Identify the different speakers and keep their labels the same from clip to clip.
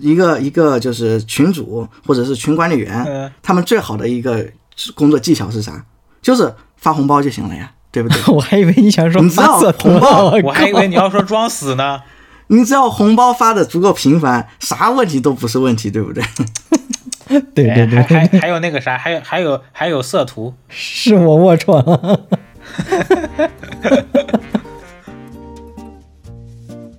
Speaker 1: 一个一个就是群主或者是群管理员
Speaker 2: 嗯，
Speaker 1: 他们最好的一个工作技巧是啥？就是发红包就行了呀，对不对？
Speaker 3: 我还以为你想说
Speaker 1: 你知道
Speaker 3: 发色
Speaker 1: 红包
Speaker 3: 我
Speaker 2: 我还以为你要说装死呢。
Speaker 1: 你只要红包发的足够频繁，啥问题都不是问题，对不对？
Speaker 3: 对
Speaker 2: 哎
Speaker 3: 对
Speaker 2: 还
Speaker 3: 对，
Speaker 2: 还还有那个啥，还有还有还有色图，
Speaker 3: 是我龌龊了。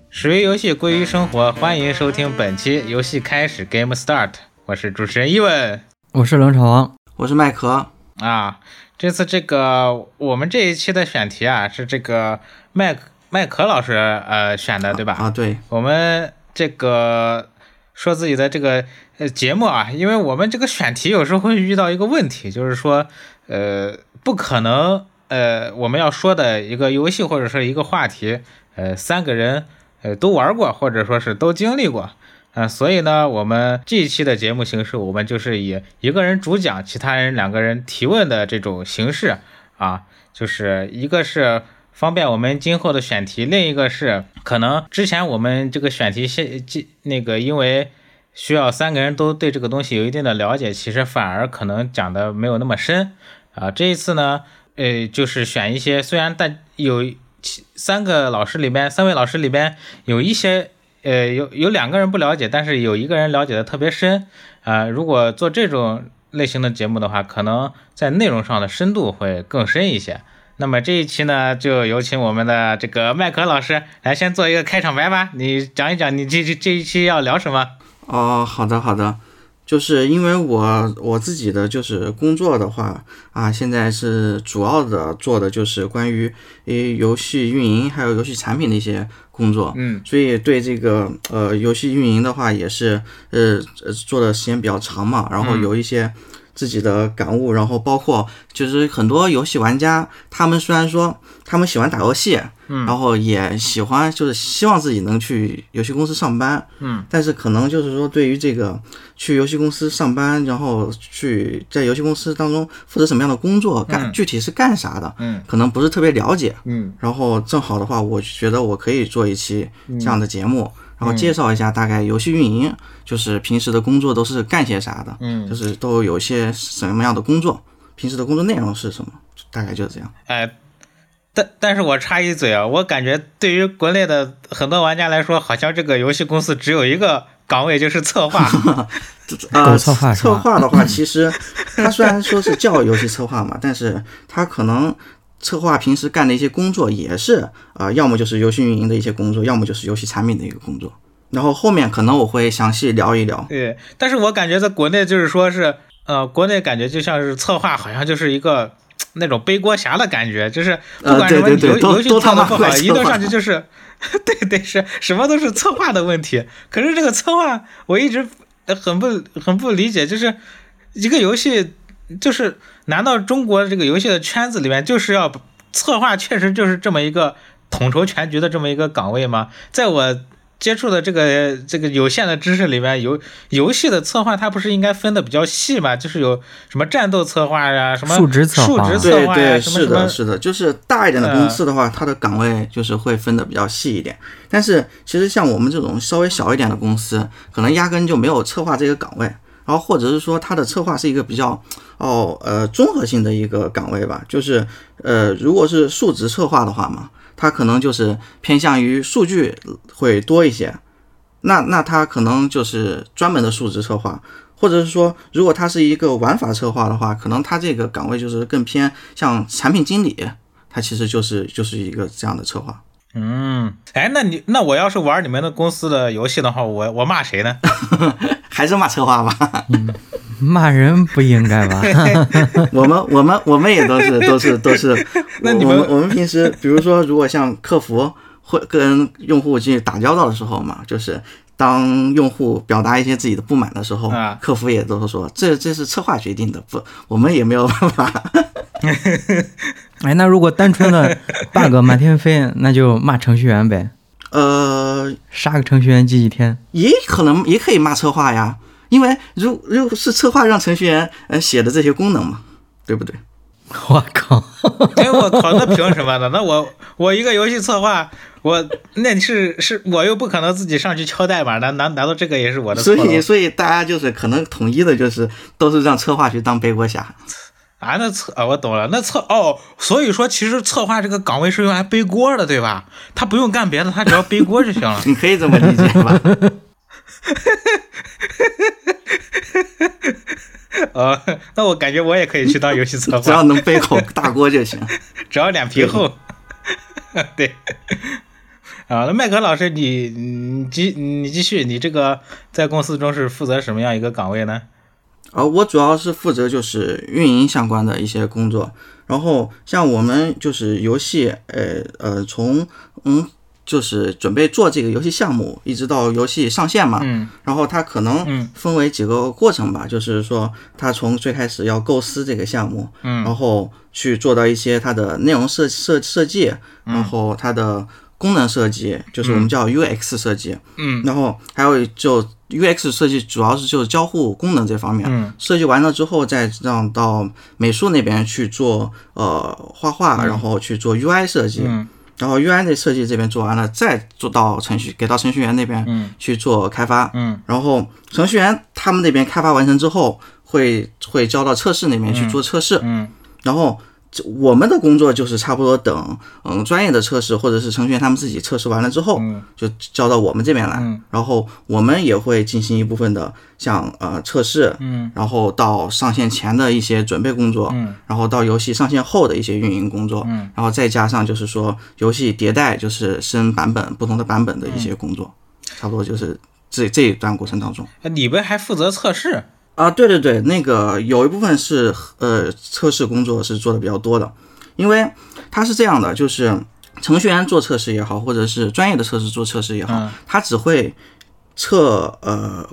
Speaker 2: 始于游戏，归于生活，欢迎收听本期游戏开始 Game Start，我是主持人伊文
Speaker 3: 我是冷场王，
Speaker 1: 我是麦壳，
Speaker 2: 啊。这次这个我们这一期的选题啊，是这个麦麦壳老师呃选的，对吧？
Speaker 1: 啊，对，
Speaker 2: 我们这个说自己的这个呃节目啊，因为我们这个选题有时候会遇到一个问题，就是说呃不可能呃我们要说的一个游戏或者是一个话题，呃三个人呃都玩过或者说是都经历过。啊、所以呢，我们这一期的节目形式，我们就是以一个人主讲，其他人两个人提问的这种形式啊，就是一个是方便我们今后的选题，另一个是可能之前我们这个选题是这那个因为需要三个人都对这个东西有一定的了解，其实反而可能讲的没有那么深啊。这一次呢，呃，就是选一些虽然但有其三个老师里边，三位老师里边有一些。呃，有有两个人不了解，但是有一个人了解的特别深，啊、如果做这种类型的节目的话，可能在内容上的深度会更深一些。那么这一期呢，就有请我们的这个麦克老师来先做一个开场白吧。你讲一讲你这这这一期要聊什么？
Speaker 1: 哦，好的好的，就是因为我我自己的就是工作的话啊，现在是主要的做的就是关于诶游戏运营还有游戏产品的一些工作，
Speaker 2: 嗯，
Speaker 1: 所以对这个呃游戏运营的话也是呃呃做的时间比较长嘛，然后
Speaker 2: 嗯
Speaker 1: 有一些自己的感悟，然后包括就是很多游戏玩家，他们虽然说他们喜欢打游戏，嗯，然后也喜欢就是希望自己能去游戏公司上班，嗯，但是可能就是说对于这个去游戏公司上班，然后去在游戏公司当中负责什么样的工作，干、具体是干啥的，
Speaker 2: 嗯，
Speaker 1: 可能不是特别了解，
Speaker 2: 嗯，
Speaker 1: 然后正好的话，我觉得我可以做一期这样的节目，然后介绍一下大概游戏运营，就是平时的工作都是干些啥的，嗯，就是都有些什么样的工作，平时的工作内容是什么，大概就是这样。
Speaker 2: 哎、但但是我插一嘴啊，我感觉对于国内的很多玩家来说，好像这个游戏公司只有一个岗位，就是策划。
Speaker 1: 呃，
Speaker 3: 搞策划是吧
Speaker 1: 策划的话，其实它虽然说是叫游戏策划嘛，但是它可能策划平时干的一些工作也是，呃，要么就是游戏运营的一些工作，要么就是游戏产品的一个工作。然后后面可能我会详细聊一聊，
Speaker 2: 对，但是我感觉在国内就是说是，呃，国内感觉就像是策划，好像就是一个那种背锅侠的感觉，就是不
Speaker 1: 呃
Speaker 2: 管什么
Speaker 1: 对
Speaker 2: 你
Speaker 1: 对
Speaker 2: 游
Speaker 1: 对都
Speaker 2: 游戏
Speaker 1: 都
Speaker 2: 做
Speaker 1: 他妈
Speaker 2: 的不
Speaker 1: 怪
Speaker 2: 好，一
Speaker 1: 策
Speaker 2: 弄
Speaker 1: 划
Speaker 2: 上去就是， 对对是，什么都是策划的问题。可是这个策划我一直呃很不很不理解，就是一个游戏，就是难道中国这个游戏的圈子里面就是要策划，确实就是这么一个统筹全局的这么一个岗位吗？在我接触的这个这个有限的知识里面，游游戏的策划它不是应该分的比较细吗？就是有什么战斗策划呀、什么
Speaker 3: 数值策划
Speaker 2: 数值策
Speaker 1: 对
Speaker 2: 划呀、
Speaker 1: 对，
Speaker 2: 啊什么嗯
Speaker 1: 是
Speaker 2: 什么
Speaker 1: 的，是的，就是大一点的公司的话，它的岗位就是会分的比较细一点。但是其实像我们这种稍微小一点的公司，可能压根就没有策划这个岗位，然后或者是说它的策划是一个比较哦呃综合性的一个岗位吧，就是呃如果是数值策划的话嘛，它可能就是偏向于数据会多一些。那那它可能就是专门的数值策划，或者是说，如果他是一个玩法策划的话，可能他这个岗位就是更偏像产品经理，他其实就是就是一个这样的策划。
Speaker 2: 嗯，哎，那你那我要是玩你们的公司的游戏的话，我我骂谁呢？
Speaker 1: 还是骂策划吧，
Speaker 3: 骂人不应该吧？
Speaker 1: 我们我们我们也都是都是都是，
Speaker 2: 那你
Speaker 1: 我
Speaker 2: 们
Speaker 1: 我们我们平时比如说，如果像客服会跟用户去打交道的时候嘛，就是当用户表达一些自己的不满的时候，
Speaker 2: 啊
Speaker 1: 客服也都是说这这是策划决定的，不，我们也没有办法。
Speaker 3: 哎，那如果单纯的 bug 满天飞，那就骂程序员呗，
Speaker 1: 呃，
Speaker 3: 杀个程序员记几天。
Speaker 1: 也可能也可以骂策划呀，因为如如果是策划让程序员呃写的这些功能嘛，对不对？
Speaker 3: 我靠，
Speaker 2: 哎，我靠，那凭什么呢？那我我一个游戏策划，我那是是我又不可能自己上去敲代码，难难难道这个也是我的
Speaker 1: 所
Speaker 2: 错
Speaker 1: 以
Speaker 2: 了
Speaker 1: 所以大家就是可能统一的就是都是让策划去当背锅侠，
Speaker 2: 啊？那策啊，我懂了，那策哦，所以说其实策划这个岗位是用来背锅的，对吧？他不用干别的，他只要背锅就行了
Speaker 1: 。你可以这么理解 吧？
Speaker 2: 呃，那我感觉我也可以去当游戏策
Speaker 1: 只
Speaker 2: 划，
Speaker 1: 要能背口大锅就行。
Speaker 2: 只要脸皮厚。 对。啊，那麦克老师，你你继你继续，你这个在公司中是负责什么样一个岗位呢？
Speaker 1: 而我主要是负责就是运营相关的一些工作，然后像我们就是游戏，呃呃，从嗯就是准备做这个游戏项目，一直到游戏上线嘛，
Speaker 2: 嗯，
Speaker 1: 然后它可能
Speaker 2: 嗯
Speaker 1: 分为几个过程吧，就是说它从最开始要构思这个项目，
Speaker 2: 嗯
Speaker 1: 然后去做到一些它的内容设设设计，
Speaker 2: 嗯
Speaker 1: 然后它的功能设计，就是我们叫 UX 设计，
Speaker 2: 嗯，
Speaker 1: 然后还有就 UX 设计主要是就是交互功能这方面，
Speaker 2: 嗯，
Speaker 1: 设计完了之后再让到美术那边去做呃画画，然后去做 UI 设计，
Speaker 2: 嗯
Speaker 1: 然后 UI 的设计这边做完了，再做到程序给到程序员那边
Speaker 2: 嗯
Speaker 1: 去做开发，
Speaker 2: 嗯
Speaker 1: 然后程序员他们那边开发完成之后，会会交到测试那边去做测试，
Speaker 2: 嗯
Speaker 1: 然后这我们的工作就是差不多等嗯专业的测试或者是程序员他们自己测试完了之后，
Speaker 2: 嗯
Speaker 1: 就交到我们这边来，
Speaker 2: 嗯
Speaker 1: 然后我们也会进行一部分的像呃测试，
Speaker 2: 嗯
Speaker 1: 然后到上线前的一些准备工作，
Speaker 2: 嗯
Speaker 1: 然后到游戏上线后的一些运营工作，
Speaker 2: 嗯
Speaker 1: 然后再加上就是说游戏迭代，就是升版本不同的版本的
Speaker 2: 嗯
Speaker 1: 一些工作，差不多就是这这一段过程当中。
Speaker 2: 哎你们还负责测试？
Speaker 1: 啊，对对对，那个有一部分是呃测试工作是做的比较多的，因为它是这样的，就是程序员做测试也好，或者是专业的测试做测试也好，
Speaker 2: 嗯
Speaker 1: 他只会测呃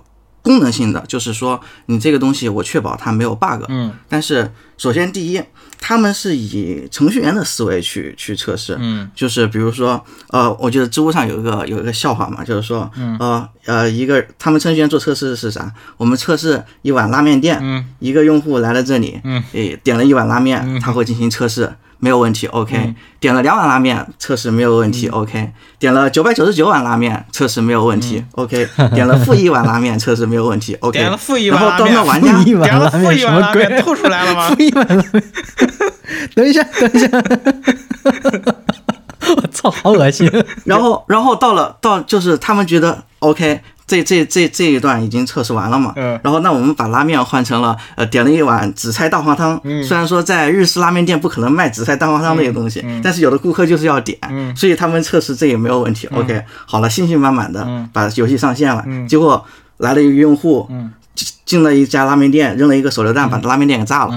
Speaker 1: 功能性的，就是说你这个东西我确保它没有 bug。
Speaker 2: 嗯
Speaker 1: 但是首先第一，他们是以程序员的思维去去测试，
Speaker 2: 嗯
Speaker 1: 就是比如说，呃，我觉得知乎上有一个有一个笑话嘛，就是说，
Speaker 2: 嗯
Speaker 1: 呃呃，一个他们程序员做测试是啥？我们测试一碗拉面店，
Speaker 2: 嗯
Speaker 1: 一个用户来了这里，
Speaker 2: 嗯
Speaker 1: 诶，点了一碗拉面，他会进行测试，没有问题，OK。点
Speaker 2: 嗯
Speaker 1: 了两碗拉面，测试没有问题、o k 点了九百九十九碗拉面，测试没有问题、o k 点了负一碗拉面，测试没有问题，OK。
Speaker 2: 嗯点了负一
Speaker 1: 然
Speaker 2: 碗
Speaker 1: 后
Speaker 2: 拉
Speaker 1: 到
Speaker 2: 面
Speaker 1: 那玩
Speaker 3: 负一
Speaker 1: 家，
Speaker 3: 碗
Speaker 2: 点了
Speaker 3: 拉
Speaker 2: 负
Speaker 3: 面
Speaker 2: 一
Speaker 3: 什
Speaker 2: 碗
Speaker 3: 么
Speaker 2: 拉面
Speaker 3: 鬼？
Speaker 2: 吐出来了吗
Speaker 3: 负？一碗拉面。等一下，等一下， 我操，好恶 心！
Speaker 1: 然后然后到了到就是他们觉得 OK。这这这这一段已经测试完了嘛？
Speaker 2: 嗯
Speaker 1: 然后那我们把拉面换成了呃，点了一碗紫菜蛋花汤。
Speaker 3: 嗯
Speaker 1: 虽然说在日式拉面店不可能卖紫菜蛋花汤这个东西，
Speaker 3: 嗯
Speaker 1: 但是有的顾客就是要点，所以他们测试这也没有问题。OK，好
Speaker 3: 嗯
Speaker 1: 了，信心满满的、把游戏上线了，结果来了一个用户，
Speaker 3: 嗯
Speaker 1: 进进了一家拉面店，扔了一个手榴弹，把拉面店给炸了。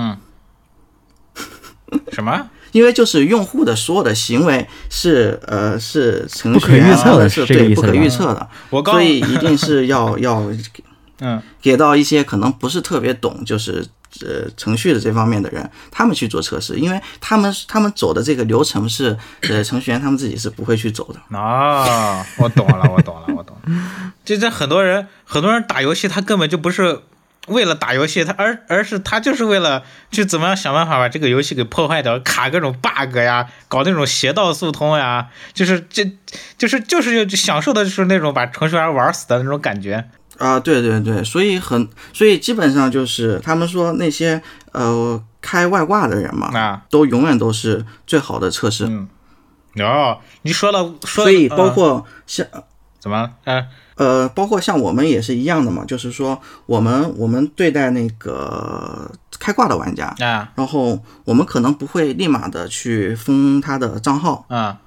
Speaker 2: 嗯，什么？
Speaker 1: 因为就是用户的所有的行为是呃是程
Speaker 3: 不可
Speaker 1: 序员
Speaker 3: 预测的
Speaker 1: 或者是
Speaker 3: 是这个
Speaker 1: 对
Speaker 3: 意
Speaker 1: 不
Speaker 3: 思
Speaker 1: 可
Speaker 3: 吧，
Speaker 1: 预测的，
Speaker 2: 我刚
Speaker 1: 所以一定是 要要
Speaker 2: 嗯
Speaker 1: 给到一些可能不是特别懂就是呃程序的这方面的人，他们去做测试，因为他们他们走的这个流程是呃程序员他们自己是不会去走的。
Speaker 2: 啊、我懂了，我懂了，我懂了。 这这很多人，很多人打游戏，他根本就不是为了打游戏，他而而是他就是为了去怎么样想办法把这个游戏给破坏掉，卡各种 bug 呀，搞那种邪道速通呀，就是这就是就是享受的就是那种把程序员玩死的那种感觉。
Speaker 1: 啊，对对对，所以很，所以基本上就是他们说那些呃开外挂的人嘛，
Speaker 2: 啊
Speaker 1: 都永远都是最好的测试，
Speaker 2: 哦，你说了说了，
Speaker 1: 嗯所以呃包
Speaker 2: 嗯
Speaker 1: 括像
Speaker 2: 怎么了？嗯、
Speaker 1: 呃，包括像我们也是一样的嘛，就是说我们我们对待那个开挂的玩家，
Speaker 2: 啊
Speaker 1: 然后我们可能不会立马的去封他的账号，
Speaker 2: 啊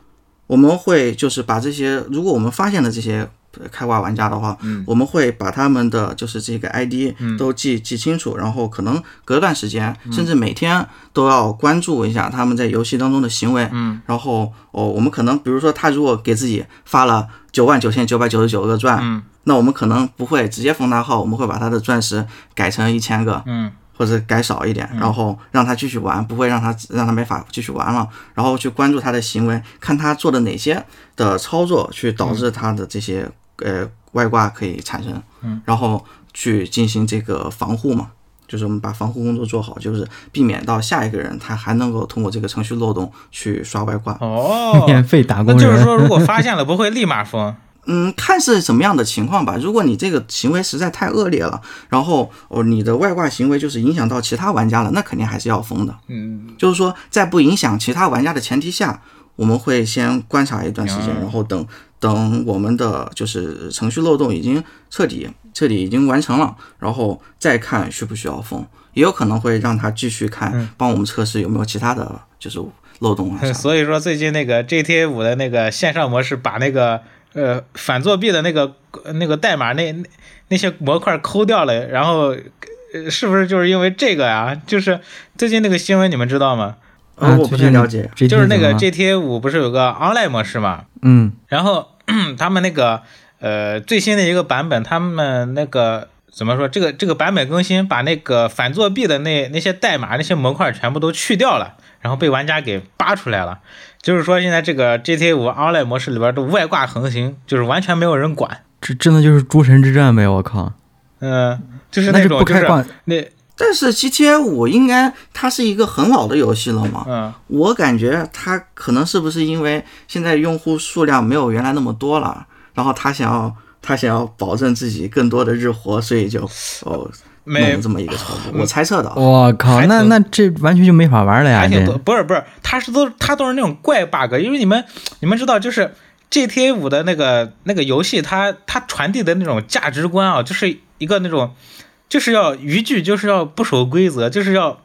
Speaker 1: 我们会就是把这些，如果我们发现了这些。呃开挂玩家的话，我们会把他们的就是这个 ID 都记、记清楚，然后可能隔段时间，甚至每天都要关注一下他们在游戏当中的行为。嗯，然后哦，我们可能比如说他如果给自己发了九万九千九百九十九个钻，嗯，那我们可能不会直接封他号，我们会把他的钻石改成一千个，
Speaker 2: 嗯，
Speaker 1: 或者改少一点，然后让他继续玩，不会让他让他没法继续玩了，然后去关注他的行为，看他做的哪些的操作去导致他的这些、呃外挂可以产生，嗯，然后去进行这个防护嘛。就是我们把防护工作做好，就是避免到下一个人他还能够通过这个程序漏洞去刷外挂。
Speaker 2: 哦
Speaker 3: 免费打
Speaker 2: 那
Speaker 3: 工人，
Speaker 2: 就是说，如果发现了，不会立马封。
Speaker 1: 嗯，看是什么样的情况吧。如果你这个行为实在太恶劣了，然后哦你的外挂行为就是影响到其他玩家了，那肯定还是要封的。
Speaker 2: 嗯，
Speaker 1: 就是说，在不影响其他玩家的前提下，我们会先观察一段时
Speaker 3: 嗯
Speaker 1: 间，然后等等我们的就是程序漏洞已经彻底彻底已经完成了，然后再看需不需要封，也有可能会让他继续
Speaker 3: 嗯
Speaker 1: 看，帮我们测试有没有其他的就是漏洞 啊啥的。
Speaker 2: 所以说最近那个 GTA 五的那个线上模式，把那个呃反作弊的那个那个代码那那那些模块抠掉了，然后。呃是不是就是因为这个呀、就是最近那个新闻，你们知道吗？
Speaker 1: 呃
Speaker 3: 啊
Speaker 1: 我不太了解，
Speaker 3: 最近
Speaker 2: 就是那个
Speaker 3: GTA
Speaker 2: GTA 五不是有个 online 模式嘛？
Speaker 3: 怎么了嗯
Speaker 2: 然后他们那个呃最新的一个版本，他们那个怎么说？这个这个版本更新，把那个反作弊的那那些代码、那些模块全部都去掉了，然后被玩家给扒出来了。就是说，现在这个 GTA 五 Online 模式里边的外挂横行，就是完全没有人管。
Speaker 3: 这真的就是诸神之战呗！我靠，
Speaker 2: 嗯、就是
Speaker 3: 那
Speaker 2: 那
Speaker 3: 就
Speaker 2: 种
Speaker 3: 不
Speaker 2: 就
Speaker 3: 开
Speaker 2: 是
Speaker 3: 挂，
Speaker 2: 那
Speaker 1: 但是 GTA 五应该它是一个很老的游戏了嘛，
Speaker 2: 嗯
Speaker 1: 我感觉它可能是不是因为现在用户数量没有原来那么多了，然后他想要他想要保证自己更多的日活，所以就哦弄
Speaker 2: 没嗯哦
Speaker 1: 了这么一个操作，我猜测的啊。
Speaker 3: 我靠，
Speaker 2: 还
Speaker 3: 那
Speaker 2: 挺
Speaker 3: 那这完全就没法玩了呀！
Speaker 2: 还挺多，
Speaker 3: 这
Speaker 2: 不是不是，它是都它都是那种怪 bug，因为你们你们知道，就是 GTA 五的那个那个游戏它，它传递的那种价值观啊，就是一个那种就是要逾矩，就是要不守规则，就是要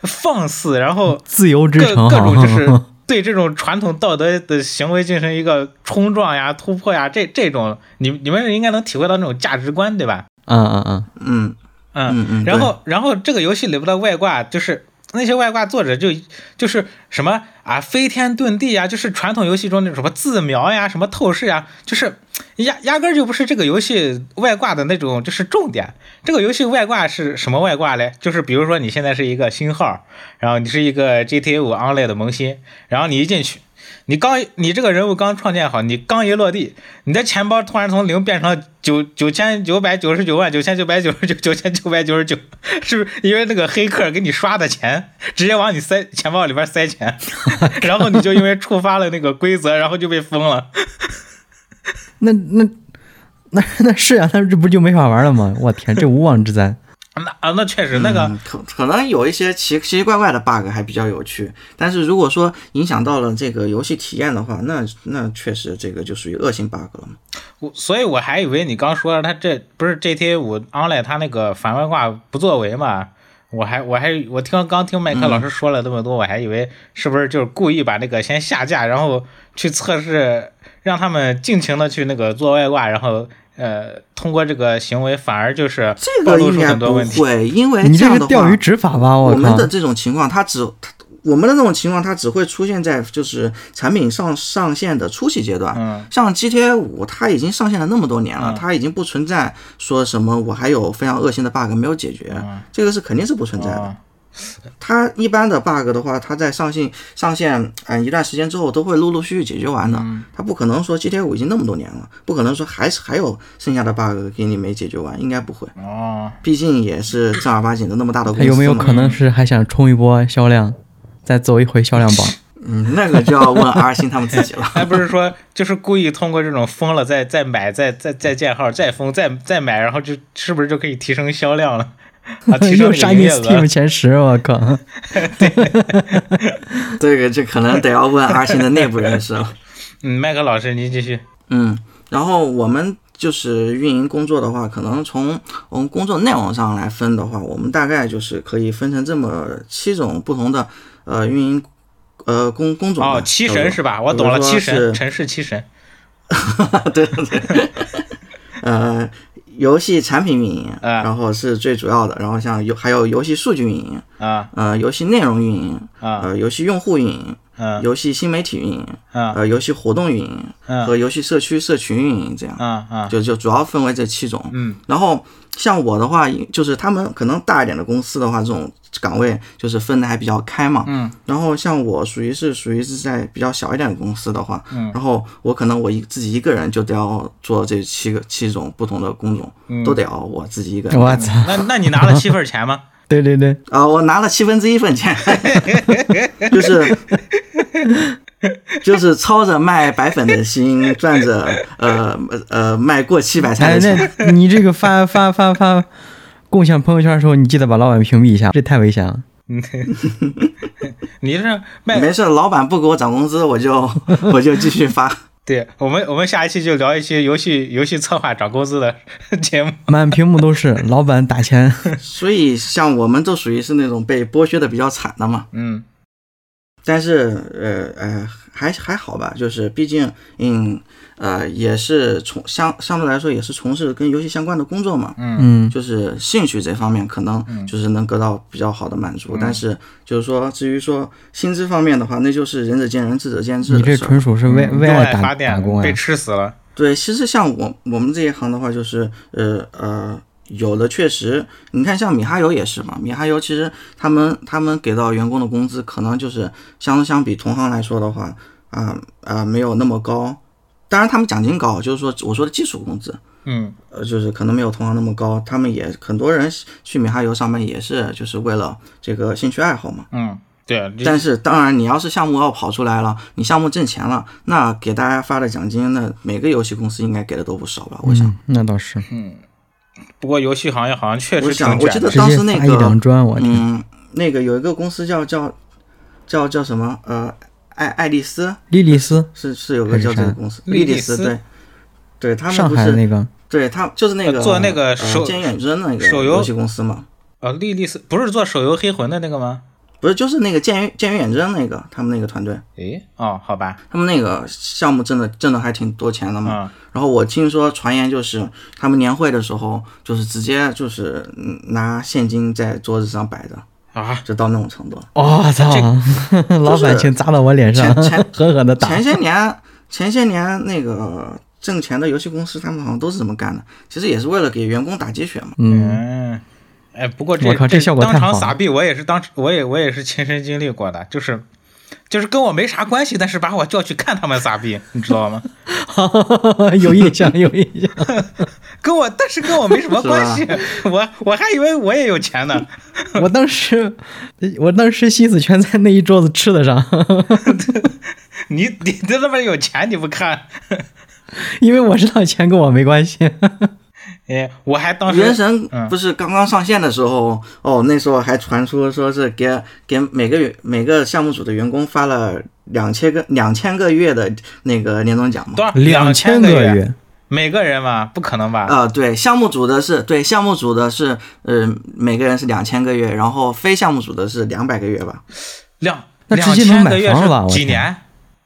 Speaker 2: 放肆，然后
Speaker 3: 自由之
Speaker 2: 各
Speaker 3: 城
Speaker 2: 各
Speaker 3: 好
Speaker 2: 种
Speaker 3: 吗，
Speaker 2: 就是 对这种传统道德的行为进行一个冲撞呀、突破呀，这这种你你们应该能体会到那种价值观，对吧？
Speaker 3: 嗯嗯嗯，
Speaker 1: 嗯
Speaker 2: 嗯
Speaker 1: 嗯嗯，
Speaker 2: 然后然后这个游戏里边的外挂就是那些外挂作者就就是什么啊飞天遁地啊，就是传统游戏中那种什么自瞄呀、什么透视呀，就是压压根儿就不是这个游戏外挂的那种就是重点。这个游戏外挂是什么外挂嘞？就是比如说你现在是一个新号，然后你是一个 GTA 五 Online 的萌新，然后你一进去。你刚，你这个人物刚创建好，你刚一落地，你的钱包突然从零变成了九九千九百九十九万九千九百九十九九千九百九十九，是不是因为那个黑客给你刷的钱，直接往你塞钱包里边塞钱，然后你就因为触发了那个规则，然后就被封了。
Speaker 3: 那那那那是啊，那这不就没法玩了吗？我天，这无妄之灾！
Speaker 2: 那啊，那确实那个、
Speaker 1: 嗯可可能有一些奇奇奇怪怪的 bug 还比较有趣，但是如果说影响到了这个游戏体验的话，那那确实这个就属于恶性 bug 了嘛。
Speaker 2: 我所以我还以为你刚说他这不是 GTA 五 Online 他那个反外挂不作为嘛？我还我还我听刚听麦克
Speaker 3: 嗯
Speaker 2: 老师说了这么多，我还以为是不是就是故意把那个先下架，然后去测试，让他们尽情的去那个做外挂，然后呃通过这个行为反而就是
Speaker 1: 这
Speaker 2: 暴
Speaker 1: 个
Speaker 2: 露
Speaker 1: 应
Speaker 2: 出
Speaker 1: 该
Speaker 2: 很多
Speaker 1: 不
Speaker 2: 问题。
Speaker 1: 会，因为
Speaker 3: 你
Speaker 1: 哎这
Speaker 3: 这
Speaker 1: 样
Speaker 3: 是
Speaker 1: 的
Speaker 3: 钓
Speaker 1: 话
Speaker 3: 鱼，执法吧？
Speaker 1: 我
Speaker 3: 靠
Speaker 1: 们！的这种情况，它只它我们的那种情况，它只会出现在就是产品上上线的初期阶段。
Speaker 2: 嗯，
Speaker 1: 像 GTA 五，它已经上线了那么多年了，它已经不存在说什么我还有非常恶性的 bug 没有解决，这个是肯定是不存在的。
Speaker 2: 嗯哦
Speaker 1: 它一般的 bug 的话，它在上线上线嗯、一段时间之后都会陆陆续续解决完的。
Speaker 2: 嗯
Speaker 1: 它不可能说 GTA 五已经那么多年了，不可能说还是还有剩下的 bug 给你没解决完，应该不会。
Speaker 2: 哦，
Speaker 1: 毕竟也是正儿八经的那么大的公
Speaker 3: 他
Speaker 1: 司嘛。
Speaker 3: 有没有可能是还想冲一波销量，再走一回销量榜？
Speaker 1: 嗯，那个就要问 R 星他们自己了。
Speaker 2: 还不是说就是故意通过这种封了再再买再再再建号再封再再买，然后就是不是就可以提升销量 了？啊，提升
Speaker 3: 又
Speaker 2: 那个
Speaker 3: 杀
Speaker 2: 营
Speaker 3: 进
Speaker 2: 业额
Speaker 3: Steam 前十，我靠！
Speaker 1: 这个这可能得要问 R 星的内部人士了。
Speaker 2: 嗯，麦克老师，您继续。
Speaker 1: 嗯，然后我们就是运营工作的话，可能从我们工作内容上来分的话，我们大概就是可以分成这么七种不同的呃运营呃工工种吧。
Speaker 2: 哦，七
Speaker 1: 叫
Speaker 2: 神
Speaker 1: 做
Speaker 2: 是吧？我懂了，
Speaker 1: 比如
Speaker 2: 七
Speaker 1: 说
Speaker 2: 神，
Speaker 1: 是
Speaker 2: 城市七神。
Speaker 1: 对对对，呃，游戏产品运营，
Speaker 2: 啊
Speaker 1: 然后是最主要的，然后像游还有游戏数据运营，
Speaker 2: 啊
Speaker 1: 呃，游戏内容运营，
Speaker 2: 啊
Speaker 1: 呃，游戏用户运营，
Speaker 2: 啊
Speaker 1: 游戏新媒体运营，
Speaker 2: 啊
Speaker 1: 呃，游戏活动运营
Speaker 2: 嗯
Speaker 1: 和游戏社区社群运营这样，
Speaker 2: 啊啊！
Speaker 1: 就就主要分为这七种。
Speaker 2: 嗯，
Speaker 1: 然后像我的话，就是他们可能大一点的公司的话，这种岗位就是分的还比较开嘛。
Speaker 2: 嗯。
Speaker 1: 然后像我属于是属于是在比较小一点的公司的话，
Speaker 2: 嗯。
Speaker 1: 然后我可能我一自己一个人就得要做这
Speaker 2: 嗯
Speaker 3: 哦
Speaker 1: 七个七种不同的工种，都得要我自己一个人。
Speaker 3: 我操！
Speaker 2: 那那你拿了七份钱吗？
Speaker 3: 对对对，
Speaker 1: 啊、我拿了七分之一份 钱，就是就是操着卖白粉的心，赚着呃呃卖过期白菜
Speaker 3: 哎
Speaker 1: 的，钱。
Speaker 3: 那你这个发发发发共享朋友圈的时候，你记得把老板屏蔽一下，这太危险了。
Speaker 2: 你这卖
Speaker 1: 没事，老板不给我涨工资，我就我就继续发。
Speaker 2: 对我们，我们下一期就聊一期游戏游戏策划涨工资的 节目。
Speaker 3: 满屏幕都是老板打钱，
Speaker 1: 所以像我们都属于是那种被剥削的比较惨的嘛。
Speaker 2: 嗯，
Speaker 1: 但是呃呃还还好吧，就是毕竟嗯呃也是从相相对来说也是从事跟游戏相关的工作嘛，
Speaker 3: 嗯，
Speaker 1: 就是兴趣这方面可能就是能得到比较好的满足。但是就是说，至于说薪资方面的话，那就是仁者见仁，智者见智
Speaker 3: 你
Speaker 1: 的
Speaker 3: 这
Speaker 1: 事儿。
Speaker 3: 纯属是为
Speaker 2: 嗯
Speaker 3: 为
Speaker 2: 用
Speaker 3: 爱
Speaker 2: 爱
Speaker 3: 打
Speaker 2: 发电
Speaker 3: 打工啊
Speaker 2: 被
Speaker 3: 呀。
Speaker 2: 吃死了。
Speaker 1: 对，其实像我我们这一行的话，就是呃呃。有的确实，你看像米哈游也是嘛，米哈游其实他们他们给到员工的工资，可能就是相相比同行来说的话，啊、啊、没有那么高。当然他们奖金高，就是说我说的基础工资，
Speaker 2: 嗯，
Speaker 1: 呃，就是可能没有同行那么高。他们也很多人去米哈游上班也是就是为了这个兴趣爱好嘛。
Speaker 2: 嗯，对，这
Speaker 1: 但是当然，你要是项目要跑出来了，你项目挣钱了，那给大家发的奖金，那每个游戏公司应该给的都不少吧？我想，
Speaker 3: 嗯，那倒是，
Speaker 2: 不过游戏行业好像确
Speaker 1: 我
Speaker 2: 实
Speaker 1: 想
Speaker 2: 挺
Speaker 1: 我记
Speaker 2: 卷
Speaker 1: 得
Speaker 2: 的。
Speaker 3: 直
Speaker 1: 当
Speaker 3: 接
Speaker 1: 时那
Speaker 3: 发一
Speaker 1: 个
Speaker 3: 两砖，我天，
Speaker 1: 嗯，那个有一个公司叫叫叫叫什么？呃，爱爱丽丝
Speaker 3: 莉莉丝，
Speaker 1: 是是有个叫这
Speaker 3: 还是
Speaker 1: 个
Speaker 3: 啥
Speaker 1: 公司，
Speaker 2: 莉
Speaker 1: 莉
Speaker 2: 莉
Speaker 1: 莉
Speaker 2: 丝
Speaker 1: 丝对，对他们
Speaker 3: 上
Speaker 1: 不
Speaker 3: 海
Speaker 1: 是
Speaker 3: 那 个
Speaker 1: 对他就是那
Speaker 2: 呃
Speaker 1: 个
Speaker 2: 做那个
Speaker 1: 呃
Speaker 2: 手
Speaker 1: 监远征那个
Speaker 2: 手游
Speaker 1: 游戏公司嘛，
Speaker 2: 呃，莉莉丝不是做手游黑魂的那个吗？
Speaker 1: 不是就是那个监狱监狱远征那个他们那个团队，
Speaker 2: 诶，哦，好吧，
Speaker 1: 他们那个项目挣的挣的还挺多钱的嘛。
Speaker 2: 啊、
Speaker 1: 然后我听说传言就是他们年会的时候，就是直接就是嗯拿现金在桌子上摆着，
Speaker 2: 啊，
Speaker 1: 就到那种程度。
Speaker 2: 哦
Speaker 3: 我操！ 老板，请砸到我脸上，
Speaker 1: 前前
Speaker 3: 狠狠的打
Speaker 1: 前。些年 前些年那个挣钱的游戏公司，他们好像都是这么干的，其实也是为了给员工打鸡血嘛。
Speaker 3: 嗯，
Speaker 2: 嗯，哎，不过这
Speaker 3: 我靠这效果
Speaker 2: 当
Speaker 3: 太
Speaker 2: 场
Speaker 3: 好了
Speaker 2: 撒币，我也是当我也我也是亲身经历过的，就是就是跟我没啥关系，但是把我叫去看他们撒币，你知道吗？
Speaker 3: 有印象，有印 象。
Speaker 2: 跟我但是跟我没什么关系，我我还以为我也有钱呢。
Speaker 3: 我当时，我当时心思全在那一桌子吃的上，
Speaker 2: 你你在那边有钱你不看？
Speaker 3: 因为我知道钱跟我没 关系。
Speaker 2: 哎，我还当
Speaker 1: 原
Speaker 2: 时
Speaker 1: 神
Speaker 2: 嗯
Speaker 1: 不是刚刚上线的时候，哦，那时候还传出说是给给每个月每个项目组的员工发了两千个两千个月的那个年终奖嘛。
Speaker 2: 多少
Speaker 3: 千
Speaker 2: 千
Speaker 3: 个
Speaker 2: 月，
Speaker 3: 月，
Speaker 2: 每个人嘛，不可能吧？
Speaker 1: 啊、对，项目组的是对项目组的是，呃，每个人是两千个月，然后非项目组的是两百个月吧。
Speaker 2: 两
Speaker 3: 那
Speaker 2: 两
Speaker 3: 直接能
Speaker 2: 千
Speaker 3: 买
Speaker 2: 个月
Speaker 3: 房了吧我
Speaker 2: 是几
Speaker 3: 天
Speaker 2: 年？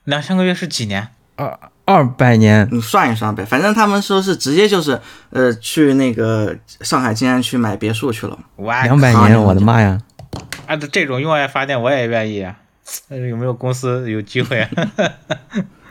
Speaker 2: 两千个月是几年？
Speaker 3: 二二百年。
Speaker 1: 你算一算呗，反正他们说是直接就是，呃，去那个上海静安区买别墅去了。
Speaker 2: 哇，
Speaker 3: 两百
Speaker 1: 哎靠
Speaker 3: 年，
Speaker 1: 你
Speaker 3: 我的 妈呀！
Speaker 2: 按照这种用爱发电，我也愿意啊。 但是有没有公司有机会？啊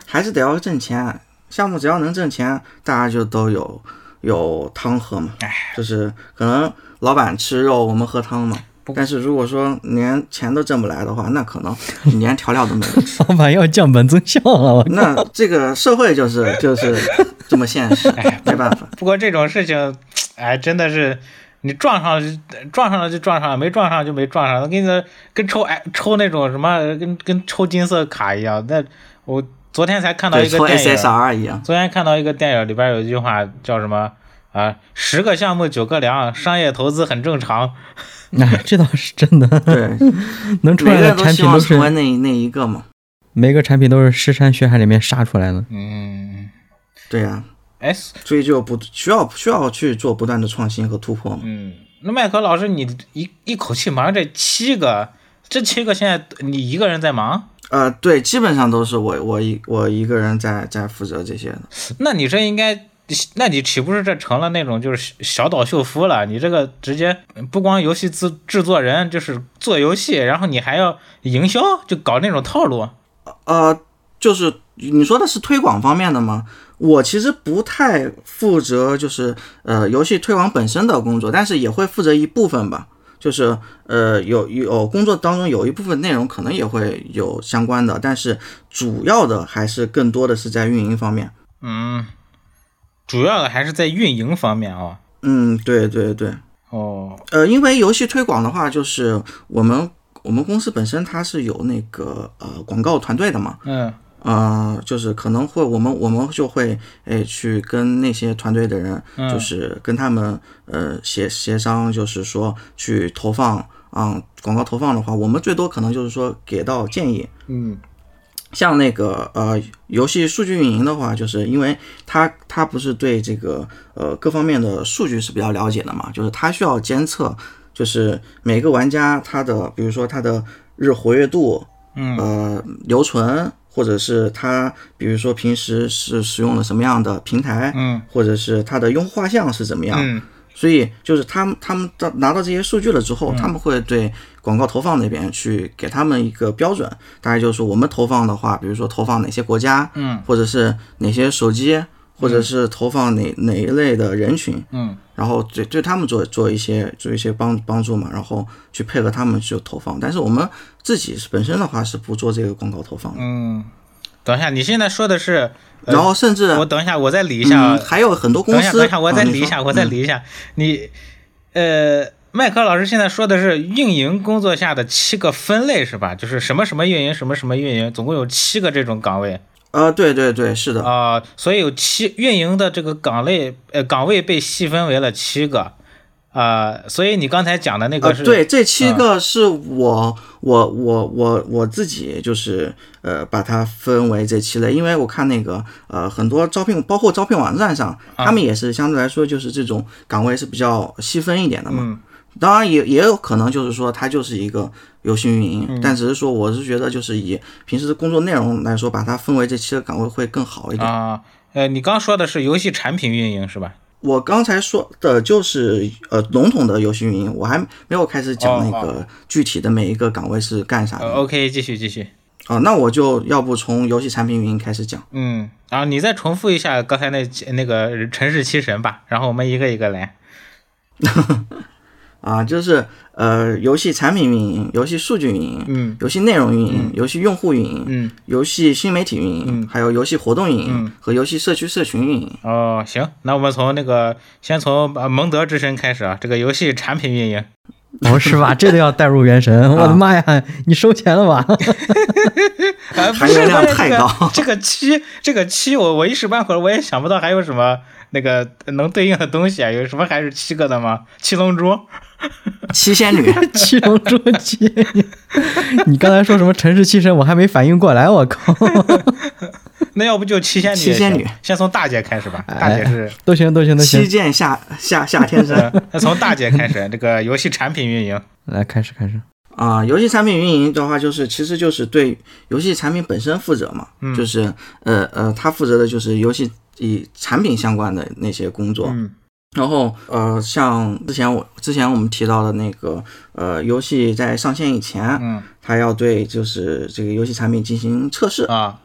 Speaker 1: 还是得要挣钱。啊项目只要能挣钱，大家就都有有汤喝嘛。就是可能老板吃肉，我们喝汤嘛。但是如果说连钱都挣不来的话，那可能你连调料都没有 吃。
Speaker 3: 老板要降本增效 了，我
Speaker 1: 那这个社会就是就是这么现实，没办法。
Speaker 2: 不过这种事情，哎，真的是你撞上了撞上了就撞上了，没撞上就没撞上，跟你跟抽哎抽那种什么跟跟抽金色卡一样。那我昨天才看到
Speaker 1: 对，
Speaker 2: 一个
Speaker 1: 抽
Speaker 2: 电影，
Speaker 1: SSR 一样。
Speaker 2: 昨天看到一个电影里边有一句话叫什么啊？十个项目九个凉，商业投资很正常。
Speaker 3: 哎，这倒是真
Speaker 2: 嗯
Speaker 3: 的，
Speaker 1: 对，
Speaker 3: 能嗯出
Speaker 1: 每
Speaker 3: 来
Speaker 1: 个
Speaker 3: 的
Speaker 1: 人都
Speaker 3: 产
Speaker 1: 希
Speaker 3: 品
Speaker 1: 望
Speaker 3: 都
Speaker 1: 成为
Speaker 3: 是
Speaker 1: 那那一个嘛。
Speaker 3: 每个产品都是尸山血海里面杀出来的。
Speaker 2: 嗯，
Speaker 1: 对呀、
Speaker 2: 哎，
Speaker 1: 所以就不需要需要去做不断的创新和突破嘛。
Speaker 2: 嗯，那麦克老师，你一一口气忙这七个，这七个现在你一个人在忙，
Speaker 1: 呃，对，基本上都是我我一我一个人在在负责这些的。
Speaker 2: 那你这应该，那你岂不是这成了那种就是小岛秀夫了？你这个直接不光游戏制制作人，就是做游戏，然后你还要营销，就搞那种套路。
Speaker 1: 呃，就是你说的是推广方面的吗？我其实不太负责，就是呃游戏推广本身的工作，但是也会负责一部分吧。就是呃有有工作当中有一部分内容可能也会有相关的，但是主要的还是更多的是在运营方面。
Speaker 2: 嗯，主要的还是在运营方面啊、
Speaker 1: 嗯，对对对，
Speaker 2: 哦，
Speaker 1: 呃，因为游戏推广的话，就是我们我们公司本身它是有那个呃广告团队的嘛，
Speaker 2: 嗯
Speaker 1: 呃，就是可能会我们我们就会诶去跟那些团队的人，
Speaker 2: 嗯
Speaker 1: 就是跟他们呃协协商，就是说去投放啊、广告投放的话，我们最多可能就是说给到建议。
Speaker 2: 嗯
Speaker 1: 像那个呃游戏数据运营的话，就是因为它它不是对这个呃各方面的数据是比较了解的嘛，就是它需要监测，就是每个玩家他的比如说他的日活跃度，
Speaker 2: 嗯
Speaker 1: 呃留存，或者是他比如说平时是使用了什么样的平台，
Speaker 2: 嗯
Speaker 1: 或者是他的用户画像是怎么样，
Speaker 2: 嗯
Speaker 1: 所以就是他们他们到拿到这些数据了之
Speaker 2: 嗯
Speaker 1: 后，他们会对广告投放那边去给他们一个标准，大概就是说我们投放的话，比如说投放哪些国家，
Speaker 2: 嗯，
Speaker 1: 或者是哪些手机，或者是投放哪哪一类的人群，
Speaker 2: 嗯，
Speaker 1: 然后对对他们做做一些做一些帮帮助嘛，然后去配合他们去投放。但是我们自己是本身的话是不做这个广告投放的，
Speaker 2: 嗯，等一下，你现在说的是，呃
Speaker 1: 然后甚至
Speaker 2: 我等一下，我再理一下，
Speaker 1: 嗯还有很多公
Speaker 2: 等一下，
Speaker 1: 司，
Speaker 2: 等一下，我再
Speaker 1: 啊
Speaker 2: 理一下，我再。
Speaker 1: 你说嗯
Speaker 2: 理一下。你，呃，麦克老师现在说的是运营工作下的七个分类是吧？就是什么什么运营，什么什么运营，总共有七个这种岗位
Speaker 1: 呃，对对对，是的，
Speaker 2: 啊、所以有七运营的这个岗类，呃，岗位被细分为了七个。啊、所以你刚才讲的那
Speaker 1: 呃，
Speaker 2: 个是、啊
Speaker 1: 对，这七个是我、我我我我自己就是呃把它分为这七类，因为我看那个呃很多招聘，包括招聘网站上，
Speaker 2: 啊
Speaker 1: 他们也是相对来说就是这种岗位是比较细分一点的嘛。
Speaker 2: 嗯
Speaker 1: 当然也也有可能就是说它就是一个游戏运营，
Speaker 2: 嗯
Speaker 1: 但只是说我是觉得就是以平时的工作内容来说，把它分为这七个岗位会更好一点。
Speaker 2: 啊、呃，你刚说的是游戏产品运营是吧？
Speaker 1: 我刚才说的就是呃笼统的游戏运营，我还没有开始讲那
Speaker 2: 哦
Speaker 1: 个具体的每一个岗位是干啥的。
Speaker 2: 呃，OK，继续继续。
Speaker 1: 哦，那我就要不从游戏产品运营开始讲。
Speaker 2: 嗯，然后你再重复一下刚才那几那个《城市七神》吧，然后我们一个一个来。
Speaker 1: 啊，就是呃，游戏产品运营、游戏数据运营、
Speaker 2: 嗯
Speaker 1: 游戏内容运营、游戏用户运营、
Speaker 2: 嗯，
Speaker 1: 游戏新媒体运营，还有游戏活动运营、和游戏社区社群运营。
Speaker 2: 哦，行，那我们从那个先从呃蒙德之神开始啊，这个游戏产品运营。
Speaker 3: 哦，是吧？这都要带入原神，我的妈呀！你收钱了吧？
Speaker 2: 呃，不
Speaker 1: 含
Speaker 2: 是
Speaker 1: 金量
Speaker 2: 不是
Speaker 1: 太
Speaker 2: 这个
Speaker 1: 高
Speaker 2: 这个七，这个七，我我一时半会儿我也想不到还有什么那个能对应的东西啊，有什么还是七个的吗？七龙珠。
Speaker 1: 七仙女
Speaker 3: 七龙珠七， 你刚才说什么城市七神，我还没反应过来，我靠！
Speaker 2: 那要不就七仙女也哎
Speaker 1: 七
Speaker 2: 行？
Speaker 1: 仙女
Speaker 2: 先从大姐开始吧。大姐 是，
Speaker 3: 都行都行 都
Speaker 1: 七
Speaker 3: 行，
Speaker 1: 剑下下下天 山
Speaker 2: 呃，那从大姐开始，这个游戏产品运营。
Speaker 3: 来开始开始。
Speaker 1: 啊、游戏产品运营的话，就是其实就是对游戏产品本身负责嘛，
Speaker 2: 嗯
Speaker 1: 就是呃呃，他负责的就是游戏以产品相关的那些工作。
Speaker 2: 嗯
Speaker 1: 然后呃，像之前我之前我们提到的那个呃，游戏在上线以前，
Speaker 2: 嗯
Speaker 1: 它要对就是这个游戏产品进行测试啊、
Speaker 2: 啊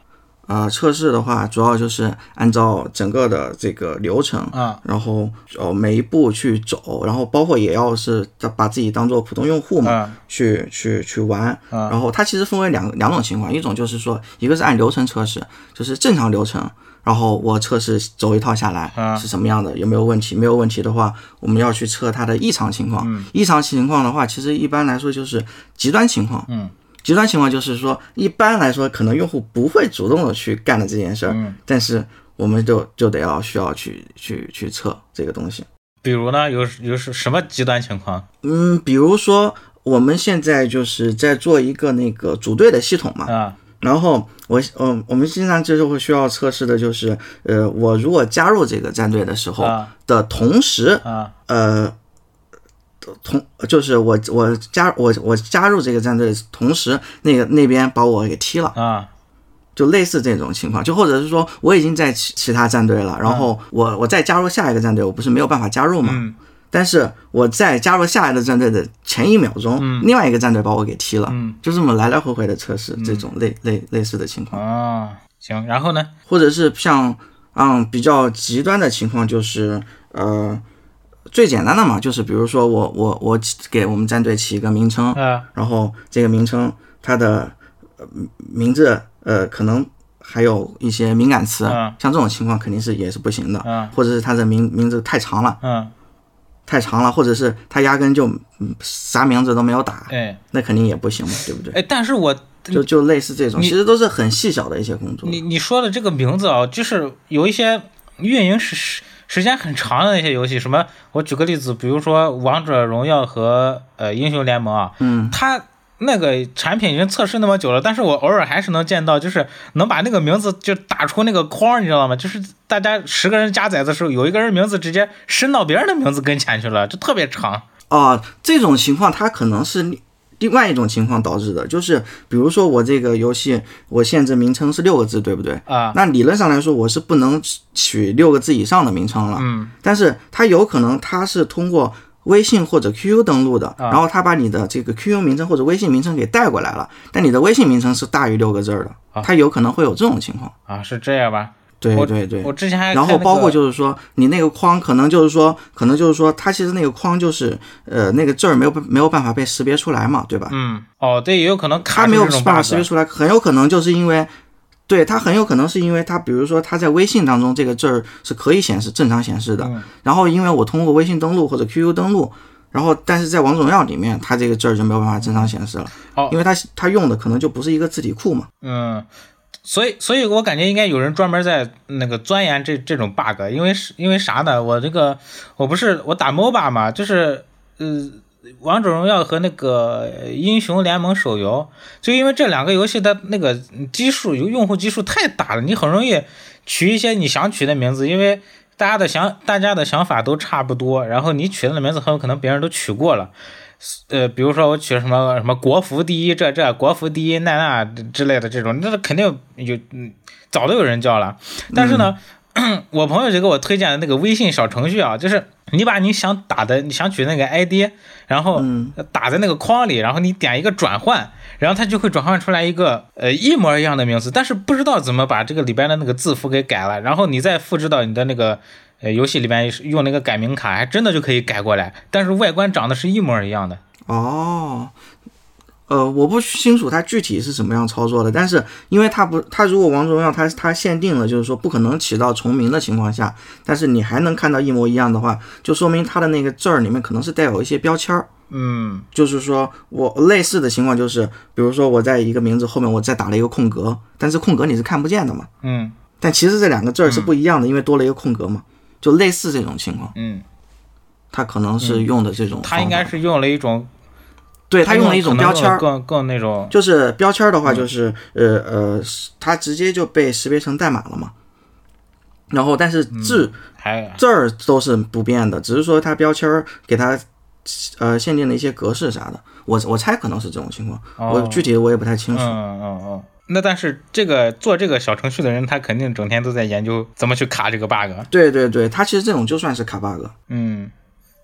Speaker 1: 呃测试的话，主要就是按照整个的这个流程。
Speaker 2: 啊
Speaker 1: 然后哦，每一步去走，然后包括也要是把自己当做普通用户嘛，
Speaker 2: 啊
Speaker 1: 去去去玩。
Speaker 2: 啊
Speaker 1: 然后它其实分为两两种情况，一种就是说，一个是按流程测试，就是正常流程，然后我测试走一套下来
Speaker 2: 啊
Speaker 1: 是什么样的，有没有问题？没有问题的话，我们要去测它的异常情况。
Speaker 2: 嗯
Speaker 1: 异常情况的话，其实一般来说就是极端情况。
Speaker 2: 嗯。
Speaker 1: 极端情况就是说，一般来说，可能用户不会主动的去干的这件事儿，
Speaker 2: 嗯
Speaker 1: 但是我们就就得要需要去去去测这个东西。
Speaker 2: 比如呢，有有什什么极端情况
Speaker 1: 嗯，比如说我们现在就是在做一个那个组队的系统嘛，
Speaker 2: 啊？
Speaker 1: 然后我嗯，我们经常就是会需要测试的就是，呃，我如果加入这个战队的时候
Speaker 2: 啊
Speaker 1: 的同时，
Speaker 2: 啊
Speaker 1: 呃，同就是我我加我我加入这个战队的同时，那个那边把我给踢了。
Speaker 2: 啊
Speaker 1: 就类似这种情况，就或者是说我已经在其其他战队了，然后我我再加入下一个战队，我不是没有办法加入嘛？
Speaker 2: 嗯
Speaker 1: 但是我在加入下一个战队的前一秒钟，另外一个战队把我给踢了，
Speaker 2: 嗯
Speaker 1: 就这么来来回回的测试、这种类类类似的情况，
Speaker 2: 啊，行，然后呢？
Speaker 1: 或者是像嗯比较极端的情况就是呃最简单的嘛，就是比如说我我我起给我们战队起一个名称，
Speaker 2: 啊
Speaker 1: 然后这个名称它的、呃、名字呃可能还有一些敏感词，
Speaker 2: 嗯
Speaker 1: 像这种情况肯定是也是不行的，
Speaker 2: 嗯
Speaker 1: 或者是它的名名字太长了，
Speaker 2: 啊嗯
Speaker 1: 太长了，或者是他压根就嗯啥名字都没有打，
Speaker 2: 哎
Speaker 1: 那肯定也不行嘛，对不对？
Speaker 2: 哎，但是我
Speaker 1: 就就类似这种，
Speaker 2: 你
Speaker 1: 其实都是很细小的一些工作。
Speaker 2: 你你说的这个名字啊，就是有一些运营时时时间很长的那些游戏，什么我举个例子，比如说《王者荣耀》和呃《英雄联盟》啊，
Speaker 1: 嗯，
Speaker 2: 它那个产品已经测试那么久了，但是我偶尔还是能见到，就是能把那个名字就打出那个框，你知道吗？就是大家十个人加载的时候，有一个人名字直接伸到别人的名字跟前去了，就特别长。
Speaker 1: 啊，这种情况它可能是另另外一种情况导致的，就是比如说我这个游戏我限制名称是六个字，对不对？
Speaker 2: 啊
Speaker 1: 那理论上来说我是不能取六个字以上的名称了。
Speaker 2: 嗯，
Speaker 1: 但是它有可能它是通过。微信或者 QQ 登录的，
Speaker 2: 啊
Speaker 1: 然后它把你的这个 QQ 名称或者微信名称给带过来了，但你的微信名称是大于六个字儿的，它有可能会有这种情况。
Speaker 2: 啊，是这样吧？
Speaker 1: 对
Speaker 2: 啊我
Speaker 1: 对对，
Speaker 2: 我之前还看
Speaker 1: 然后
Speaker 2: 那
Speaker 1: 包括
Speaker 2: 个
Speaker 1: 就是说，你那个框可能就是说，可能就是说，它其实那个框就是呃那个字儿没有没有办法被识别出来嘛，对吧？
Speaker 2: 嗯哦，对，也有可能
Speaker 1: 它
Speaker 2: 卡住
Speaker 1: 没有
Speaker 2: 这种
Speaker 1: 办
Speaker 2: bug
Speaker 1: 法识别出来，很有可能就是因为，对它很有可能是因为它，比如说它在微信当中这个字儿是可以显示正常显示的，
Speaker 2: 嗯
Speaker 1: 然后因为我通过微信登录或者 QQ 登录。然后，但是在王者荣耀里面，它这个字儿就没有办法正常显示了，
Speaker 2: 哦
Speaker 1: 因为它它用的可能就不是一个字体库嘛。
Speaker 2: 嗯，所以所以我感觉应该有人专门在那个钻研这这种 bug，因为是因为啥呢？我这个我不是我打 MOBA 嘛，就是呃。王者荣耀和那个呃英雄联盟手游，就因为这两个游戏的那个基数，有用户基数太大了，你很容易取一些你想取的名字，因为大家的想大家的想法都差不多，然后你取的名字很有可能别人都取过了，呃，比如说我取什么什么国服第一这这国服第一那那之类的这种，那肯定有，嗯，早都有人叫了。但是呢， 我朋友就给我推荐的那个微信小程序啊，就是你把你想打的、你想取那个 ID，然后打在那个框里，然后你点一个转换，然后它就会转换出来一个呃一模一样的名字，但是不知道怎么把这个里边的那个字符给改了，然后你再复制到你的那个。呃，游戏里边用那个改名卡，还真的就可以改过来，但是外观长得是一模一样的。
Speaker 1: 哦，呃，我不清楚它具体是怎么样操作的，但是因为它不，它如果王者荣耀它它限定了，就是说不可能起到重名的情况下，但是你还能看到一模一样的话，就说明它的那个字儿里面可能是带有一些标签儿。
Speaker 2: 嗯
Speaker 1: 就是说我类似的情况就是，比如说我在一个名字后面我再打了一个空格，但是空格你是看不见的嘛，
Speaker 2: 嗯
Speaker 1: 但其实这两个字儿是不一样的，因为多了一个空格嘛，就类似这种情况，
Speaker 2: 嗯，
Speaker 1: 它可能是用的这种方法，
Speaker 2: 他应该是用了一种，
Speaker 1: 对它用了一种
Speaker 2: 可能
Speaker 1: 标签儿，
Speaker 2: 更更那种，
Speaker 1: 就是标签儿的话，
Speaker 2: 嗯
Speaker 1: 就是、呃呃，是它直接就被识别成代码了嘛。然后，但是字、
Speaker 2: 嗯还
Speaker 1: 字儿都是不变的，只是说它标签儿给它呃限定了一些格式啥的。我我猜可能是这种情况，我
Speaker 2: 哦
Speaker 1: 具体我也不太清
Speaker 2: 嗯
Speaker 1: 楚。
Speaker 2: 嗯嗯。那但是这个做这个小程序的人，他肯定整天都在研究怎么去卡这个 bug。
Speaker 1: 对对对，它其实这种就算是卡 bug。
Speaker 2: 嗯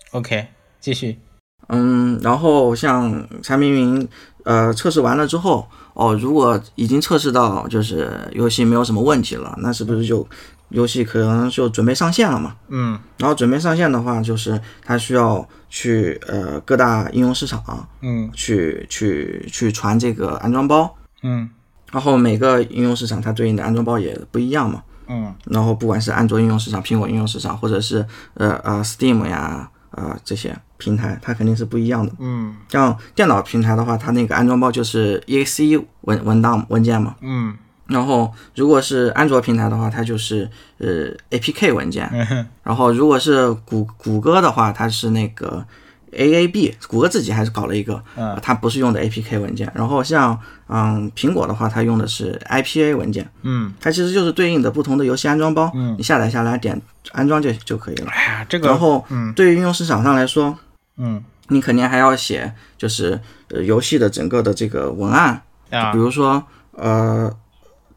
Speaker 2: ，OK，继续。
Speaker 1: 嗯，然后像产品云，呃，测试完了之后，哦，如果已经测试到就是游戏没有什么问题了，那是不是就游戏可能就准备上线了嘛？
Speaker 2: 嗯
Speaker 1: 然后准备上线的话，就是它需要去呃各大应用市场
Speaker 2: 嗯
Speaker 1: 去去去传这个安装包，
Speaker 2: 嗯
Speaker 1: 然后每个应用市场它对应的安装包也不一样嘛。
Speaker 2: 嗯
Speaker 1: 然后不管是安卓应用市场、苹果应用市场，或者是呃呃 Steam 呀呃这些平台，它肯定是不一样的。
Speaker 2: 嗯
Speaker 1: 像电脑平台的话，它那个安装包就是 EXE 文文档文件嘛。
Speaker 2: 嗯
Speaker 1: 然后如果是安卓平台的话，它就是呃 APK 文件。
Speaker 2: 嗯
Speaker 1: 然后如果是谷谷歌的话，它是那个 AAB，谷歌自己还是搞了一个，
Speaker 2: 嗯
Speaker 1: 它不是用的 APK 文件。然后像嗯苹果的话，它用的是 IPA 文件，
Speaker 2: 嗯。
Speaker 1: 它其实就是对应的不同的游戏安装包，
Speaker 2: 嗯
Speaker 1: 你下载下来点安装就就可以了。
Speaker 2: 哎呀，这
Speaker 1: 然
Speaker 2: 个
Speaker 1: 后
Speaker 2: 嗯
Speaker 1: 对于应用市场上来说，
Speaker 2: 嗯
Speaker 1: 你肯定还要写就是呃游戏的整个的这个文案，
Speaker 2: 啊
Speaker 1: 比如说呃，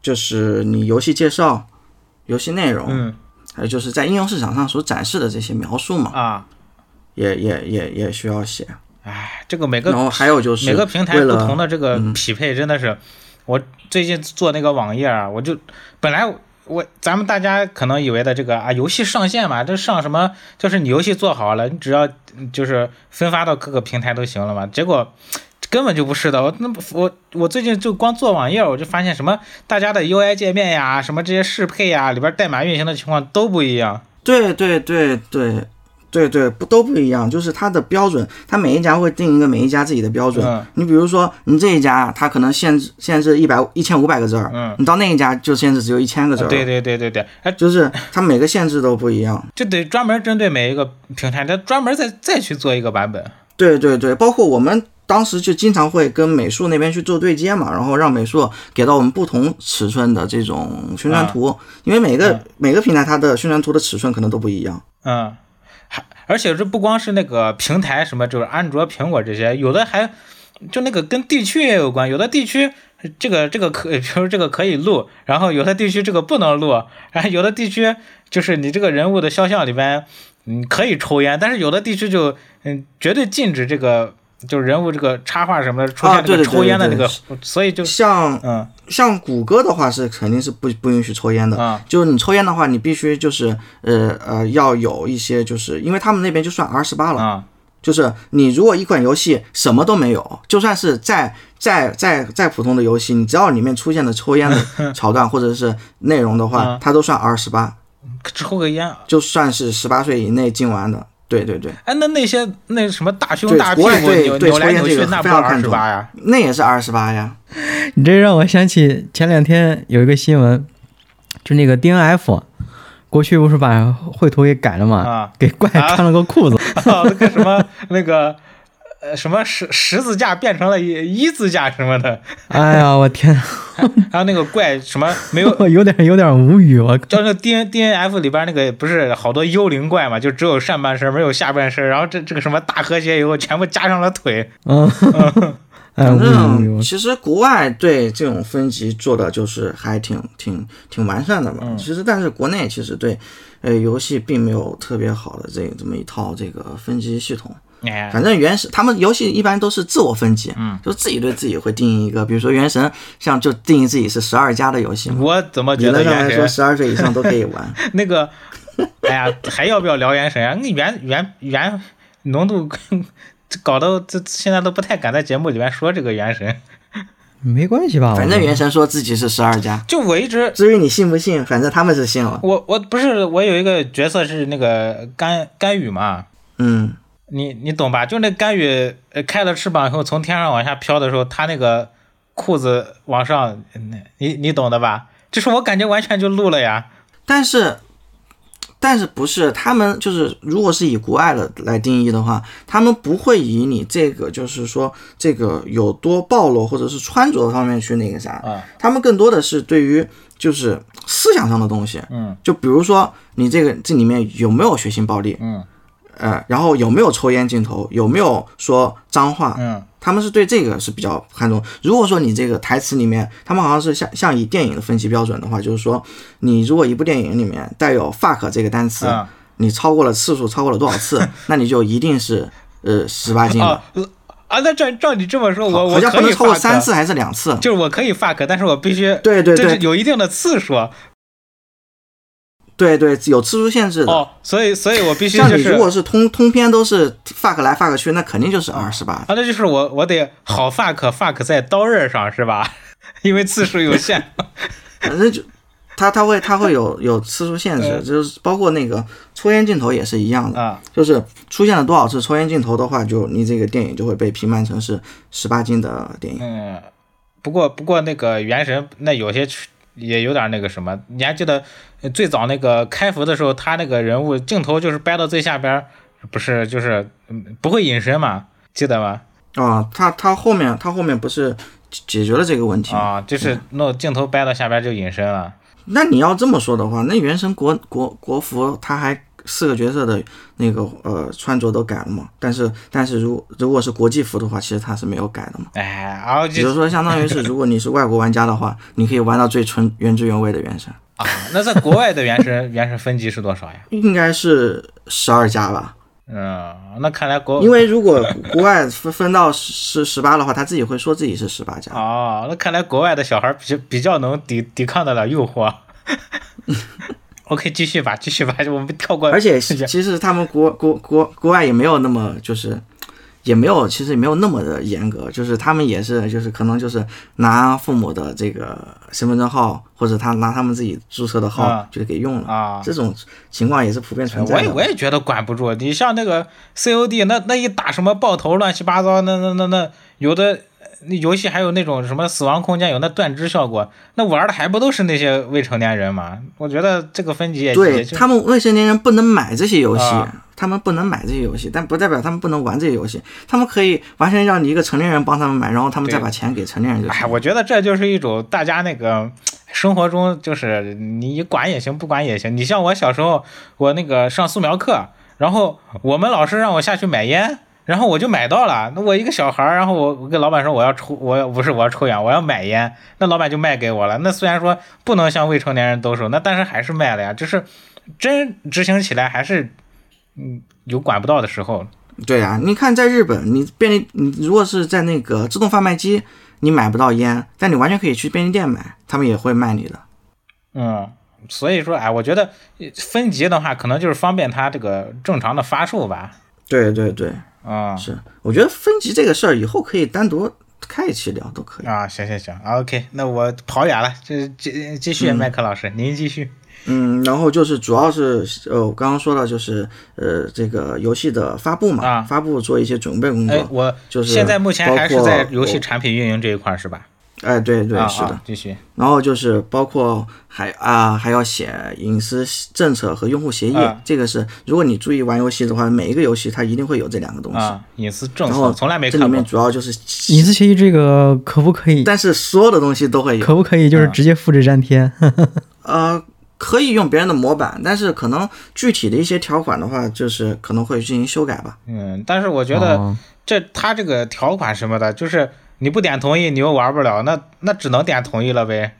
Speaker 1: 就是你游戏介绍、游戏内容，
Speaker 2: 嗯
Speaker 1: 还有就是在应用市场上所展示的这些描述嘛，
Speaker 2: 啊，
Speaker 1: 也也也也需要写。
Speaker 2: 哎，这个每个
Speaker 1: 然后还有就是
Speaker 2: 每个平台
Speaker 1: 为
Speaker 2: 不
Speaker 1: 了嗯
Speaker 2: 同的这个匹配真的是，我最近做那个网页啊，我就本来我咱们大家可能以为的这个啊，游戏上线嘛，这上什么就是你游戏做好了，你只要嗯就是分发到各个平台都行了嘛，结果。根本就不是的，我那么我我最近就光做网页，我就发现什么大家的 UI 界面呀，什么这些适配呀，里边代码运行的情况都不一样。
Speaker 1: 对对对对对对，不都不一样，就是它的标准，它每一家会定一个每一家自己的标准。
Speaker 2: 嗯
Speaker 1: 你比如说，你这一家它可能限制限制一百一千五百个字儿，
Speaker 2: 嗯啊
Speaker 1: 你到那一家就限制只有一千个字儿、
Speaker 2: 对，对对对对，哎，
Speaker 1: 就是它每个限制都不一样。
Speaker 2: 就得专门针对每一个平台，它专门再再去做一个版本。
Speaker 1: 对对对，包括我们当时就经常会跟美术那边去做对接嘛，然后让美术给到我们不同尺寸的这种宣
Speaker 2: 啊
Speaker 1: 传图，因为每个、每个平台它的宣传图的尺寸可能都不一样。
Speaker 2: 嗯，还而且这不光是那个平台什么，就是安卓、苹果这些，有的还就那个跟地区也有关，有的地区这个这个可， 比如这个可以录，然后有的地区这个不能录，然后有的地区就是你这个人物的肖像里边，嗯，可以抽烟，但是有的地区就嗯绝对禁止这个。就是人物这个插画什么的出现这
Speaker 1: 啊对
Speaker 2: 个
Speaker 1: 对对
Speaker 2: 抽烟的那
Speaker 1: 对
Speaker 2: 个，所以就
Speaker 1: 像
Speaker 2: 嗯
Speaker 1: 像谷歌的话是肯定是不不允许抽烟的，
Speaker 2: 啊
Speaker 1: 就是你抽烟的话，你必须就是呃呃要有一些就是，因为他们那边就算 R 十八了，
Speaker 2: 啊
Speaker 1: 就是你如果一款游戏什么都没有，就算是再再再再普通的游戏，你只要里面出现了抽烟的桥段或者是内容的话，它都算 R 十八，
Speaker 2: 抽个烟，啊
Speaker 1: 就算是十八岁以内禁玩的。对对对，
Speaker 2: 哎，那那些那什么大胸
Speaker 1: 对
Speaker 2: 大屁
Speaker 1: 国外
Speaker 2: 股
Speaker 1: 对
Speaker 2: 扭
Speaker 1: 对
Speaker 2: 扭来
Speaker 1: 抽烟
Speaker 2: 扭
Speaker 1: 这
Speaker 2: 去，
Speaker 1: 个
Speaker 2: 那不
Speaker 1: 非常看
Speaker 2: 二十
Speaker 1: 重
Speaker 2: 八呀？
Speaker 1: 那也是 R 十八呀。
Speaker 3: 你这让我想起前两天有一个新闻，就那个 D N F，国区不是把绘图给改了嘛，
Speaker 2: 啊
Speaker 3: 给怪
Speaker 2: 啊
Speaker 3: 穿了个裤子，
Speaker 2: 哦，那个什么那个呃什么十十字架变成了一一字架什么的，
Speaker 3: 哎呀，我天，。
Speaker 2: 然后那个怪什么没有
Speaker 3: 我有点有点无语，我
Speaker 2: 就那 D N D N F 里边那个不是好多幽灵怪嘛，就只有上半身没有下半身，然后这这个什么大和谐以后全部加上了腿，
Speaker 3: 嗯， 哎，
Speaker 1: 反
Speaker 3: 无语无
Speaker 1: 正
Speaker 3: 语，
Speaker 1: 其实国外对这种分级做的就是还挺挺挺完善的嘛。其实但是国内其实对，呃，游戏并没有特别好的这这么一套这个分级系统。
Speaker 2: 哎，
Speaker 1: 反正原始他们游戏一般都是自我分级，嗯，就自己对自己会定义一个，比如说《原神》，像就定义自己是十二加的游戏嘛。
Speaker 2: 我怎么
Speaker 1: 理
Speaker 2: 觉得
Speaker 1: 论上来
Speaker 2: 原
Speaker 1: 说，
Speaker 2: 神
Speaker 1: 十二岁以上都可以 玩。
Speaker 2: 那个，哎呀，还要不要聊原神啊？那原原原浓度 搞得这现在都不太敢在节目里面说这个原神，
Speaker 3: 没关系吧？我
Speaker 1: 反正《原神》说自己是十二加，
Speaker 2: 就我一直
Speaker 1: 至于你信不信，反正他们是信了。
Speaker 2: 我我不是我有一个角色是那个甘甘雨嘛，
Speaker 1: 嗯，
Speaker 2: 你你懂吧？就那甘雨呃开了翅膀以后从天上往下飘的时候，他那个裤子往上，嗯你你懂的吧？就是我感觉完全就录了呀。
Speaker 1: 但是，但是不是他们就是，如果是以国外的来定义的话，他们不会以你这个就是说这个有多暴露或者是穿着方面去那个啥，
Speaker 2: 啊
Speaker 1: 他们更多的是对于就是思想上的东西，
Speaker 2: 嗯
Speaker 1: 就比如说你这个这里面有没有血腥暴力，
Speaker 2: 嗯
Speaker 1: 呃，然后有没有抽烟镜头，有没有说脏话，
Speaker 2: 嗯
Speaker 1: 他们是对这个是比较看重。如果说你这个台词里面，他们好像是像像以电影的分级标准的话，就是说你如果一部电影里面带有 fuck 这个单词，
Speaker 2: 嗯
Speaker 1: 你超过了次数超过了多少 次，那你就一定是呃十八禁
Speaker 2: 哦
Speaker 1: 了。
Speaker 2: 啊，那照照你这么说，我
Speaker 1: 好
Speaker 2: 我
Speaker 1: 像不
Speaker 2: 可以
Speaker 1: 能超过
Speaker 2: fuck，
Speaker 1: 三次还是两次？
Speaker 2: 就是我可以 fuck，但是我必须
Speaker 1: 对对
Speaker 2: 这是
Speaker 1: 对
Speaker 2: 有一定的次数
Speaker 1: 对对，有次数限制的。
Speaker 2: 哦，所以所以我必须
Speaker 1: 像
Speaker 2: 就
Speaker 1: 你
Speaker 2: 是
Speaker 1: 如果是通通篇都是 fuck 来 fuck 去，那肯定就是二十八。
Speaker 2: 啊，那就是我我得好 fuck fuck 在刀刃上是吧？ 因为次数有限。
Speaker 1: 反正就他他会他会有有次数限制，就是包括那个抽烟镜头也是一样的。
Speaker 2: 啊
Speaker 1: 就是出现了多少次抽烟镜头的话，就你这个电影就会被评判成是十八禁的电影。
Speaker 2: 嗯，不过不过那个原神那有些去也有点那个什么，你还记得呃最早那个开服的时候，他那个人物镜头就是掰到最下边儿，不是就是嗯不会隐身嘛？记得吗？
Speaker 1: 啊，他他后面他后面不是解解决了这个问题吗？
Speaker 2: 啊，就是弄镜头掰到下边就隐身了。
Speaker 1: 那你要这么说的话，那原神国国国服他还四个角色的那个呃穿着都改了嘛？但是但是如如果是国际服的话，其实他是没有改的嘛。
Speaker 2: 哎，然后
Speaker 1: 也就
Speaker 2: 就是
Speaker 1: 说，相当于是如果你是外国玩家的话，你可以玩到最纯原汁原味的原神，
Speaker 2: 啊，那在国外的原神原神分级是多少呀？
Speaker 1: 应该是十二加吧？
Speaker 2: 嗯，那看来国
Speaker 1: 因为如果国外分分到十十八的话，他自己会说自己是十八加。
Speaker 2: 哦，那看来国外的小孩比较比较能抵抵抗得了诱惑。OK，继续吧，继续吧，我们跳过。
Speaker 1: 而且其实他们国国国国外也没有那么就是也没有，其实也没有那么的严格，就是他们也是，就是可能就是拿父母的这个身份证号，或者他拿他们自己注册的号
Speaker 2: 啊，
Speaker 1: 就是给用了。
Speaker 2: 啊
Speaker 1: 这种情况也是普遍存
Speaker 2: 我
Speaker 1: 在
Speaker 2: 也
Speaker 1: 的。
Speaker 2: 我也觉得管不住，你像那个 COD 那那一打什么爆头乱七八糟，那那那那有的那游戏还有那种什么死亡空间有那断肢效果，那玩的还不都是那些未成年人嘛？我觉得这个分级也
Speaker 1: 对
Speaker 2: 也就
Speaker 1: 他们未成年人不能买这些游戏，
Speaker 2: 啊
Speaker 1: 他们不能买这些游戏，但不代表他们不能玩这些游戏，他们可以完全让你一个成年人帮他们买，然后他们再
Speaker 2: 对
Speaker 1: 把钱给成年人就行
Speaker 2: 哎，。我觉得这就是一种大家那个生活中，就是你管也行，不管也行。你像我小时候，我那个上素描课，然后我们老师让我下去买烟，然后我就买到了。那我一个小孩儿，然后我我跟老板说我要抽，我要不是我要抽烟，我要买烟，那老板就卖给我了。那虽然说不能向未成年人兜售，那但是还是卖了呀。就是真执行起来还是，嗯，有管不到的时候。
Speaker 1: 对啊，你看在日本，你便利，你如果是在那个自动贩卖机，你买不到烟，但你完全可以去便利店买，他们也会卖你的。
Speaker 2: 嗯，所以说，哎，我觉得呃分级的话，可能就是方便它这个正常的发售吧。
Speaker 1: 对对对，
Speaker 2: 啊、
Speaker 1: 是，我觉得分级这个事儿以后可以单独开一期聊，都可以。
Speaker 2: 啊，行行行啊，OK，那我跑远了，这继继续，麦克老师，您继续。
Speaker 1: 嗯，然后就是主要是呃，我刚刚说到就是呃，这个游戏的发布嘛，
Speaker 2: 啊
Speaker 1: 发布做一些准备工作。
Speaker 2: 哎，我
Speaker 1: 就是
Speaker 2: 现在目前还是
Speaker 1: 包括
Speaker 2: 在游戏
Speaker 1: 我
Speaker 2: 产品运营这一块儿是吧？
Speaker 1: 哎，对对，
Speaker 2: 啊
Speaker 1: 是的。
Speaker 2: 啊，继续。
Speaker 1: 然后就是包括还啊、还要写隐私政策和用户协议，
Speaker 2: 啊
Speaker 1: 这个是如果你注意玩游戏的话，每一个游戏它一定会有这两个东西。
Speaker 2: 啊，隐私政
Speaker 1: 嗯然
Speaker 2: 策
Speaker 1: 后
Speaker 2: 从来没
Speaker 1: 这里
Speaker 2: 看过
Speaker 1: 面。主要就是，
Speaker 3: 隐私协议这个可不可以？
Speaker 1: 但是所有的东西都会有。
Speaker 3: 可不可以
Speaker 1: 嗯
Speaker 3: 就是直接复制粘贴？
Speaker 1: 呃，可以用别人的模板，但是可能具体的一些条款的话，就是可能会进行修改吧。
Speaker 2: 嗯，但是我觉得
Speaker 3: 哦
Speaker 2: 这他这个条款什么的，就是你不点同意你又玩不了，那那只能点同意了呗。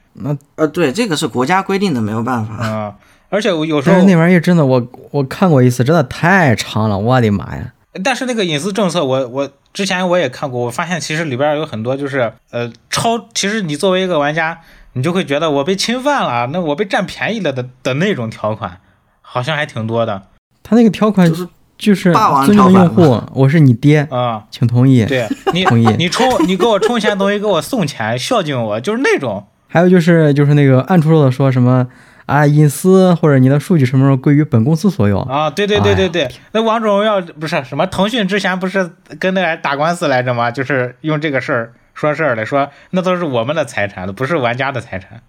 Speaker 1: 呃，对，这个是国家规定的，没有办法。
Speaker 2: 嗯，而且我有时
Speaker 3: 但
Speaker 2: 候
Speaker 3: 是那玩意儿真的，我我看过一次，真的太长了，我的妈呀！
Speaker 2: 但是那个隐私政策我，我之前我也看过，我发现其实里边儿有很多就是呃超，其实你作为一个玩家，你就会觉得我被侵犯了，那我被占便宜了的的那种条款，好像还挺多的啊、
Speaker 3: 他那个条款
Speaker 1: 就是
Speaker 3: 就是
Speaker 1: 霸王
Speaker 3: 尊
Speaker 1: 条
Speaker 3: 重
Speaker 1: 款
Speaker 3: 用户，我是你爹，
Speaker 1: 嗯
Speaker 3: 请同意。
Speaker 2: 啊 对你
Speaker 3: 同意
Speaker 2: 你充你给我充钱，等于给我送钱，孝敬我，就是那种
Speaker 3: 还有就是就是那个暗戳戳的说什么啊，隐私或者你的数据什么时候归于本公司所 有？
Speaker 2: 啊，对
Speaker 3: 哎
Speaker 2: 对对对对，那王者荣耀不是什么腾讯之前不是跟那打官司来着吗？就是用这个事儿说事儿来说那都是我们的财产，不是玩家的财产。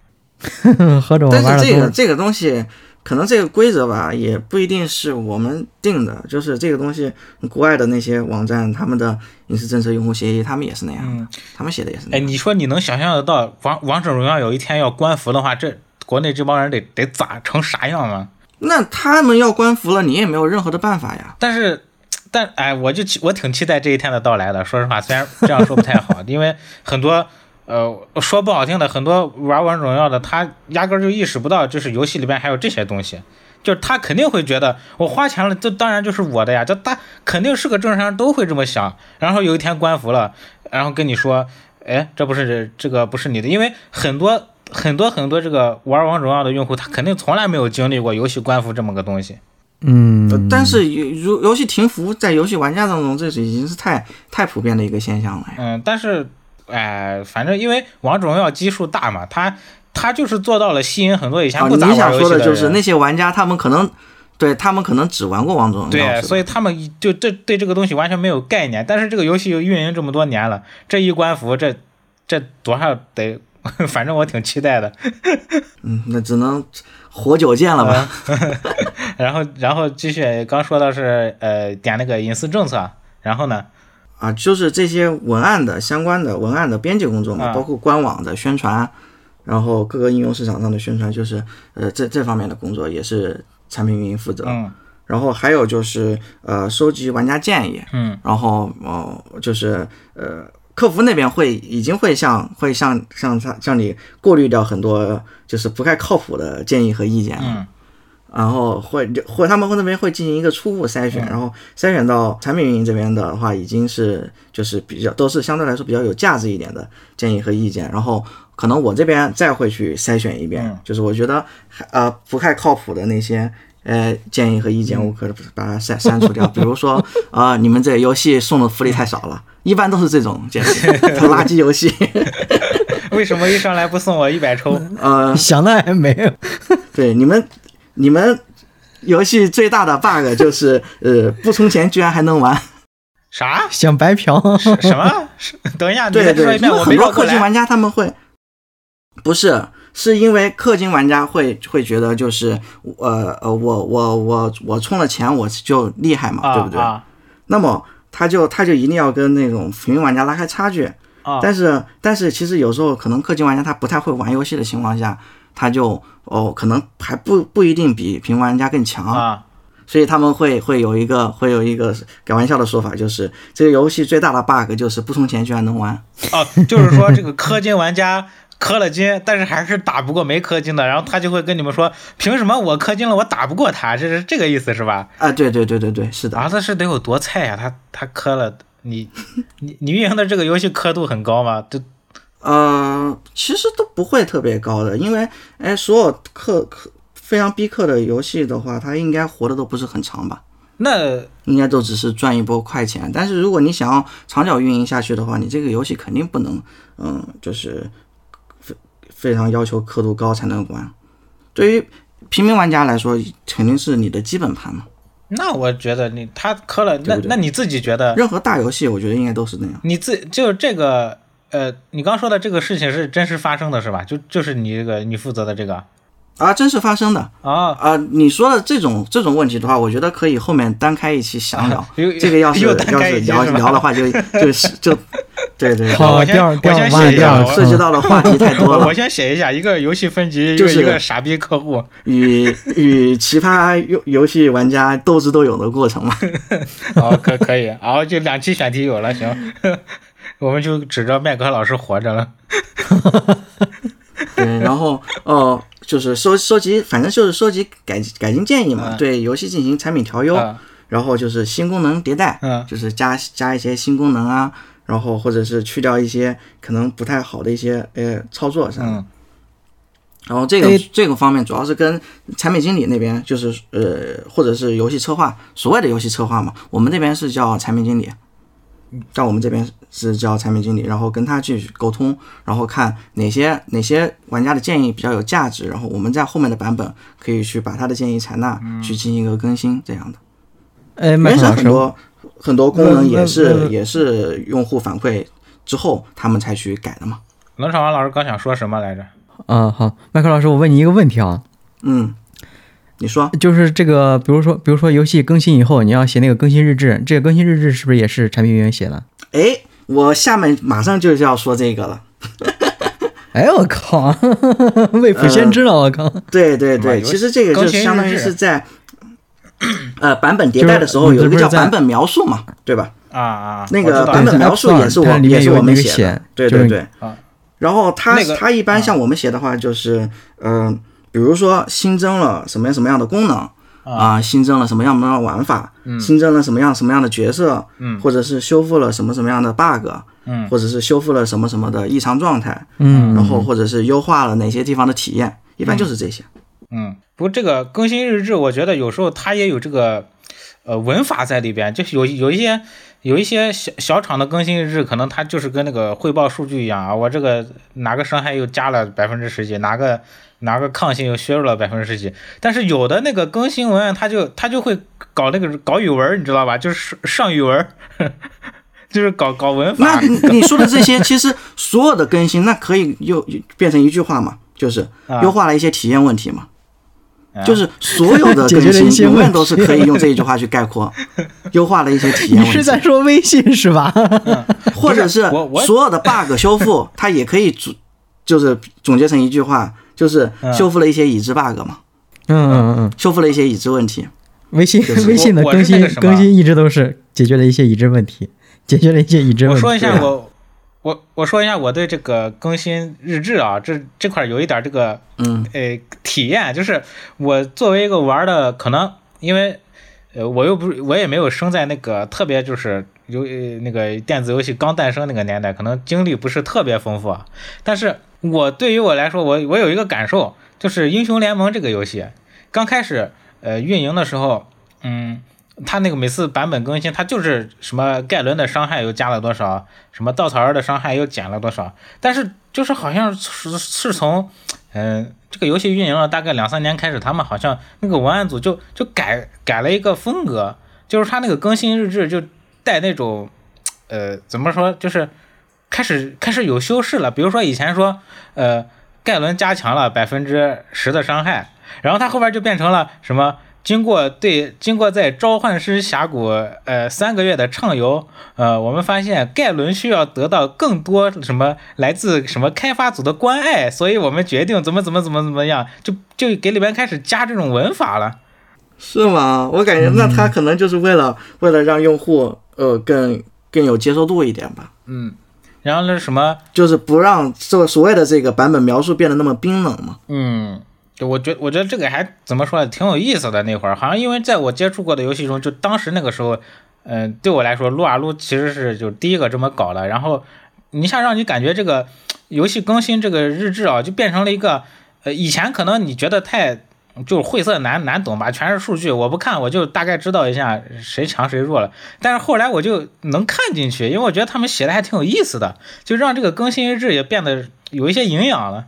Speaker 3: 合着我
Speaker 1: 但
Speaker 3: 玩
Speaker 1: 是
Speaker 3: 的
Speaker 1: 这
Speaker 3: 都
Speaker 1: 个这个东西，可能这个规则吧，也不一定是我们定的，就是这个东西，国外的那些网站，他们的隐私政策、用户协议，他们也是那样的，他们写的也是那
Speaker 2: 哎，
Speaker 1: 样。
Speaker 2: 你说你能想象得到王王者荣耀有一天要官服的话，这国内这帮人得得咋成啥样啊？
Speaker 1: 那他们要官服了，你也没有任何的办法呀。
Speaker 2: 但是，但哎，我就期我挺期待这一天的到来的。说实话，虽然这样说不太好， 因为很多呃说不好听的，很多玩王者荣耀的，他压根儿就意识不到，就是游戏里边还有这些东西。就是他肯定会觉得我花钱了，这当然就是我的呀，这他肯定是个正常人都会这么想。然后有一天官服了，然后跟你说，哎，这不是这个不是你的，因为很多很多很多这个玩王者荣耀的用户，他肯定从来没有经历过游戏官服这么个东西。
Speaker 1: 呃
Speaker 3: 嗯，
Speaker 1: 但是游游游戏停服在游戏玩家当中，这是已经是太太普遍的一个现象了呀。
Speaker 2: 嗯，但是，哎、反正因为王者荣耀基数大嘛，它它就是做到了吸引很多以前
Speaker 1: 啊，
Speaker 2: 不咋
Speaker 1: 你
Speaker 2: 玩
Speaker 1: 想
Speaker 2: 游
Speaker 1: 说
Speaker 2: 戏
Speaker 1: 的
Speaker 2: 人，
Speaker 1: 就是那些玩家，他们可能对他们可能只玩过王者荣耀，
Speaker 2: 对，所
Speaker 1: 以
Speaker 2: 以他们就这对这个东西完全没有概念。但是这个游戏又运营这么多年了，这一关服，这这多少得， 反正我挺期待的。
Speaker 1: 嗯，那只能活久见了
Speaker 2: 嗯
Speaker 1: 吧。
Speaker 2: 然后，然后继续，刚说到是呃点那个隐私政策，然后呢，
Speaker 1: 啊，就是这些文案的相关的文案的编辑工作嘛，
Speaker 2: 啊
Speaker 1: 包括官网的宣传，然后各个应用市场上的宣传，就是呃这这方面的工作也是产品运营负责。
Speaker 2: 嗯
Speaker 1: 然后还有就是呃收集玩家建议，
Speaker 2: 嗯，
Speaker 1: 然后哦、就是呃客服那边会已经会向会向向他向你过滤掉很多就是不太靠谱的建议和意见了。
Speaker 2: 嗯
Speaker 1: 然后会会他们会那边会进行一个初步筛
Speaker 2: 嗯
Speaker 1: 选，然后筛选到产品运营这边的话，已经是就是比较都是相对来说比较有价值一点的建议和意见，然后可能我这边再会去筛选一遍，
Speaker 2: 嗯
Speaker 1: 就是我觉得呃不太靠谱的那些呃建议和意
Speaker 2: 嗯
Speaker 1: 见，我可把它删删 除掉。比如说啊、你们这游戏送的福利太少了，一般都是这种建议， 垃圾游戏。
Speaker 2: 为什么一上来不送我一百抽？
Speaker 1: 呃，
Speaker 3: 想的还没有，
Speaker 1: 对你们，你们游戏最大的 bug 就是呃不充钱居然还能玩。
Speaker 2: 啥？
Speaker 3: 想白嫖。
Speaker 2: 什什么？是等一 下，你
Speaker 1: 对
Speaker 2: 再
Speaker 1: 对
Speaker 2: 说一
Speaker 1: 因
Speaker 2: 遍，
Speaker 1: 为
Speaker 2: 我
Speaker 1: 很
Speaker 2: 没
Speaker 1: 多
Speaker 2: 绕过
Speaker 1: 氪金
Speaker 2: 来。
Speaker 1: 玩家他们会，不是，是因为氪金玩家会会觉得就是呃呃我我我我充了钱我就厉害嘛，
Speaker 2: 啊
Speaker 1: 对不对？
Speaker 2: 啊
Speaker 1: 那么他就他就一定要跟那种云玩家拉开差距。
Speaker 2: 啊！
Speaker 1: 但是但是其实有时候可能氪金玩家他不太会玩游戏的情况下，他就哦可能还不不一定比平玩家更强。
Speaker 2: 啊
Speaker 1: 所以他们会会有一个会有一个开玩笑的说法，就是这个游戏最大的 bug 就是不充钱居然能玩。
Speaker 2: 哦，就是说这个氪金玩家氪了金，但是还是打不过没氪金的，然后他就会跟你们说，凭什么我氪金了我打不过他？这是这个意思是吧？
Speaker 1: 啊，对对对对对，是的，
Speaker 2: 啊，那是得有多菜呀、他他氪了你，你你运营的这个游戏氪度很高吗？这
Speaker 1: 呃，其实都不会特别高的，因为哎，所有氪氪非常逼氪的游戏的话，它应该活的都不是很长吧，
Speaker 2: 那
Speaker 1: 应该都只是赚一波快钱。但是如果你想要长久运营下去的话，你这个游戏肯定不能，嗯，就是非非常要求刻度高才能玩。对于平民玩家来说，肯定是你的基本盘嘛。
Speaker 2: 那我觉得你他氪了，那
Speaker 1: 对不对
Speaker 2: 那你自己觉得
Speaker 1: 任何大游戏，我觉得应该都是那样。
Speaker 2: 你自就这个呃，你刚说的这个事情是真实发生的是吧？就就是你这个你负责的这个
Speaker 1: 啊，真实发生的
Speaker 2: 啊。。
Speaker 1: 啊！你说的这种这种问题的话，我觉得可以后面单开一期详聊
Speaker 2: 又
Speaker 1: 这个要是
Speaker 2: 又单
Speaker 1: 要
Speaker 2: 开
Speaker 1: 是
Speaker 2: 一期
Speaker 1: 聊
Speaker 2: 是吧
Speaker 1: 聊的话就，就是就对对，
Speaker 2: 好
Speaker 3: 好，
Speaker 2: 我先
Speaker 3: 掉
Speaker 2: 我
Speaker 3: 掉
Speaker 2: 先
Speaker 3: 忘
Speaker 2: 写
Speaker 3: 了
Speaker 2: 一
Speaker 3: 掉
Speaker 2: 下
Speaker 3: 了
Speaker 2: 我，
Speaker 1: 啊涉及到的话题太多
Speaker 2: 我
Speaker 1: 了
Speaker 2: 我，先写一下，一个游戏分级，一
Speaker 1: 就
Speaker 2: 个
Speaker 1: 是
Speaker 2: 一个傻逼客户。
Speaker 1: 与与奇葩游游戏玩家斗智斗勇的过程 嘛。
Speaker 2: 哦，可可以，哦，就两期选题有了，行， 我们就指着麦克老师活着了。
Speaker 1: 对，然后呃，就是收收集，反正就是收集改改进建议嘛，
Speaker 2: 嗯
Speaker 1: 对游戏进行产品调优，
Speaker 2: 嗯
Speaker 1: 然后就是新功能迭代，
Speaker 2: 嗯
Speaker 1: 就是加加一些新功能啊，然后或者是去掉一些可能不太好的一些呃操作上。
Speaker 2: 嗯
Speaker 1: 然后这个
Speaker 3: 哎
Speaker 1: 这个方面主要是跟产品经理那边，就是呃，或者是游戏策划，所谓的游戏策划嘛，我们这边是叫产品经理，在我们这边是叫产品经理，然后跟他去沟通，然后看哪些哪些玩家的建议比较有价值，然后我们在后面的版本可以去把他的建议采纳，去进行一个更新，这样的。
Speaker 3: 哎，麦
Speaker 1: 原
Speaker 3: 克
Speaker 1: 神
Speaker 3: 老
Speaker 1: 很
Speaker 3: 师，
Speaker 1: 多很多功能也
Speaker 3: 那
Speaker 1: 是
Speaker 3: 那
Speaker 1: 也是用户反馈之后他们才去改的嘛，
Speaker 2: 冷场王老师刚想说什么来着？
Speaker 3: 嗯，好，麦克老师，我问你一个问题啊，
Speaker 1: 嗯，你说。
Speaker 3: 就是这个，比如说，比如说游戏更新以后，你要写那个更新日志，这个更新日志是不是也是产品运营写的？
Speaker 1: 哎，我下面马上就是要说这个了。
Speaker 3: 哎，我靠， 未卜先知了，我靠，
Speaker 2: 呃
Speaker 1: 对对
Speaker 2: 哇
Speaker 1: 对，
Speaker 2: 有
Speaker 1: 其实这个就相当于是在，呃，版本迭代的时候
Speaker 3: 就
Speaker 1: 有
Speaker 3: 是
Speaker 1: 一个
Speaker 3: 你这
Speaker 1: 叫
Speaker 3: 不是在
Speaker 1: 版本描述嘛，对吧？
Speaker 2: 啊啊，
Speaker 1: 那
Speaker 2: 我
Speaker 1: 个
Speaker 2: 知道
Speaker 1: 版本
Speaker 3: 对在
Speaker 1: 描述
Speaker 3: App
Speaker 1: 也是
Speaker 3: Store，
Speaker 1: 我
Speaker 3: 它里面
Speaker 1: 也是我们
Speaker 3: 有一个
Speaker 1: 写的
Speaker 3: 写，
Speaker 1: 对
Speaker 3: 就是
Speaker 1: 对对
Speaker 2: 啊。
Speaker 1: 然后它
Speaker 2: 那个
Speaker 1: 它一般像我们写的话，就是嗯，比如说新增了什么样什么样的功能啊，新增了什么样什么样的玩法，新增了什么样什么样的角色，
Speaker 2: 嗯
Speaker 1: 或者是修复了什么什么样的 bug，
Speaker 2: 嗯
Speaker 1: 或者是修复了什么什么的异常状态，
Speaker 3: 嗯，
Speaker 1: 然后或者是优化了哪些地方的体验，一般就是这些。
Speaker 2: 嗯，不过这个更新日志，我觉得有时候它也有这个呃文法在里边，就是有有一些有一些小小厂的更新日志，可能它就是跟那个汇报数据一样啊，我这个哪个伤害又加了百分之十几，哪个哪个抗性又削弱了百分之十几，但是有的那个更新文案，它就它就会搞那个搞语文儿，你知道吧？就是上语文儿， 就是搞搞文
Speaker 1: 那
Speaker 2: 法。
Speaker 1: 你你说的这些，其实所有的更新，那可以又又变成一句话嘛，就是
Speaker 2: 啊
Speaker 1: 优化了一些体验问题嘛。
Speaker 2: 啊
Speaker 1: 就是所有的
Speaker 3: 解决了
Speaker 1: 更
Speaker 3: 一些
Speaker 1: 新永远都是
Speaker 3: 问题
Speaker 1: 可以用 这一句话去概括，优化了一些体验
Speaker 3: 你
Speaker 1: 问
Speaker 3: 是在
Speaker 1: 题，
Speaker 3: 说微信是吧？
Speaker 1: 或者是
Speaker 2: 我我
Speaker 1: 所有的 bug 修复，它也可以总就是总结成一句话，就是修复了一些已知 bug 嘛，
Speaker 3: 嗯嗯嗯，
Speaker 1: 修复了一些已知问题。
Speaker 3: 微信
Speaker 2: 是
Speaker 3: 微信的
Speaker 2: 我我
Speaker 3: 更
Speaker 2: 是那
Speaker 3: 新
Speaker 2: 个什么
Speaker 3: 更新一直都是解决了一些已知问题，解决了一些已知问
Speaker 2: 我
Speaker 3: 题。
Speaker 2: 说一下
Speaker 1: 对啊
Speaker 2: 我我我说一下我对这个更新日志啊，这这块儿有一点儿这个
Speaker 1: 嗯，
Speaker 2: 呃体验，就是我作为一个玩儿的，可能因为呃我又不是我也没有生在那个特别就是游呃那个电子游戏刚诞生那个年代，可能经历不是特别丰富啊。但是我对于我来说，我我有一个感受，就是英雄联盟这个游戏刚开始。呃运营的时候，嗯，它那个每次版本更新，它就是什么盖伦的伤害又加了多少，什么稻草人的伤害又减了多少，但是就是好像是是从，嗯、这个游戏运营了大概两三年开始，他们好像那个文案组就就改改了一个风格，就是他那个更新日志就带那种，呃，怎么说，就是开始开始有修饰了。比如说以前说，呃，盖伦加强了百分之十的伤害，然后他后边就变成了什么？经过对经过在召唤师峡谷呃三个月的畅游，呃，我们发现盖伦需要得到更多什么来自什么开发组的关爱，所以我们决定怎么怎么怎么怎么样，就就给里边开始加这种文法了。
Speaker 1: 是吗？我感觉那他可能就是为了、为了让用户呃更更有接受度一点吧，
Speaker 2: 嗯，然后那什么
Speaker 1: 就是不让这所谓的这个版本描述变得那么冰冷嘛。
Speaker 2: 嗯，就我觉我觉得这个还怎么说呢，挺有意思的。那会儿好像因为在我接触过的游戏中，就当时那个时候，嗯、对我来说，撸啊撸其实是就第一个这么搞的。然后你一下让你感觉这个游戏更新这个日志啊，就变成了一个呃，以前可能你觉得太就是晦涩难难懂吧，全是数据，我不看我就大概知道一下谁强谁弱了。但是后来我就能看进去，因为我觉得他们写的还挺有意思的，就让这个更新日志也变得有一些营养了。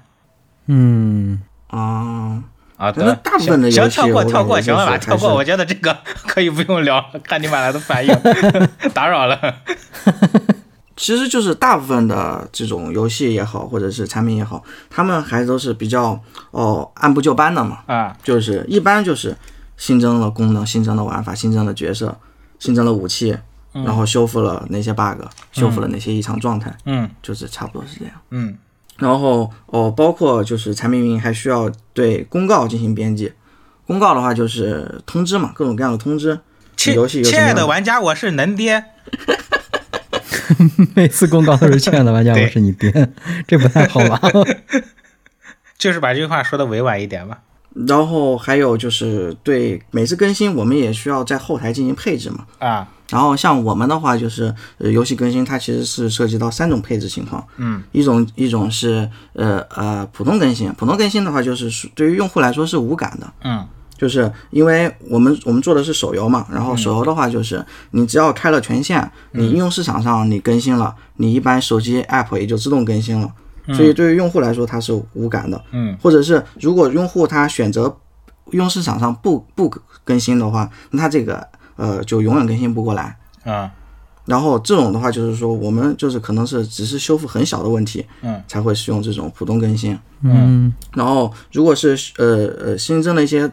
Speaker 3: 嗯，
Speaker 1: 啊，
Speaker 2: 啊，
Speaker 1: 可
Speaker 2: 对，
Speaker 1: 能大部分的
Speaker 2: 行
Speaker 1: 游戏
Speaker 2: 跳过
Speaker 1: 我感
Speaker 2: 跳过，
Speaker 1: 觉
Speaker 2: 行了吧？
Speaker 1: 就是
Speaker 2: 跳过，
Speaker 1: 还是
Speaker 2: 我觉得这个 可以不用聊了， 看你马来的反应， 打扰了。
Speaker 1: 其实就是大部分的这种游戏也好，或者是产品也好，他们还都是比较哦按部就班的嘛，
Speaker 2: 啊，
Speaker 1: 就是一般就是新增了功能、新增了玩法、新增了角色、新增了武器，然后修复了那些 bug，、修复了那些异常状态，
Speaker 2: 嗯
Speaker 1: 就是差不多是这样。
Speaker 2: 嗯
Speaker 1: 然后哦，包括就是产品运营还需要对公告进行编辑，公告的话就是通知嘛，各种各样的通知。
Speaker 2: 亲
Speaker 1: 游戏有什么
Speaker 2: 亲爱
Speaker 1: 样
Speaker 2: 的
Speaker 1: 的
Speaker 2: 玩家，我是能爹。
Speaker 3: 每次公告都是亲爱的玩家，
Speaker 2: 对
Speaker 3: 我是你爹，这不太好 嗯吧？
Speaker 2: 就是把这句话说的委婉一点吧。
Speaker 1: 然后还有就是对每次更新，我们也需要在后台进行配置嘛。
Speaker 2: 啊，
Speaker 1: 然后像我们的话，就是呃，游戏更新它其实是涉及到三种配置情况，
Speaker 2: 嗯，
Speaker 1: 一种一种是呃呃普通更新，普通更新的话就是属对于用户来说是无感的，
Speaker 2: 嗯
Speaker 1: 就是因为我们我们做的是手游嘛，然后手游的话就是你只要开了权限，
Speaker 2: 嗯
Speaker 1: 你应用市场上你更新了，你一般手机 app 也就自动更新了，所以对于用户来说它是无感的，
Speaker 2: 嗯，
Speaker 1: 或者是如果用户他选择用市场上不不更新的话，那他这个呃就永远更新不过来。
Speaker 2: 啊
Speaker 1: 然后这种的话，就是说我们就是可能是只是修复很小的问题，
Speaker 2: 嗯，
Speaker 1: 才会使用这种普通更新。
Speaker 3: 嗯
Speaker 1: 然后如果是呃呃新增了一些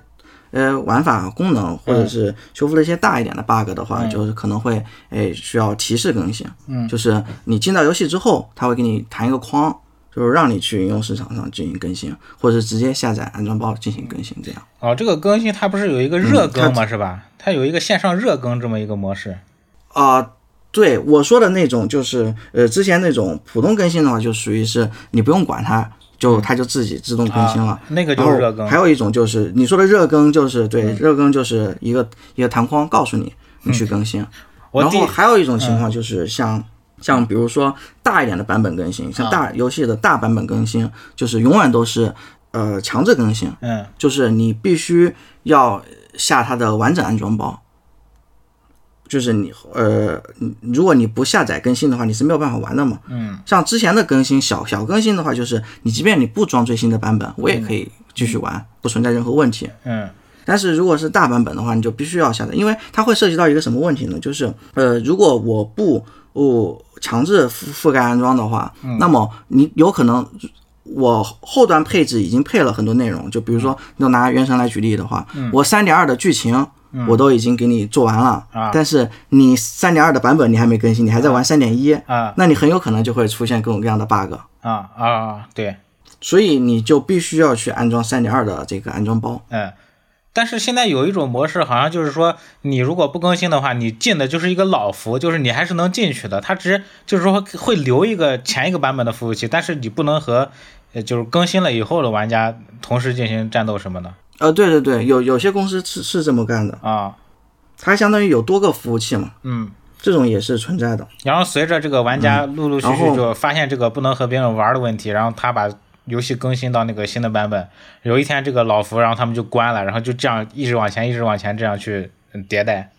Speaker 1: 呃玩法功能，或者是修复了一些大一点的 bug 的话，就是可能会哎需要提示更新。嗯，就是你进到游戏之后，它会给你弹一个框，就是让你去应用市场上进行更新，或者直接下载安装包进行更新这样。
Speaker 2: 哦，这个更新它不是有一
Speaker 1: 嗯
Speaker 2: 个热更吗？是吧？它有一个线上热更这么一个模式。
Speaker 1: 啊、对我说的那种，就是呃，之前那种普通更新的话，就属于是你不用管它，就它就自己自动更新了。
Speaker 2: 啊那个就
Speaker 1: 然
Speaker 2: 是
Speaker 1: 后
Speaker 2: 热更嗯
Speaker 1: 还有一种就是你说的热更，就是对、热更就是一个一个弹框告诉你你去更新。
Speaker 2: 我
Speaker 1: 然
Speaker 2: 第嗯
Speaker 1: 后还有一种情况就是像、像比如说大一点的版本更新，像
Speaker 2: 啊
Speaker 1: 大游戏的大版本更新，就是永远都是呃强制更新，
Speaker 2: 嗯
Speaker 1: 就是你必须要下它的完整安装包。就是你呃，你如果你不下载更新的话，你是没有办法玩的嘛。
Speaker 2: 嗯，
Speaker 1: 像之前的更新小小更新的话，就是你即便你不装最新的版本，我也可以继续玩，不存在任何问题。
Speaker 2: 嗯
Speaker 1: 但是如果是大版本的话，你就必须要下载，因为它会涉及到一个什么问题呢？就是呃，如果我不我强制覆覆盖安装的话，
Speaker 2: 嗯
Speaker 1: 那么你有可能。我后端配置已经配了很多内容，就比如
Speaker 2: 嗯
Speaker 1: 说，就拿《原神》来举例的话，我三点二的剧情我都已经给你做完了，
Speaker 2: 嗯啊
Speaker 1: 但是你三点二的版本你还没更新，你还在玩三点一，
Speaker 2: 啊
Speaker 1: 那你很有可能就会出现各种各样的 bug，
Speaker 2: 啊啊，对，
Speaker 1: 所以你就必须要去安装三点二的这个安装包。
Speaker 2: 嗯。但是现在有一种模式，好像就是说，你如果不更新的话，你进的就是一个老服，就是你还是能进去的。它只是就是说会留一个前一个版本的服务器，但是你不能和，呃，就是更新了以后的玩家同时进行战斗什么的
Speaker 1: 呃，对对对，有有些公司是是这么干的，
Speaker 2: 啊。
Speaker 1: 它相当于有多个服务器嘛，
Speaker 2: 嗯，
Speaker 1: 这种也是存在的。
Speaker 2: 然后随着这个玩家陆陆
Speaker 1: 嗯
Speaker 2: 续
Speaker 1: 然
Speaker 2: 续
Speaker 1: 后
Speaker 2: 就发现这个不能和别人玩的问题，然后他把游戏更新到那个新的版本，有一天这个老服然后他们就关了，然后就这样一直往前，一直往前这样去嗯迭代。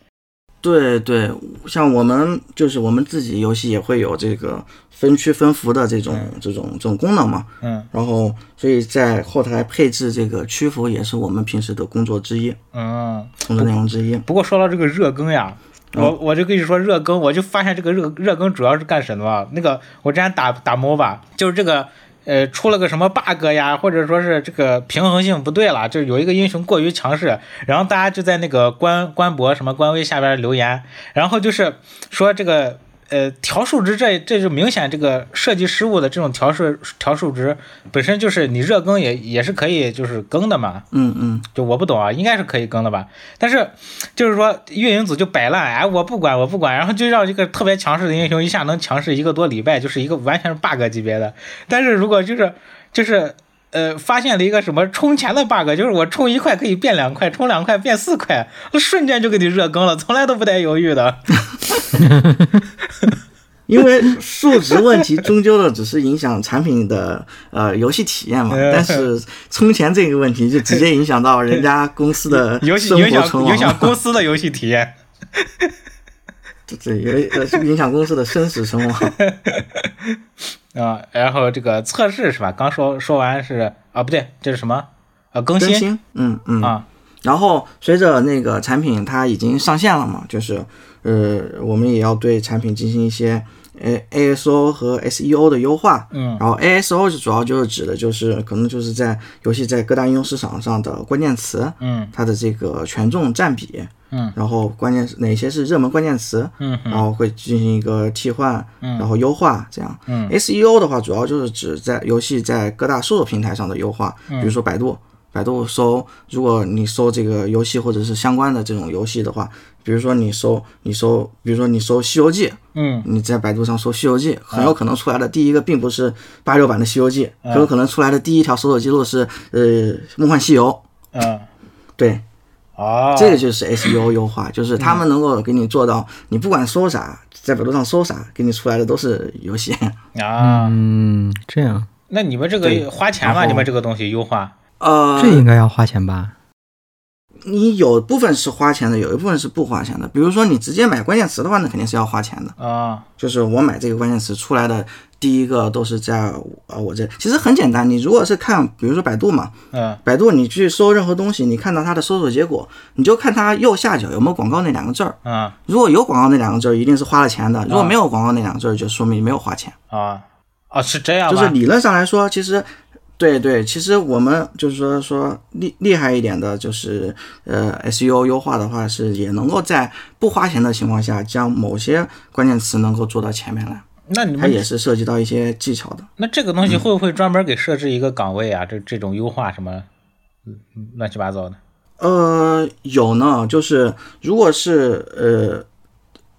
Speaker 1: 对对，像我们就是我们自己游戏也会有这个分区分服的这种、这种这种功能嘛，
Speaker 2: 嗯
Speaker 1: 然后所以在后台配置这个区服也是我们平时的工作之一，
Speaker 2: 嗯。
Speaker 1: 工作内容之一。
Speaker 2: 不过说到这个热更呀，我我就跟你说热更，我就发现这个热热更主要是干什么啊？那个我之前打打 MOBA，就是这个呃出了个什么 bug 呀，或者说是这个平衡性不对了，就是有一个英雄过于强势，然后大家就在那个官官博什么官微下边留言，然后就是说这个。呃，调数值这这就明显这个设计失误的这种调数调数值本身就是你热更也也是可以就是更的嘛，
Speaker 1: 嗯嗯，
Speaker 2: 就我不懂啊，应该是可以更的吧？但是就是说运营组就摆烂，哎，我不管，我不管，然后就让一个特别强势的英雄一下能强势一个多礼拜，就是一个完全是 bug 级别的。但是如果就是就是呃发现了一个什么充钱的 bug，就是我充一块可以变两块，充两块变四块，瞬间就给你热更了，从来都不带犹 豫的。
Speaker 1: 因为数值问题终究的只是影响产品的呃游戏体验嘛，但是充钱这个问题就直接影响到人家公司 的
Speaker 2: 游戏
Speaker 1: 生
Speaker 2: 影
Speaker 1: 活啊
Speaker 2: 响
Speaker 1: 存
Speaker 2: 影
Speaker 1: 亡
Speaker 2: 响
Speaker 1: 了，
Speaker 2: 公司的游戏体验。
Speaker 1: 这也呃影响公司的生死存 亡。
Speaker 2: 啊、然后这个测试是吧？刚说说完是啊，不对，这是什么？啊，更
Speaker 1: 更
Speaker 2: 新
Speaker 1: 新，嗯嗯
Speaker 2: 啊。
Speaker 1: 然后随着那个产品它已经上线了嘛，就是呃，我们也要对产品进行一些呃 ASO 和 SEO 的优化。
Speaker 2: 嗯，
Speaker 1: 然后 ASO 是主要就是指的就是可能就是在游戏在各大应用市场上的关键词，
Speaker 2: 嗯
Speaker 1: 它的这个权重占比，
Speaker 2: 嗯，
Speaker 1: 然后关键是哪些是热门关键词，
Speaker 2: 嗯
Speaker 1: 然后会进行一个替换，
Speaker 2: 嗯
Speaker 1: 然后优化这样。
Speaker 2: 嗯
Speaker 1: SEO 的话，主要就是指在游戏在各大搜索平台上的优化，
Speaker 2: 嗯
Speaker 1: 比如说百度，百度搜，如果你搜这个游戏或者是相关的这种游戏的话，比如说你搜你搜，比如说你搜《西游记》，
Speaker 2: 嗯
Speaker 1: 你在百度上搜《西游记》，很有可能出来的第一个并不是八六版的《西游记》，
Speaker 2: 嗯
Speaker 1: 很有可能出来的第一条搜索记录是呃《梦幻西游》。
Speaker 2: 嗯，
Speaker 1: 对，
Speaker 2: 哦，
Speaker 1: 这个就是 SEO 优化，就是他们能够给你做到，你不管搜啥，在百度上搜啥，给你出来的都是游戏。
Speaker 2: 啊，
Speaker 3: 嗯，这样，
Speaker 2: 那你们这个花钱
Speaker 1: 然
Speaker 2: 吗？
Speaker 1: 后
Speaker 2: 你们这个东西优化，
Speaker 1: 呃，
Speaker 3: 这应该要花钱吧？
Speaker 1: 你有部分是花钱的，有一部分是不花钱的。比如说你直接买关键词的话，那肯定是要花钱的。
Speaker 2: 啊，
Speaker 1: 就是我买这个关键词出来的第一个都是在呃我这，其实很简单。你如果是看，比如说百度嘛，
Speaker 2: 嗯
Speaker 1: 百度你去搜任何东西，你看到它的搜索结果，你就看它右下角有没有广告那两个字儿。
Speaker 2: 嗯
Speaker 1: 如果有广告那两个字儿，一定是花了钱的；如果没有广告那两个字儿，就说明没有花钱。
Speaker 2: 啊，哦，是这样
Speaker 1: 就是
Speaker 2: 吗？
Speaker 1: 理论上来说，其实，对对，其实我们就是说说厉厉害一点的，就是呃 SEO 优化的话，是也能够在不花钱的情况下，将某些关键词能够做到前面来。
Speaker 2: 那你
Speaker 1: 它
Speaker 2: 们
Speaker 1: 也是涉及到一些技巧的。
Speaker 2: 那这个东西会不会专门给设置一个岗位啊？这这种优化什么嗯乱七八糟的？
Speaker 1: 呃，有呢，就是如果是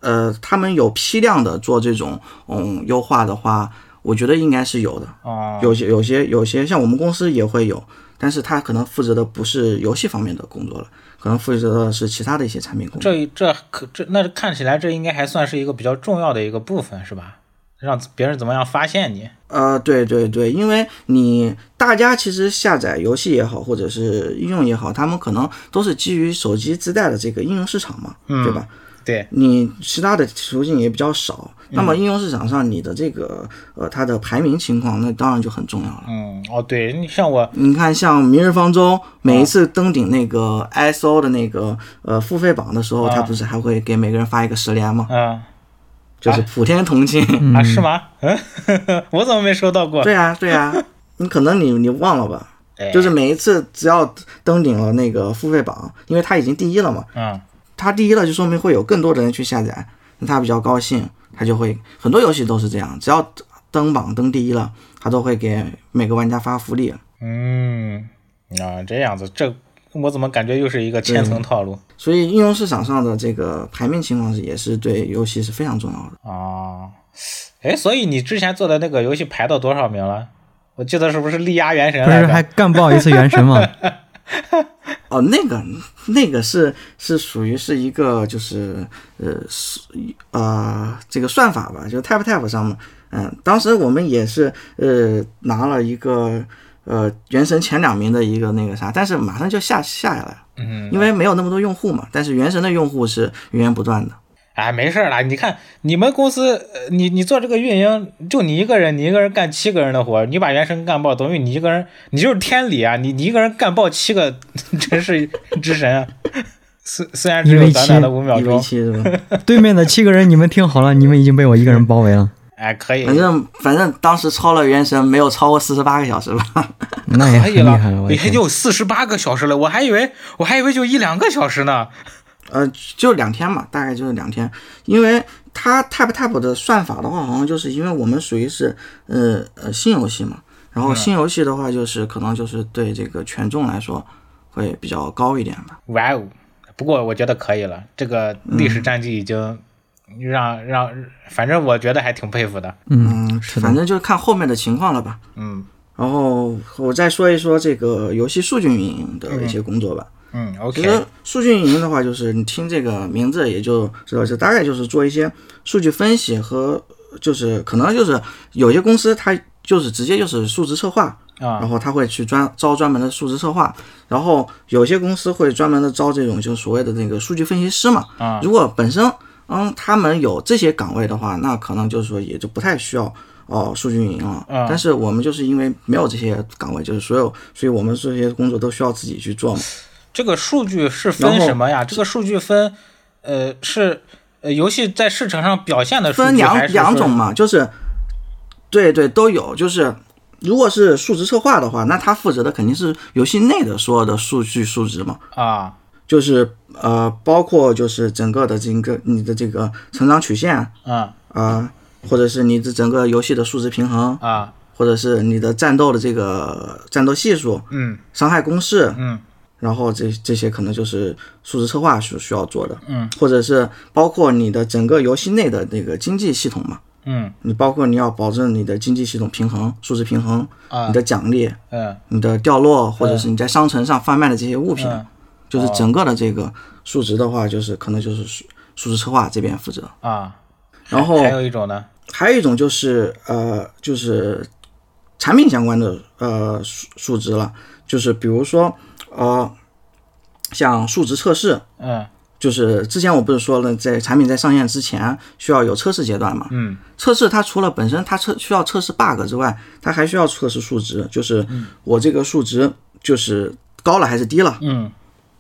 Speaker 1: 呃呃，他们有批量的做这种嗯优化的话，我觉得应该是有的。
Speaker 2: 哦，
Speaker 1: 有些有些有些像我们公司也会有，但是他可能负责的不是游戏方面的工作了，可能负责的是其他的一些产品工作。
Speaker 2: 这这可这那看起来这应该还算是一个比较重要的一个部分是吧？让别人怎么样发现你？
Speaker 1: 呃，对对对，因为你大家其实下载游戏也好，或者是应用也好，他们可能都是基于手机自带的这个应用市场嘛，对吧？
Speaker 2: 对，
Speaker 1: 你其他的途径也比较少，那么应用市场上你的这个呃它的排名情况，那当然就很重要了。
Speaker 2: 嗯，哦，对你像我，
Speaker 1: 你看，像《明日方舟》每一次登顶那个 ISO 的那个呃付费榜的时候，
Speaker 2: 啊
Speaker 1: 他不是还会给每个人发一个十连吗？
Speaker 2: 嗯
Speaker 1: 就是普天同庆。
Speaker 2: 啊，是吗？ 嗯，我怎么没收到过？
Speaker 1: 对啊，对啊，你可能你你忘了吧？
Speaker 2: 哎
Speaker 1: 就是每一次只要登顶了那个付费榜，因为他已经第一了嘛，
Speaker 2: 嗯
Speaker 1: 他第一了就说明会有更多的人去下载，那他比较高兴，他就会很多游戏都是这样，只要登榜登第一了，他都会给每个玩家发福利。
Speaker 2: 嗯，啊，这样子，这我怎么感觉又是一个千层套路
Speaker 1: 所以应用市场上的这个排名情况是也是对游戏是非常重要的。
Speaker 2: 啊？哎，所以你之前做的那个游戏排到多少名了？我记得是不是力压原神
Speaker 3: 不
Speaker 2: 来
Speaker 3: 是
Speaker 2: 着？
Speaker 3: 还干爆一次原神吗？
Speaker 1: 哦，那个那个是是属于是一个就是呃是呃这个算法吧，就是 Tap Tap 上面，嗯，当时我们也是呃拿了一个呃原神前两名的一个那个啥，但是马上就下下下来了，
Speaker 2: 嗯，
Speaker 1: 因为没有那么多用户嘛，但是原神的用户是源源不断的。
Speaker 2: 哎，没事儿啦，你看你们公司，呃你你做这个运营，就你一个人，你一个人干七个人的活儿，你把原神干爆，等于你一个人，你就是天理啊！你你一个人干爆七个 真是之神啊！ 虽虽然只有短短的五秒
Speaker 1: 一 v
Speaker 2: 钟，
Speaker 1: 七是吧？
Speaker 3: 对面的七个人，你们听好了，你们已经被我一个人包围了，
Speaker 2: 哎，可以，
Speaker 1: 反正反正当时超了原神，没有超过四十八个小时吧。
Speaker 3: 那也
Speaker 2: 可
Speaker 3: 哎很
Speaker 2: 以
Speaker 3: 厉
Speaker 2: 了
Speaker 3: 害了。，我的
Speaker 2: 已
Speaker 3: 天
Speaker 2: 经有四十八个小时了，我还以为我还以为就一两个小时呢。
Speaker 1: 呃，就两天嘛，大概就是两天。因为它 Tap Tap 的算法的话，好像就是因为我们属于是呃呃新游戏嘛，然后新游戏的话，就是可能就是对这个权重来说会比较高一点吧。
Speaker 2: 哇哦！不过我觉得可以了，这个历史战绩已经让让，反正我觉得还挺佩服的。
Speaker 1: 嗯，反正就是看后面的情况了吧。
Speaker 2: 嗯
Speaker 1: 然后我再说一说这个游戏数据运营的一些工作吧。
Speaker 2: 嗯
Speaker 1: 其
Speaker 2: ，OK，
Speaker 1: 实数据运营的话，就是你听这个名字也就知道，就大概就是做一些数据分析和就是可能就是有些公司它就是直接就是数值策划，
Speaker 2: 啊
Speaker 1: 然后他会去专招专门的数值策划，然后有些公司会专门的招这种就所谓的那个数据分析师嘛。
Speaker 2: 啊
Speaker 1: 如果本身嗯他们有这些岗位的话，那可能就是说也就不太需要。哦，数据运营了，
Speaker 2: 啊
Speaker 1: 但是我们就是因为没有这些岗位，就是所有，所以我们这些工作都需要自己去做嘛。
Speaker 2: 这个数据是
Speaker 1: 然
Speaker 2: 分
Speaker 1: 后
Speaker 2: 什么呀？这个数据分，呃，是呃游戏在市场上表现的数据，
Speaker 1: 分两
Speaker 2: 还是说
Speaker 1: 两种嘛，就是对对都有，就是如果是数值策划的话，那他负责的肯定是游戏内的所有的数据数值嘛，
Speaker 2: 啊
Speaker 1: 就是呃包括就是整个的这个你的这个成长曲线啊、
Speaker 2: 啊
Speaker 1: 或者是你的整个游戏的数值平衡，
Speaker 2: 啊
Speaker 1: 或者是你的战斗的这个战斗系数、
Speaker 2: 嗯
Speaker 1: 伤害公式，
Speaker 2: 嗯
Speaker 1: 然后这这些可能就是数值策划所需要做的，
Speaker 2: 嗯，
Speaker 1: 或者是包括你的整个游戏内的那个经济系统嘛。
Speaker 2: 嗯
Speaker 1: 你包括你要保证你的经济系统平衡、数值平衡，
Speaker 2: 啊
Speaker 1: 你的奖励、
Speaker 2: 嗯
Speaker 1: 你的掉落，或者是你在商城上贩卖的这些物品，
Speaker 2: 嗯
Speaker 1: 就是整个的这个数值的话，就是可能就是数数值策划这边负责。
Speaker 2: 啊，
Speaker 1: 然后
Speaker 2: 还有一种呢
Speaker 1: 还有一种就是呃，就是产品相关的呃数数值了，就是比如说呃，像数值测试，
Speaker 2: 嗯
Speaker 1: 就是之前我不是说了，在产品在上线之前需要有测试阶段嘛，
Speaker 2: 嗯
Speaker 1: 测试它除了本身它测需要测试 bug 之外，它还需要测试数值，就是
Speaker 2: 嗯
Speaker 1: 我这个数值就是高了还是低了，
Speaker 2: 嗯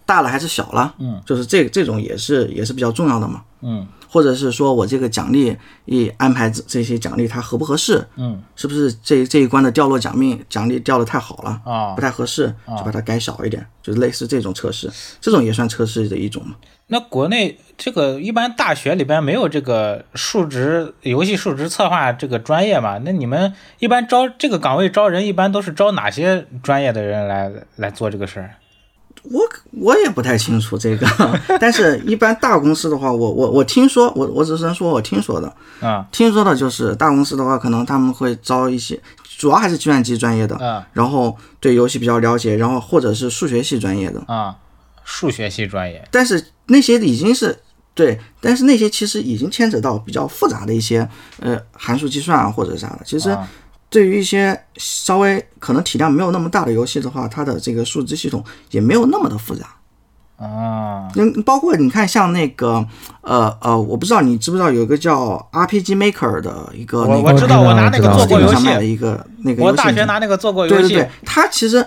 Speaker 1: 大了还是小了，
Speaker 2: 嗯，
Speaker 1: 就是这这种也是也是比较重要的嘛。
Speaker 2: 嗯
Speaker 1: 或者是说我这个奖励一安排这这些奖励它合不合适，
Speaker 2: 嗯
Speaker 1: 是不是这这一关的掉落奖励奖励掉的太好了，
Speaker 2: 啊
Speaker 1: 不，太合适，就把它改小一点，就是类似这种测试，这种也算测试的一种嘛。
Speaker 2: 那国内这个一般大学里边没有这个数值游戏数值策划这个专业嘛？那你们一般招这个岗位招人，一般都是招哪些专业的人来来做这个事儿？
Speaker 1: 我我也不太清楚这个， 但是一般大公司的话，我我我听说，我我只是能说我听说的，
Speaker 2: 啊
Speaker 1: 听说的就是大公司的话，可能他们会招一些，主要还是计算机专业的，
Speaker 2: 啊
Speaker 1: 然后对游戏比较了解，然后或者是数学系专业的，
Speaker 2: 啊，数学系专业。
Speaker 1: 但是那些已经是对，但是那些其实已经牵扯到比较复杂的一些呃函数计算啊或者啥的，其实。
Speaker 2: 啊
Speaker 1: 对于一些稍微可能体量没有那么大的游戏的话，它的这个数值系统也没有那么的复杂。
Speaker 2: 啊
Speaker 1: 嗯，包括你看，像那个，呃呃，我不知道你知不知道有一个叫 RPG Maker 的一个
Speaker 2: 我
Speaker 1: 那
Speaker 2: 我
Speaker 1: 个
Speaker 2: 知道，
Speaker 3: 我知道
Speaker 2: 我拿那个
Speaker 3: 我知道
Speaker 2: 做
Speaker 1: Steam
Speaker 2: 过游
Speaker 1: 上卖的
Speaker 2: 戏，
Speaker 1: 一个那个游
Speaker 2: 我
Speaker 1: 戏，
Speaker 2: 大学拿那个做过
Speaker 1: 对
Speaker 2: 游
Speaker 1: 对
Speaker 2: 戏
Speaker 1: 对，，它其实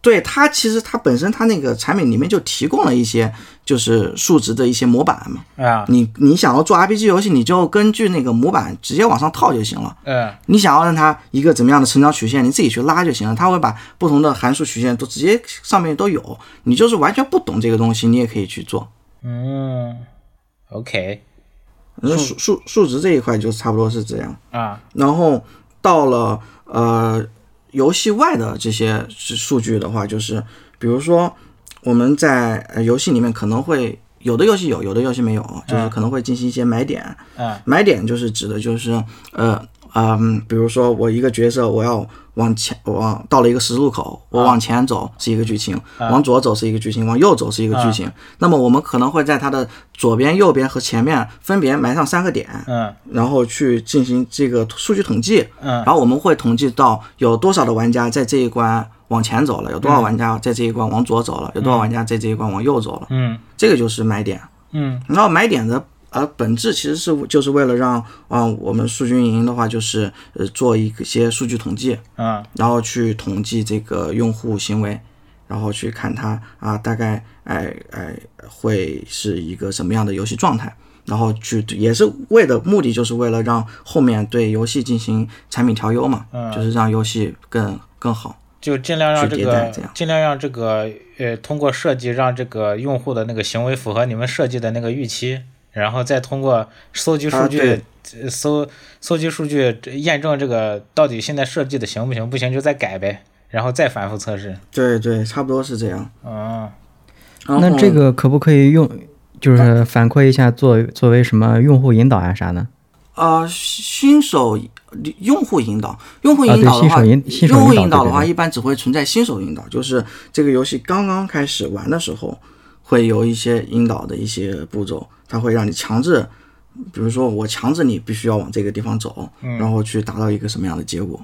Speaker 1: 对它其实它本身它那个产品里面就提供了一些就是数值的一些模板嘛。
Speaker 2: 啊，
Speaker 1: 你你想要做 RPG 游戏，你就根据那个模板直接往上套就行了。
Speaker 2: 嗯
Speaker 1: 你想要让它一个怎么样的成长曲线，你自己去拉就行了。它会把不同的函数曲线都直接上面都有，你就是完全不懂这个东西，你也可以去做。
Speaker 2: 嗯，OK
Speaker 1: 那数数数值这一块就差不多是这样。
Speaker 2: 啊
Speaker 1: 然后到了呃游戏外的这些数数据的话，就是比如说我们在、呃、游戏里面可能会有的游戏有，有的游戏没有，就是可能会进行一些买点。
Speaker 2: 嗯
Speaker 1: 买点就是指的就是呃嗯，比如说我一个角色，我要往前，我往到了一个十字路口，我往前走是一个剧情，往左走是一个剧情，往右走是一个剧情。那么我们可能会在它的左边、右边和前面分别埋上三个点，
Speaker 2: 嗯
Speaker 1: 然后去进行这个数据统计。
Speaker 2: 嗯
Speaker 1: 然后我们会统计到有多少的玩家在这一关往前走了，有多少玩家在这一关往左走了，有多少玩家在这一关往右走了。
Speaker 2: 嗯
Speaker 1: 这个就是买点。
Speaker 2: 嗯
Speaker 1: 然后买点的呃本质其实是就是为了让啊、我们数据运营的话就是呃做一些数据统计，
Speaker 2: 嗯
Speaker 1: 然后去统计这个用户行为，然后去看它啊大概哎哎会是一个什么样的游戏状态。然后去也是为的目的，就是为了让后面对游戏进行产品调优嘛，就是让游戏更更好。
Speaker 2: 就尽量让
Speaker 1: 去
Speaker 2: 这
Speaker 1: 迭代
Speaker 2: 个
Speaker 1: 这样
Speaker 2: 尽量让这个呃通过设计让这个用户的那个行为符合你们设计的那个预期，然后再通过搜集数
Speaker 1: 啊
Speaker 2: 据、
Speaker 1: 对
Speaker 2: 呃搜搜集数据这验证这个到底现在设计的行不行，不行就再改呗，然后再反复测试。
Speaker 1: 对对，差不多是这样。
Speaker 2: 嗯
Speaker 1: 然
Speaker 3: 那
Speaker 1: 后
Speaker 3: 这个可不可以用，就是反馈一下作作为什么用户引导啊啥的？
Speaker 1: 呃，新手呃用户引导，用户引导的话，
Speaker 3: 啊对新手引新手引导
Speaker 1: 用户引导的话，
Speaker 3: 对对对
Speaker 1: 一般只会存在新手引导，就是这个游戏刚刚开始玩的时候，会有一些引导的一些步骤，它会让你强制，比如说我强制你必须要往这个地方走，
Speaker 3: 嗯
Speaker 1: 然后去达到一个什么样的结果。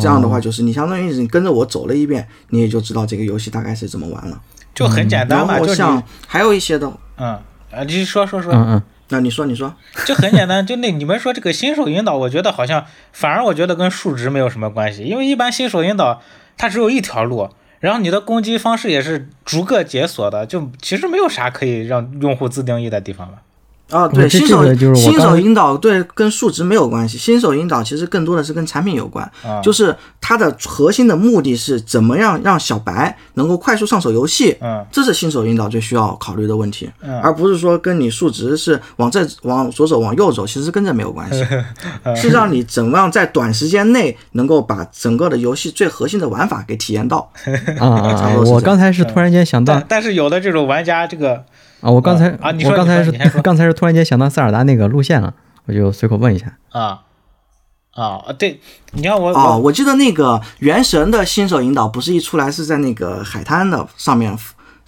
Speaker 1: 这样的话，就是你相当于你跟着我走了一遍，你也就知道这个游戏大概是怎么玩了。
Speaker 2: 就很简
Speaker 1: 嗯
Speaker 2: 单
Speaker 1: 然
Speaker 2: 嘛，
Speaker 1: 后
Speaker 2: 就是
Speaker 1: 像
Speaker 2: 你
Speaker 1: 还有一些的，
Speaker 2: 嗯啊，你说说说，
Speaker 3: 嗯嗯，
Speaker 1: 那你说你说，
Speaker 2: 就很简单，就那你们说这个新手引导，我觉得好像反而我觉得跟数值没有什么关系，因为一般新手引导它只有一条路，然后你的攻击方式也是逐个解锁的，就其实没有啥可以让用户自定义的地方了。
Speaker 1: 啊，
Speaker 3: 不是
Speaker 1: 对，
Speaker 3: 这
Speaker 1: 新
Speaker 3: 这
Speaker 1: 手
Speaker 3: 个就是我
Speaker 1: 新
Speaker 3: 刚
Speaker 1: 手
Speaker 3: 才
Speaker 1: 引导对跟数值没有关系，新手引导其实更多的是跟产品有关，
Speaker 2: 啊
Speaker 1: 就是它的核心的目的是怎么样让小白能够快速上手游戏，
Speaker 3: 啊
Speaker 2: 嗯
Speaker 1: 这是新手引导最需要考虑的问题，
Speaker 2: 嗯
Speaker 1: 而不是说跟你数值是往这往左走往右走，其实跟这没有关 系，是让你怎么样在短时间内能够把整个的游戏最核心的玩法给体验到，
Speaker 3: 啊啊
Speaker 1: 差
Speaker 3: 啊！
Speaker 1: 不多是
Speaker 3: 我
Speaker 1: 这样
Speaker 3: 刚才是突然间想到
Speaker 2: 但但是有的这种玩家，这个
Speaker 3: 啊，我刚才
Speaker 2: 嗯啊你说
Speaker 3: 我刚才
Speaker 2: 你
Speaker 3: 是
Speaker 2: 说你先说
Speaker 3: 刚才是突然间想到塞尔达那个路线了，我就随口问一下。
Speaker 2: 啊啊，对，你看我、
Speaker 1: 哦，我记得那个《原神》的新手引导不是一出来是在那个海滩的上面，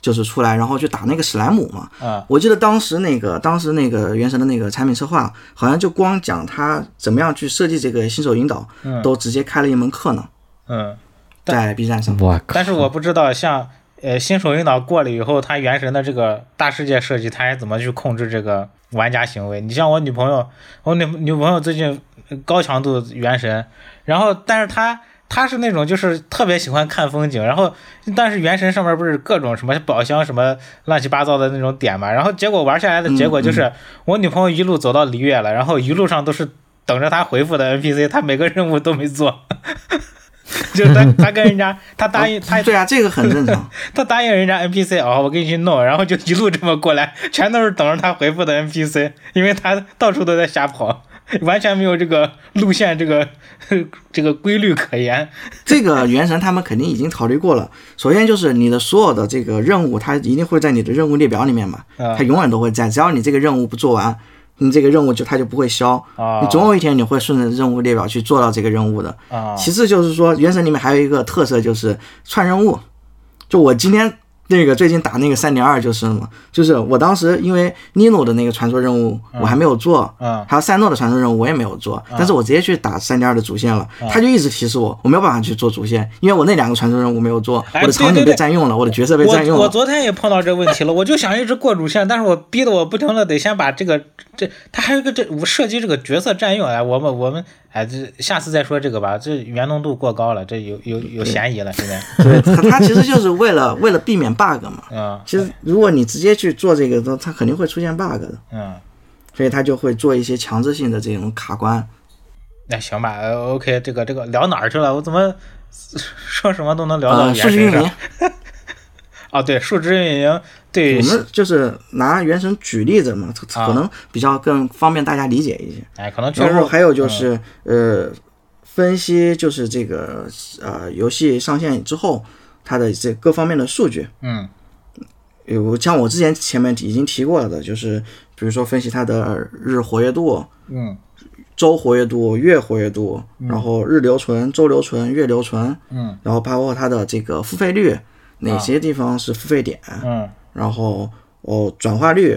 Speaker 1: 就是出来然后去打那个史莱姆嘛。
Speaker 2: 我啊
Speaker 1: 我记得当时那个当时那个《原神》的那个产品策划，好像就光讲他怎么样去设计这个新手引导，都直接开了一门课呢，
Speaker 2: 嗯，但
Speaker 1: 在 B 站上。
Speaker 3: 我靠！
Speaker 2: 但是我不知道像呃新手引导过了以后，它原神的这个大世界设计，它还怎么去控制这个玩家行为？你像我女朋友，我女女朋友最近呃高强度原神，然后但是她。她是那种就是特别喜欢看风景，然后但是原神上面不是各种什么宝箱什么乱七八糟的那种点嘛，然后结果玩下来的结果就是、我女朋友一路走到璃月了，然后一路上都是等着她回复的 NPC，她每个任务都没做， 就是 她她跟人家她答应她
Speaker 1: 对啊，这个很正常。
Speaker 2: 他答应人家 NPC 哦，我给你去弄，然后就一路这么过来，全都是等着他回复的 NPC，因为他到处都在瞎跑，完全没有这个路线这个 这个规律可言。
Speaker 1: 这个原神他们肯定已经考虑过了。首先就是你的所有的这个任务，它一定会在你的任务列表里面嘛，
Speaker 2: 啊
Speaker 1: 它永远都会在。只要你这个任务不做完，你这个任务就它就不会消
Speaker 2: 啊。
Speaker 1: 你总有一天你会顺着任务列表去做到这个任务的。
Speaker 2: 啊
Speaker 1: 其次就是说，原神里面还有一个特色就是串任务，就我今天。那个最近打那个三点二就是嘛，就是我当时因为尼诺的那个传说任务我还没有做，
Speaker 2: 嗯
Speaker 1: 还有赛诺的传说任务我也没有做，但是我直接去打三点二的主线了，
Speaker 2: 嗯
Speaker 1: 他就一直提示我，我没有办法去做主线，因为我那两个传说任务没有做，
Speaker 2: 哎
Speaker 1: 我的场
Speaker 2: 对对
Speaker 1: 景
Speaker 2: 对
Speaker 1: 被占用了，我的角色被占
Speaker 2: 我
Speaker 1: 用
Speaker 2: 我
Speaker 1: 了。
Speaker 2: 昨天也碰到这问题了，我就想一直过主线，但是我逼得我不停的得先把这个这，他还有一个这我设计这个角色占用，哎，我们我们哎这下次再说这个吧，这圆浓度过高了，这有有有嫌疑了，现在，
Speaker 1: 对，他他其实就是为了为了避免 bug 嘛。
Speaker 2: 嗯
Speaker 1: 其实如果你直接去做这个的，它肯定会出现 bug 的，
Speaker 2: 嗯。
Speaker 1: 所以他就会做一些强制性的这种卡关。
Speaker 2: 那行吧呃，OK，这个这个聊哪儿去了？我怎么说什么都能聊到
Speaker 1: 呃，
Speaker 2: 原
Speaker 1: 数据
Speaker 2: 神
Speaker 1: 运
Speaker 2: 上？
Speaker 1: 营，
Speaker 2: 哦，对，数值运营对
Speaker 1: 我，们就是拿原神举例子嘛，
Speaker 2: 啊
Speaker 1: 可能比较更方便大家理解一些。
Speaker 2: 哎，可能确
Speaker 1: 然后
Speaker 2: 实
Speaker 1: 还有就是、呃，分析就是这个呃游戏上线之后它的这各方面的数据，
Speaker 2: 嗯
Speaker 1: 有像我之前前面已经提过了的，就是比如说分析它的日活跃度、
Speaker 2: 嗯
Speaker 1: 周活跃度、月活跃度，然后日留存、周留存、月留存，
Speaker 2: 嗯，
Speaker 1: 然后包括它的这个付费率，哪些地方是付费点，
Speaker 2: 嗯
Speaker 1: 然后哦转化率，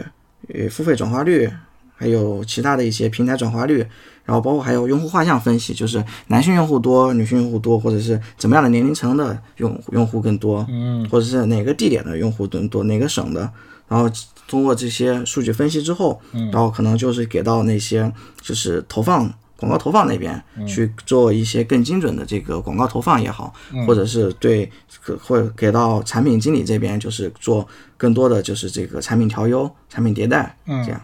Speaker 1: 呃付费转化率，还有其他的一些平台转化率，然后包括还有用户画像分析，就是男性用户多、女性用户多，或者是怎么样的年龄层的用用户更多，
Speaker 2: 嗯，
Speaker 1: 或者是哪个地点的用户更多，哪个省的，然后通过这些数据分析之后，
Speaker 2: 嗯
Speaker 1: 然后可能就是给到那些就是投放广告投放那边
Speaker 2: 嗯
Speaker 1: 去做一些更精准的这个广告投放也好，
Speaker 2: 嗯
Speaker 1: 或者是对可会给到产品经理这边就是做更多的就是这个产品调优、产品迭代
Speaker 2: 嗯
Speaker 1: 这样。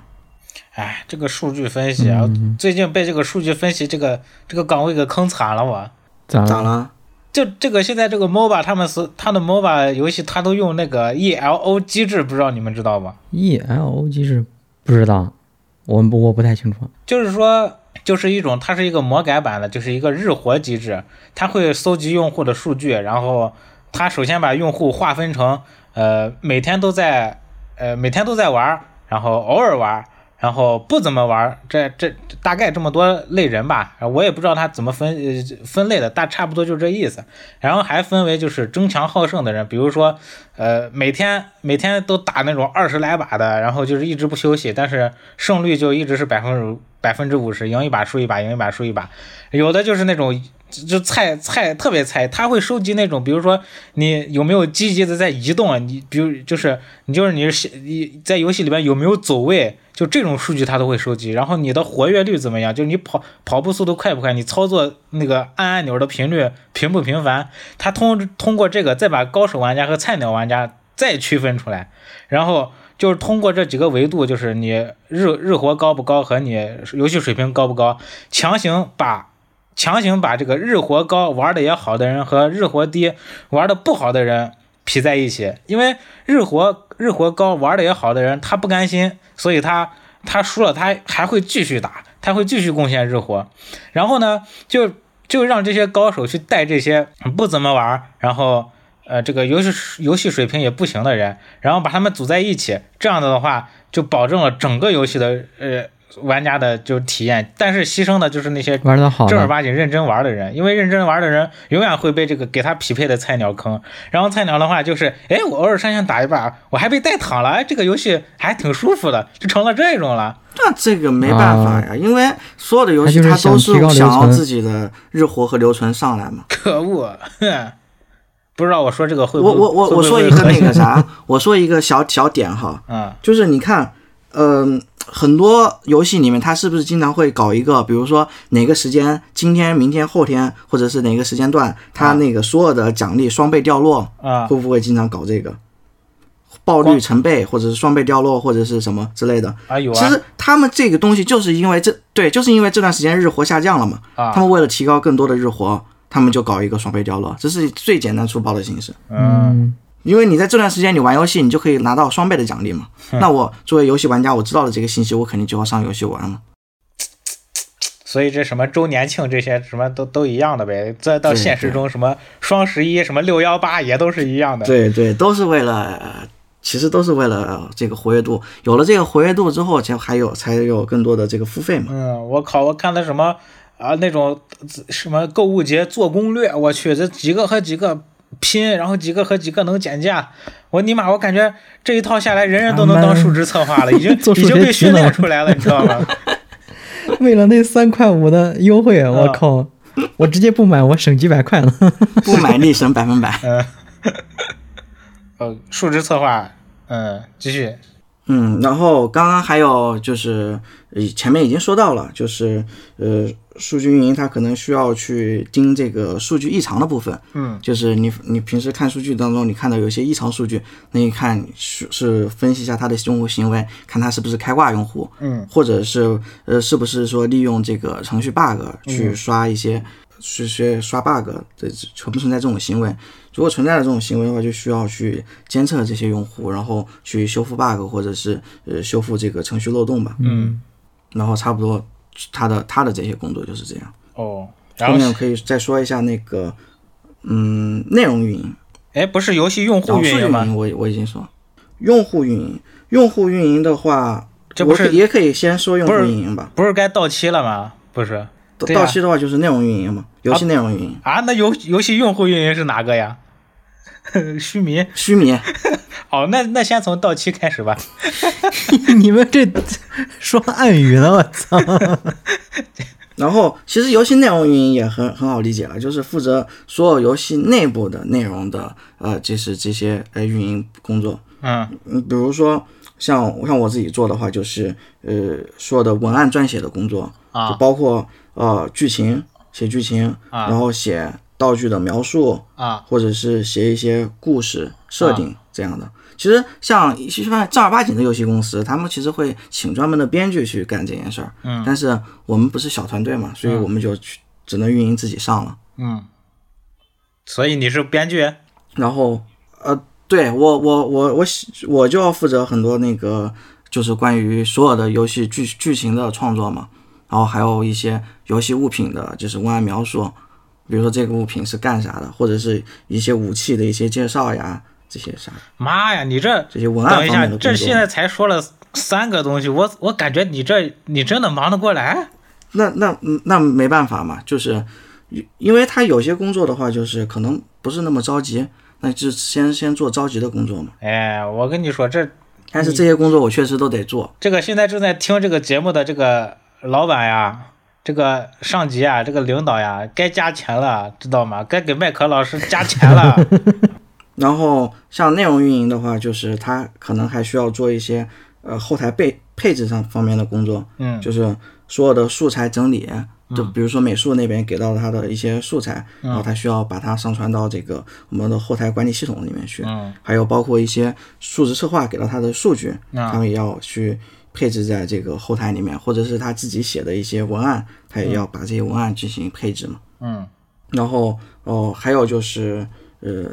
Speaker 2: 哎，这个数据分析啊，
Speaker 1: 嗯
Speaker 2: 最近被这个数据分析这个这个岗位给坑惨了我。
Speaker 3: 咋
Speaker 1: 咋
Speaker 3: 了？
Speaker 1: 了？
Speaker 2: 就这个现在这个 MOBA 他们是他的 MOBA 游戏，他都用那个 ELO 机制，不知道你们知道吗？
Speaker 3: E L O 机制不知道，我不我不太清楚。
Speaker 2: 就是说，就是一种它是一个魔改版的，就是一个日活机制，它会搜集用户的数据，然后它首先把用户划分成呃每天都在呃每天都在玩儿，然后偶尔玩儿，然后不怎么玩儿，这这这大概这么多类人吧，我也不知道它怎么分呃分类的，但差不多就这意思。然后还分为就是争强好胜的人，比如说呃每天每天都打那种二十来把的，然后就是一直不休息，但是胜率就一直是百分之百分之五十，赢一把输一把，赢一把输一把。有的就是那种就就菜菜特别菜，他会收集那种，比如说你有没有积极的在移动，啊你比如就是你就是你是你在游戏里边有没有走位，就这种数据他都会收集。然后你的活跃率怎么样，就是你跑跑步速度快不快，你操作那个按按钮的频率频不频繁，他通通过这个再把高手玩家和菜鸟玩家再区分出来，然后。就是通过这几个维度，就是你日日活高不高和你游戏水平高不高，强行把强行把这个日活高玩的也好的人和日活低玩的不好的人匹在一起，因为日活日活高玩的也好的人他不甘心，所以他他输了他还会继续打，他会继续贡献日活，然后呢就就让这些高手去带这些不怎么玩，然后呃这个游戏游戏水平也不行的人，然后把他们组在一起，这样子的话就保证了整个游戏的呃。玩家的就体验，但是牺牲的就是那些
Speaker 3: 玩的好
Speaker 2: 正儿
Speaker 3: 的，
Speaker 2: 八经认真玩的人，因为认真玩的人永远会被这个给他匹配的菜鸟坑。然后菜鸟的话就是，哎，我偶尔上线打一把，我还被带躺了，哎，这个游戏还挺舒服的，就成了这种了。
Speaker 1: 那这个没办法呀，因为所有的游戏
Speaker 3: 啊他就是
Speaker 1: 它都是
Speaker 3: 想提高留
Speaker 1: 想要
Speaker 3: 存
Speaker 1: 自己的日活和留存上来嘛。
Speaker 2: 可恶！哼不知道我说这个会不
Speaker 1: 我
Speaker 2: 会
Speaker 1: 我我
Speaker 2: 会不
Speaker 1: 我
Speaker 2: 会
Speaker 1: 说一个那个啥，我说一个小小点哈，
Speaker 2: 嗯
Speaker 1: 就是你看，嗯、很多游戏里面它是不是经常会搞一个，比如说哪个时间，今天、明天、后天，或者是哪个时间段，它那个所有的奖励双倍掉落，
Speaker 2: 啊
Speaker 1: 会不会经常搞这个？爆率成倍，或者是双倍掉落，或者是什么之类的。
Speaker 2: 啊有
Speaker 1: 其
Speaker 2: 啊
Speaker 1: 实他们这个东西就是因为这对，就是因为这段时间日活下降了嘛，他
Speaker 2: 啊
Speaker 1: 们为了提高更多的日活，他们就搞一个双倍掉落，这是最简单粗暴的形式。
Speaker 2: 嗯
Speaker 3: 嗯，
Speaker 1: 因为你在这段时间你玩游戏，你就可以拿到双倍的奖励嘛。那我作为游戏玩家，我知道了这个信息，我肯定就要上游戏玩嘛。
Speaker 2: 所以这什么周年庆这些什么都都一样的呗，再到
Speaker 1: 对
Speaker 2: 现实
Speaker 1: 对
Speaker 2: 中什么双十一什么六幺八也都是一样的。
Speaker 1: 对对，都是为了，呃其实都是为了这个活跃度。有了这个活跃度之后，才还有才有更多的这个付费 嘛。
Speaker 2: 嗯，我靠，我看的什么啊那种什么购物节做攻略，我去，这几个和几个拼，然后几个和几个能减价，我尼玛，我感觉这一套下来，人人都能
Speaker 3: 啊妈
Speaker 2: 当
Speaker 3: 呀
Speaker 2: 数值策划了，已经
Speaker 3: 做
Speaker 2: 已
Speaker 3: 数
Speaker 2: 经
Speaker 3: 学
Speaker 2: 被
Speaker 3: 题
Speaker 2: 训练
Speaker 3: 了
Speaker 2: 出来了，你知道 吗？
Speaker 3: 为了那三块五的优惠，我靠，我直接不买，我省几百块了。
Speaker 1: 不买力省百分百。
Speaker 2: 呃，数值策划，嗯，继续，
Speaker 1: 嗯，然后刚刚还有就是，呃前面已经说到了，就是呃，数据运营它可能需要去盯这个数据异常的部分。
Speaker 2: 嗯
Speaker 1: 就是你你平时看数据当中，你看到有一些异常数据，那你看是是分析一下他的用户行为，看他是不是开挂用户，
Speaker 2: 嗯，
Speaker 1: 或者是呃是不是说利用这个程序 bug
Speaker 2: 嗯
Speaker 1: 去刷一些、去去刷 bug 这存不存在这种行为？如果存在了这种行为的话，就需要去监测这些用户，然后去修复 bug 或者是呃修复这个程序漏洞吧。
Speaker 2: 嗯，
Speaker 1: 然后差不多他的他的这些工作就是这样。
Speaker 2: 哦，然
Speaker 1: 后面
Speaker 2: 后
Speaker 1: 我可以再说一下那个嗯内容运营。
Speaker 2: 哎，不是游戏用
Speaker 1: 哦
Speaker 2: 户运
Speaker 1: 数据
Speaker 2: 营吗？
Speaker 1: 我我已经说，用户运营，用户运营的话，
Speaker 2: 这不
Speaker 1: 我可
Speaker 2: 是
Speaker 1: 也可以先说用户
Speaker 2: 不是
Speaker 1: 运营吧？
Speaker 2: 不是该到期了吗？不是
Speaker 1: 到
Speaker 2: 对啊
Speaker 1: 到期的话就是内容运营嘛，游戏内容运营，
Speaker 2: 啊？那游游戏用户运营是哪个呀？ 虚迷
Speaker 1: 虚拟
Speaker 2: 哦，那那先从到期开始吧。
Speaker 3: 你们这说暗语呢，我操！
Speaker 1: 然后，其实游戏内容运营也很很好理解了，就是负责所有游戏内部的内容的，呃，就是这些呃运营工作。
Speaker 2: 嗯
Speaker 1: 嗯，比如说像像我自己做的话，就是呃说的文案撰写的工作，就
Speaker 2: 啊
Speaker 1: 包括呃剧情写剧情，
Speaker 2: 啊
Speaker 1: 然后写道具的描述，
Speaker 2: 啊
Speaker 1: 或者是写一些故事设定这样的。其实像一些正儿八经的游戏公司，他们其实会请专门的编剧去干这件事儿。嗯，但是我们不是小团队嘛，所以我们就去只能运营自己上了。
Speaker 2: 嗯，所以你是编剧？
Speaker 1: 然后呃，对我我我我喜我就要负责很多那个就是关于所有的游戏剧剧情的创作嘛，然后还有一些游戏物品的就是文案描述，比如说这个物品是干啥的，或者是一些武器的一些介绍呀。这些啥的
Speaker 2: 妈呀，你这
Speaker 1: 这些文案方
Speaker 2: 等一
Speaker 1: 面
Speaker 2: 下
Speaker 1: 的，工
Speaker 2: 这
Speaker 1: 作。
Speaker 2: 现在才说了三个东西，我我感觉你这你真的忙得过来？
Speaker 1: 那那嗯那没办法嘛，就是因因为他有些工作的话，就是可能不是那么着急，那就先先做着急的工作嘛。
Speaker 2: 哎，我跟你说，这
Speaker 1: 但
Speaker 2: 嗯
Speaker 1: 是这些工作我确实都得做，
Speaker 2: 这个现在正在听这个节目的这个老板呀，这个上级啊，这个领导呀，该加钱了，知道吗？该给麦克老师加 钱了。
Speaker 1: 然后像内容运营的话，就是他可能还需要做一些呃后台配配置上方面的工作，
Speaker 2: 嗯
Speaker 1: 就是所有的素材整理，就比如说美术那边给到他的一些素材，
Speaker 2: 嗯
Speaker 1: 然后他需要把它上传到这个我们的后台管理系统里面去，
Speaker 2: 嗯
Speaker 1: 还有包括一些数值策划给到他的数据，
Speaker 2: 啊
Speaker 1: 他们也要去配置在这个后台里面，或者是他自己写的一些文案，他也要把这些文案进行配置嘛。
Speaker 2: 嗯
Speaker 1: 然后哦、还有就是呃，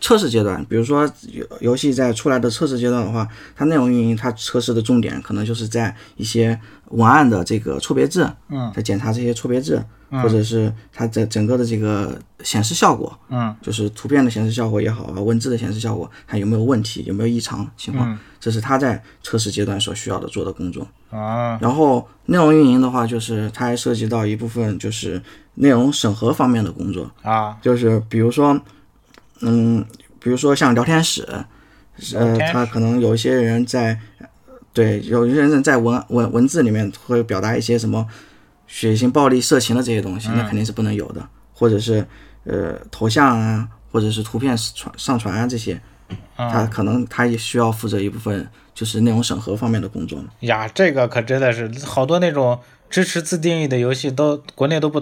Speaker 1: 测试阶段，比如说游游戏在出来的测试阶段的话，它内容运营它测试的重点可能就是在一些文案的这个错别字，
Speaker 2: 嗯，
Speaker 1: 在检查这些错别字，或者是它在整个的这个显示效果，
Speaker 2: 嗯，
Speaker 1: 就是图片的显示效果也好啊，文字的显示效果，它有没有问题，有没有异常情
Speaker 2: 嗯
Speaker 1: 况，这是它在测试阶段所需要的做的工作。
Speaker 2: 啊
Speaker 1: 然后内容运营的话，就是它还涉及到一部分就是内容审核方面的工作，
Speaker 2: 啊，
Speaker 1: 就是比如说，嗯，比如说像聊天室，呃，
Speaker 2: 天
Speaker 1: 他可能有一些人在，对，有一些人在文文文字里面会表达一些什么血腥、暴力、色情的这些东西，
Speaker 2: 嗯
Speaker 1: 那肯定是不能有的，或者是呃头像啊，或者是图片传上传啊这些，他可能他也需要负责一部分就是内容审核方面的工作嘛。
Speaker 2: 呀，这个可真的是好多那种支持自定义的游戏都国内都不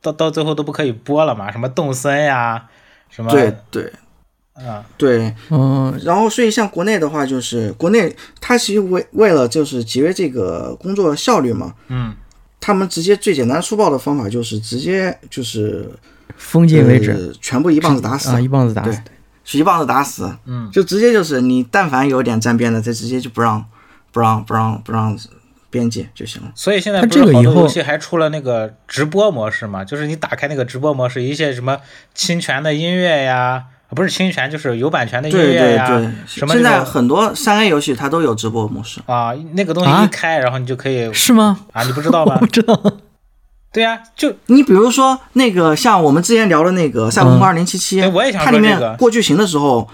Speaker 2: 到到最后都不可以播了嘛，什么动森呀，什么
Speaker 1: 对对
Speaker 2: 啊
Speaker 1: 对，
Speaker 3: 嗯，
Speaker 1: 然后，所以像国内的话，就是国内它其实为为了就是节约这个工作效率嘛，
Speaker 2: 嗯，
Speaker 1: 他们直接最简单粗暴的方法就是直接就是
Speaker 3: 封禁为止
Speaker 1: 呃，全部一棒子打死，
Speaker 3: 啊，一棒子打死
Speaker 1: 对。是一棒子打死，
Speaker 2: 嗯，
Speaker 1: 就直接就是你但凡有点沾边的，他直接就不让不让不让不让编辑就行了。
Speaker 2: 所以现在
Speaker 3: 它
Speaker 2: 不是
Speaker 3: 这个
Speaker 2: 好
Speaker 3: 以
Speaker 2: 多游
Speaker 3: 后
Speaker 2: 戏还出了那个直播模式嘛？就是你打开那个直播模式，一些什么侵权的音乐呀，啊不是侵权，就是有版权的音
Speaker 1: 对
Speaker 2: 乐
Speaker 1: 对
Speaker 2: 哎呀，
Speaker 1: 对，
Speaker 2: 什么
Speaker 1: 现
Speaker 2: 那
Speaker 1: 在
Speaker 2: 种
Speaker 1: 很多三 A 游戏它都有直播模式，
Speaker 2: 啊，那个东西一
Speaker 3: 啊
Speaker 2: 开，然后你就可以
Speaker 3: 是吗？
Speaker 2: 啊，你不知道
Speaker 3: 我
Speaker 2: 吗
Speaker 3: 不？知道。
Speaker 2: 对呀、就
Speaker 1: 你比如说那个像我们之前聊的那个《赛博朋克二零七七
Speaker 2: 嗯对》，我也想
Speaker 1: 它
Speaker 2: 说
Speaker 1: 里
Speaker 2: 这个
Speaker 1: 面过剧情的时候，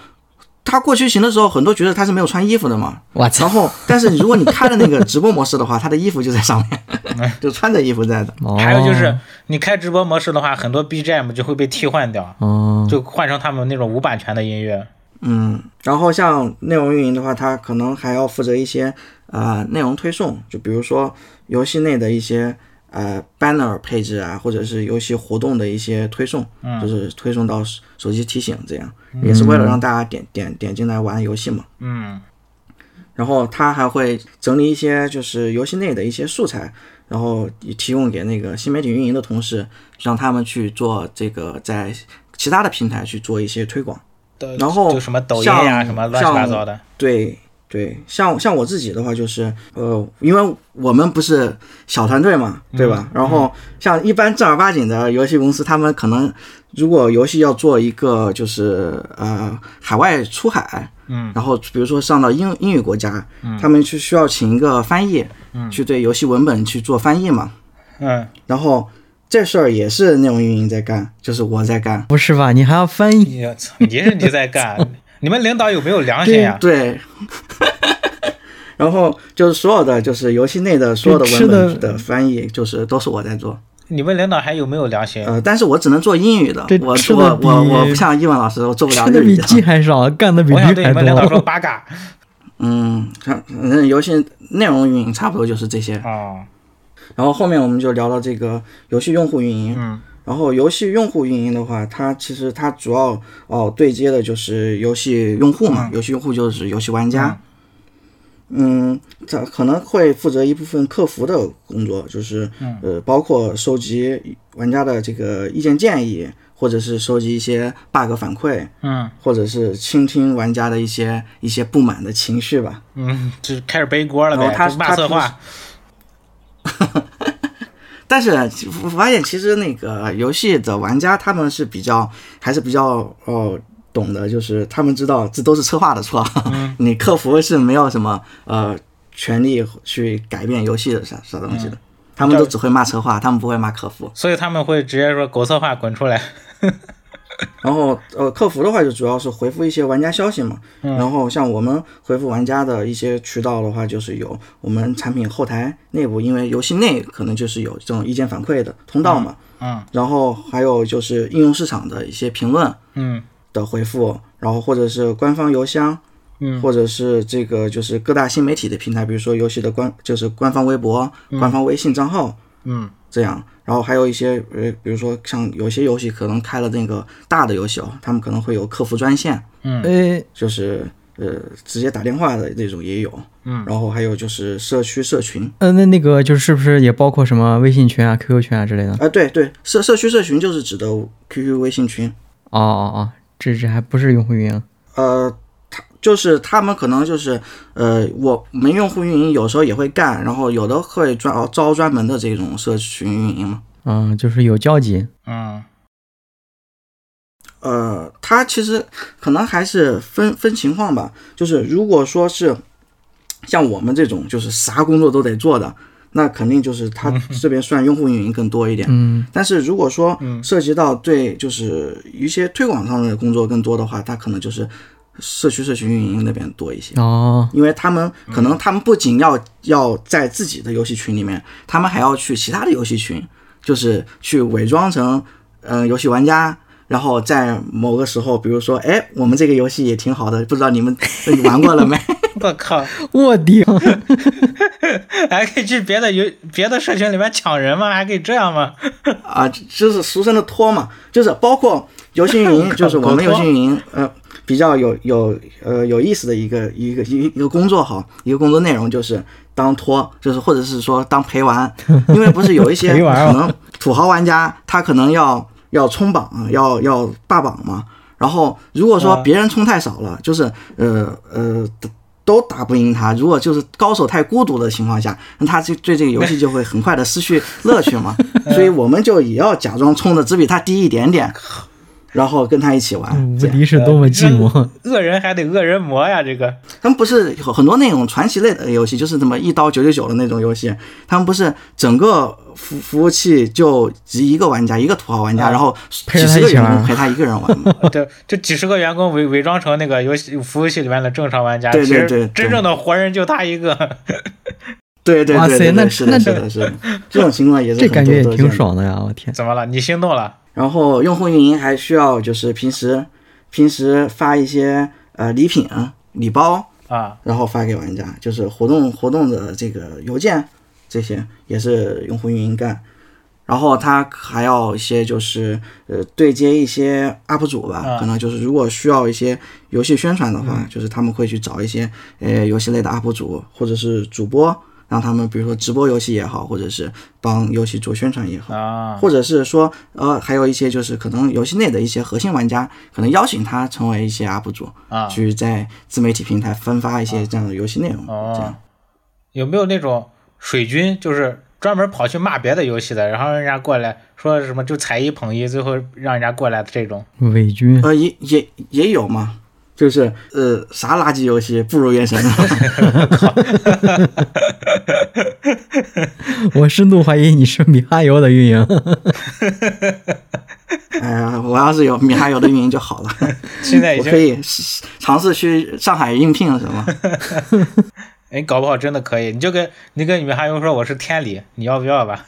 Speaker 1: 它过剧情的时候，很多角色他是没有穿衣服的嘛。
Speaker 3: 我
Speaker 1: 然
Speaker 3: 操！
Speaker 1: 后，但是如果你开了那个直播模式的话，他的衣服就在上 面，就穿着衣服在的。
Speaker 2: 还有就是
Speaker 3: 哦，
Speaker 2: 你开直播模式的话，很多 BGM 就会被替换掉，
Speaker 3: 哦，
Speaker 2: 就换成他们那种无版权的音乐。
Speaker 1: 嗯，然后像内容运营的话，它可能还要负责一些呃内容推送，就比如说游戏内的一些呃 banner 配置啊，或者是游戏活动的一些推送，就是推送到手手机提醒这样，也是为了让大家点点点进来玩游戏嘛。
Speaker 2: 嗯
Speaker 1: 然后他还会整理一些就是游戏内的一些素材，然后提供给那个新媒体运营的同事，让他们去做这个在其他的平台去做一些推广。
Speaker 2: 都
Speaker 1: 然后
Speaker 2: 就什么抖音呀、
Speaker 1: 像
Speaker 2: 什么乱七八糟的。
Speaker 1: 对对，像像我自己的话，就是呃，因为我们不是小团队嘛，对吧？然后像一般正儿八经的游戏公司，他们可能如果游戏要做一个就是呃海外出海，
Speaker 2: 嗯，
Speaker 1: 然后比如说上到英英语国家，他们去需要请一个翻译，去对游戏文本去做翻译嘛。
Speaker 2: 嗯，
Speaker 1: 然后这事儿也是内容运营在干，就是我在干。
Speaker 3: 不是吧？你还要翻译？
Speaker 2: 你操，也是你 在干，你们领导有没有良心呀？
Speaker 1: 嗯对，然后就是所有的就是游戏内的所有的文
Speaker 3: 吃
Speaker 1: 本
Speaker 3: 的
Speaker 1: 的翻译，就是都是我在做。
Speaker 2: 你们领导还有没有良心？
Speaker 1: 呃，但是我只能做英语的
Speaker 3: 这，
Speaker 1: 我
Speaker 3: 吃的
Speaker 1: 我我
Speaker 3: 比
Speaker 1: 我不像英文老师，我做不了
Speaker 3: 吃的
Speaker 1: 日语
Speaker 3: 比
Speaker 1: 的。
Speaker 3: 鸡还少，干的比
Speaker 2: 我想对
Speaker 3: 驴
Speaker 2: 你
Speaker 3: 还
Speaker 2: 们领导说
Speaker 3: 多。
Speaker 2: 八嘎
Speaker 1: 嗯，看反正游戏内容运营差不多就是这些。
Speaker 2: 啊，
Speaker 1: 然后后面我们就聊到这个游戏用户运营。
Speaker 2: 嗯，
Speaker 1: 然后游戏用户运营的话，它其实它主要哦对接的就是游戏用户
Speaker 2: 嗯
Speaker 1: 嘛，游戏用户就是游戏玩家。嗯，这可能会负责一部分客服的工作，就是
Speaker 2: 嗯
Speaker 1: 呃，包括收集玩家的这个意见建议，或者是收集一些 bug 反馈，
Speaker 2: 嗯
Speaker 1: 或者是倾听玩家的一些一些不满的情绪吧。
Speaker 2: 嗯，就开始背锅了
Speaker 1: 然
Speaker 2: 呗，
Speaker 1: 后他
Speaker 2: 就骂
Speaker 1: 他
Speaker 2: 策划，
Speaker 1: 但是我发现，其实那个游戏的玩家他们是比较还是比较哦懂的，就是他们知道这都是策划的错，啊 你客服是没有什么呃权利去改变游戏的啥啥东西的，他们都只会骂策划，他们不会骂客服。
Speaker 2: 所以他们会直接说狗策划滚 出来。
Speaker 1: 然后呃，客服的话就主要是回复一些玩家消息嘛。
Speaker 2: 嗯
Speaker 1: 然后像我们回复玩家的一些渠道的话，就是有我们产品后台内部，因为游戏内可能就是有这种意见反馈的通道嘛。
Speaker 2: 嗯
Speaker 1: 然后还有就是应用市场的一些评论
Speaker 2: 嗯
Speaker 1: 的回复，然后或者是官方邮箱，
Speaker 2: 嗯
Speaker 1: 或者是这个就是各大新媒体的平台，比如说游戏的官就是官方微博、官方微信账号，
Speaker 2: 嗯
Speaker 1: 这样，然后还有一些呃，比如说像有些游戏可能开了那个大的游戏哦，他们可能会有客服专线，
Speaker 3: 呃，
Speaker 1: 就是呃直接打电话的那种也有，嗯，然后还有就是社区社群，
Speaker 3: 呃，那那个就是不是也包括什么微信群啊、QQ 群啊之类的？
Speaker 1: 啊、对对，社社区社群就是指的 QQ 微信群，
Speaker 3: 哦哦哦，这这还不是用户运营，
Speaker 1: 呃，他就是他们可能就是呃，我们用户运营有时候也会干，然后有的会专哦招专门的这种社群运营嘛，
Speaker 3: 嗯，就是有交集。
Speaker 2: 嗯
Speaker 1: 呃，它其实可能还是分分情况吧。就是如果说是像我们这种，就是啥工作都得做的，那肯定就是它这边算用户运营更多一点。
Speaker 3: 嗯，
Speaker 1: 但是如果说涉及到对就是一些推广上面的工作更多的话，它可能就是社区社群运营那边多一些。
Speaker 3: 哦，
Speaker 1: 因为他们可能他们不仅要要在自己的游戏群里面，他们还要去其他的游戏群，就是去伪装成嗯、呃游戏玩家，然后在某个时候，比如说，哎，我们这个游戏也挺好的，不知道你们你玩过了没？
Speaker 2: 我靠，
Speaker 3: 我的，
Speaker 2: 还可以去别的游别的社群里面抢人吗？还可以这样吗？
Speaker 1: 啊，就是俗称的托嘛，就是包括游戏运
Speaker 2: 我靠
Speaker 1: 营，就是我们
Speaker 2: 搞
Speaker 1: 游
Speaker 2: 托
Speaker 1: 戏运营，呃，比较有有呃有意思的一个一个一个一个工作哈，一个工作内容就是当托，就是或者是说当陪玩，因为不是有一些
Speaker 3: 陪玩啊
Speaker 1: 可能土豪玩家他可能要要冲榜，啊要要霸榜嘛，然后如果说
Speaker 2: 啊
Speaker 1: 别人冲太少了，就是呃呃。都打不赢他。如果就是高手太孤独的情况下， 那他就对这个游戏就会很快的失去乐趣 嘛。所以我们就也要假装冲的只比他低一点 点，然后跟他一起玩。
Speaker 3: 无
Speaker 1: 这样，
Speaker 3: 敌是多么寂 寞。
Speaker 2: 恶人还得恶人磨呀，这个
Speaker 1: 他们不是有很多那种传奇类的游戏，就是什么一刀九九九的那种游戏，他们不是整个服服务器就只一个玩家，一个土豪玩家，然后
Speaker 3: 啊陪
Speaker 1: 几
Speaker 3: 着他
Speaker 1: 十
Speaker 3: 一
Speaker 1: 个
Speaker 3: 起
Speaker 1: 员
Speaker 3: 玩
Speaker 1: 工陪他一个人玩嘛。
Speaker 2: 对，就几十个员工伪伪装成那个游戏服务器里面的正常玩家，
Speaker 1: 对对
Speaker 2: 其实
Speaker 1: 对对
Speaker 2: 真正的活人就他一个。
Speaker 1: 对对
Speaker 3: 哇
Speaker 1: 对
Speaker 3: 塞
Speaker 1: 对
Speaker 3: 那
Speaker 1: 对，是的，
Speaker 3: 那
Speaker 1: 是的，是的，这种情况也是
Speaker 3: 这
Speaker 1: 很
Speaker 3: 感觉也
Speaker 1: 多都
Speaker 3: 挺
Speaker 1: 见的
Speaker 3: 爽的呀！我天，
Speaker 2: 怎么了？你心动了？
Speaker 1: 然后用户运营还需要就是平时平时发一些呃礼品、礼包，
Speaker 2: 啊，
Speaker 1: 然后发给玩家，就是活动活动的这个邮件，这些也是用户运营干。然后他还要一些就是呃对接一些 UP 主吧，
Speaker 2: 嗯
Speaker 1: 可能就是如果需要一些呃游戏宣传的话，就是他们会去找一些呃游戏类的 UP 主或者是主播，让他们比如说直播游戏也好，或者是帮游戏做宣传也好。
Speaker 2: 啊，
Speaker 1: 或者是说，呃，还有一些就是可能游戏内的一些核心玩家，可能邀请他成为一些 UP 主，
Speaker 2: 啊
Speaker 1: 去在自媒体平台分发一些这样的游戏内容，这样
Speaker 2: 哦，有没有那种水军，就是专门跑去骂别的游戏的，然后让人家过来说什么就踩一捧一，最后让人家过来的这种？
Speaker 3: 伪军
Speaker 1: 呃，也也也有嘛，就是呃啥垃圾游戏不如原神。
Speaker 3: 我深度怀疑你是米哈游的运营，
Speaker 1: 哎呀，我要是有米哈游的运营就好了，
Speaker 2: 现在已
Speaker 1: 我
Speaker 2: 经
Speaker 1: 可以试尝试去上海应聘什么。
Speaker 2: 哎，搞不好真的可以，你就跟你跟女哈游说我是天理，你要不要吧？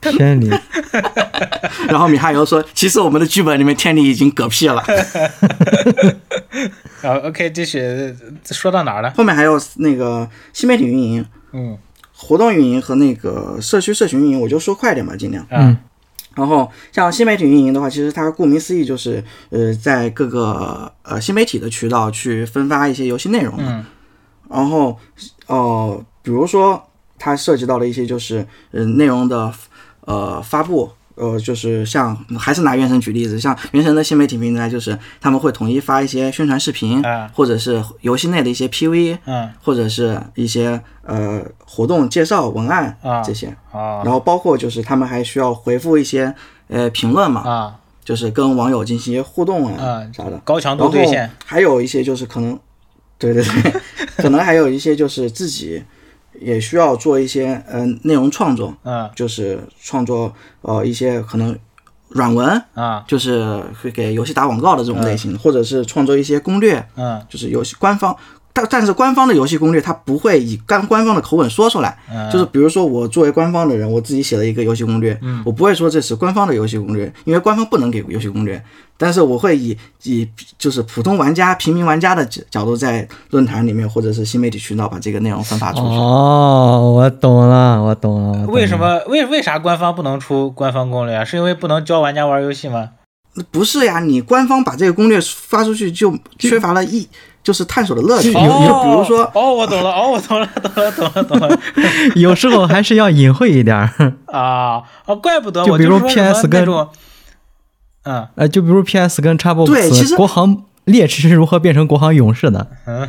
Speaker 3: 天理，
Speaker 1: 然后米哈游说，其实我们的剧本里面天理已经嗝屁 了。
Speaker 2: 啊，OK，继续说到哪儿了？
Speaker 1: 后面还有那个新媒体运营、
Speaker 2: 嗯
Speaker 1: 活动运营和那个社区社群运营，我就说快点吧，尽量。
Speaker 2: 啊
Speaker 1: 然后像新媒体运营的话，其实它顾名思义就是呃，在各个呃新媒体的渠道去分发一些游戏内容嘛。
Speaker 2: 嗯
Speaker 1: 然后呃，比如说它涉及到了一些就是嗯、呃、内容的呃发布。呃，就是像还是拿原神举例子，像原神的新媒体平台，就是他们会统一发一些宣传视频，
Speaker 2: 啊
Speaker 1: 或者是游戏内的一些 PV，
Speaker 2: 嗯
Speaker 1: 或者是一些呃活动介绍文案
Speaker 2: 啊
Speaker 1: 这些。
Speaker 2: 啊
Speaker 1: 然后包括就是他们还需要回复一些呃评论嘛，
Speaker 2: 啊
Speaker 1: 就是跟网友进行一些互动啊
Speaker 2: 啊
Speaker 1: 啥的。
Speaker 2: 高强
Speaker 1: 然
Speaker 2: 度
Speaker 1: 后
Speaker 2: 对线，
Speaker 1: 还有一些就是可能， 对对对， 可能还有一些就是自己也需要做一些呃内容创作，
Speaker 2: 嗯
Speaker 1: 就是创作呃一些可能软文，
Speaker 2: 啊
Speaker 1: 就是会给游戏打广告的这种类型，或者是创作一些攻略，
Speaker 2: 嗯
Speaker 1: 就是游戏官方，但但是官方的游戏攻略它不会以官官方的口吻说出来，
Speaker 2: 嗯
Speaker 1: 就是比如说我作为官方的人，我自己写了一个游戏攻略，我不会说这是官方的游戏攻略，因为官方不能给游戏攻略，但是我会以以就是普通玩家、平民玩家的角角度，在论坛里面或者是新媒体渠道把这个内容分发出去。
Speaker 3: 哦，我懂了，我懂了，我懂了
Speaker 2: 为什？么为为啥官方不能出官方攻略啊？是因为不能教玩家玩游戏吗？
Speaker 1: 那不是呀，你官方把这个攻略发出去就缺乏了意，就是探索的乐趣。就
Speaker 2: 哦，
Speaker 1: 比如说，
Speaker 2: 哦，我懂了，哦，我懂了，懂了，懂了，懂了
Speaker 3: 有时候还是要隐晦一点儿。
Speaker 2: 啊！哦，怪不得
Speaker 3: 就
Speaker 2: 我
Speaker 3: 比如
Speaker 2: 说什么
Speaker 3: PS
Speaker 2: 那
Speaker 3: 跟
Speaker 2: 种，嗯
Speaker 3: 呃，就比如 PS 跟 Xbox，
Speaker 1: 对其实
Speaker 3: 国行烈士是如何变成国行勇士的？
Speaker 2: 嗯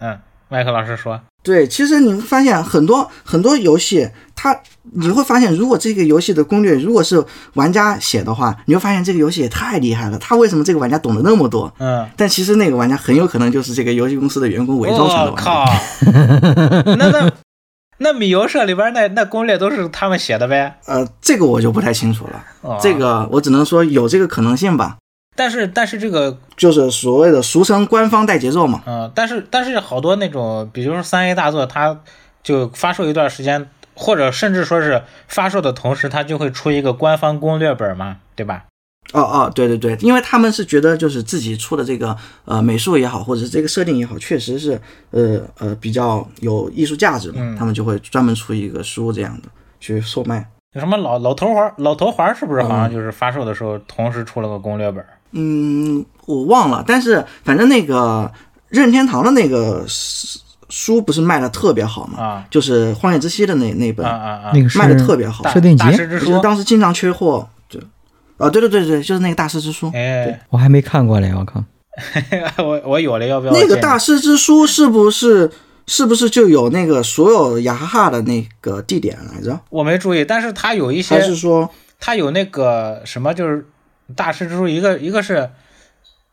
Speaker 2: 嗯，麦克老师说，
Speaker 1: 对，其实你会发现很多很多游戏，它你会发现，如果这个游戏的攻略如果是玩家写的话，你会发现这个游戏也太厉害了。他为什么这个玩家懂得那么多？
Speaker 2: 嗯，
Speaker 1: 但其实那个玩家很有可能就是这个游戏公司的员工伪装成的
Speaker 2: 我
Speaker 1: 玩家。
Speaker 2: 靠！那那那米游社里边那那攻略都是他们写的呗？
Speaker 1: 呃，这个我就不太清楚了，
Speaker 2: 哦、
Speaker 1: 这，个我只能说有这个可能性吧，
Speaker 2: 但是但是这个，
Speaker 1: 就是所谓的俗称官方带节奏嘛。
Speaker 2: 嗯、但是但是好多那种，比如说三 A 大作，它就发售一段时间，或者甚至说是发售的同时，它就会出一个官方攻略本嘛，对吧？
Speaker 1: 哦哦，对对对，因为他们是觉得就是自己出的这个呃美术也好，或者是这个设定也好，确实是呃呃比较有艺术价值嘛，
Speaker 2: 嗯
Speaker 1: 他们就会专门出一个书这样的去售卖。
Speaker 2: 有什么老老头环，老头环是不是好像
Speaker 1: 嗯
Speaker 2: 就是发售的时候同时出了个攻略本？
Speaker 1: 嗯，我忘了，但是反正那个任天堂的那个书书不是卖的特别好嘛，
Speaker 2: 啊
Speaker 1: 就是《荒野之息》的那那本、
Speaker 2: 啊啊啊！
Speaker 3: 那个是
Speaker 1: 卖的特别好
Speaker 2: 大，
Speaker 3: 设定集
Speaker 2: 大师之
Speaker 1: 我记得
Speaker 2: 书，
Speaker 1: 当时经常缺货。对，啊，对对对对，就是那个大师之书。
Speaker 2: 哎，
Speaker 3: 我还没看过嘞，我靠！
Speaker 2: 我我有了，要不要
Speaker 1: 那
Speaker 2: 借
Speaker 1: 个
Speaker 2: 你
Speaker 1: 大师之书是不是是不是就有那个所有雅哈哈的那个地点来着？
Speaker 2: 我没注意，但是它有一些
Speaker 1: 还是说
Speaker 2: 它有那个什么，就是大师之书，一个一个是，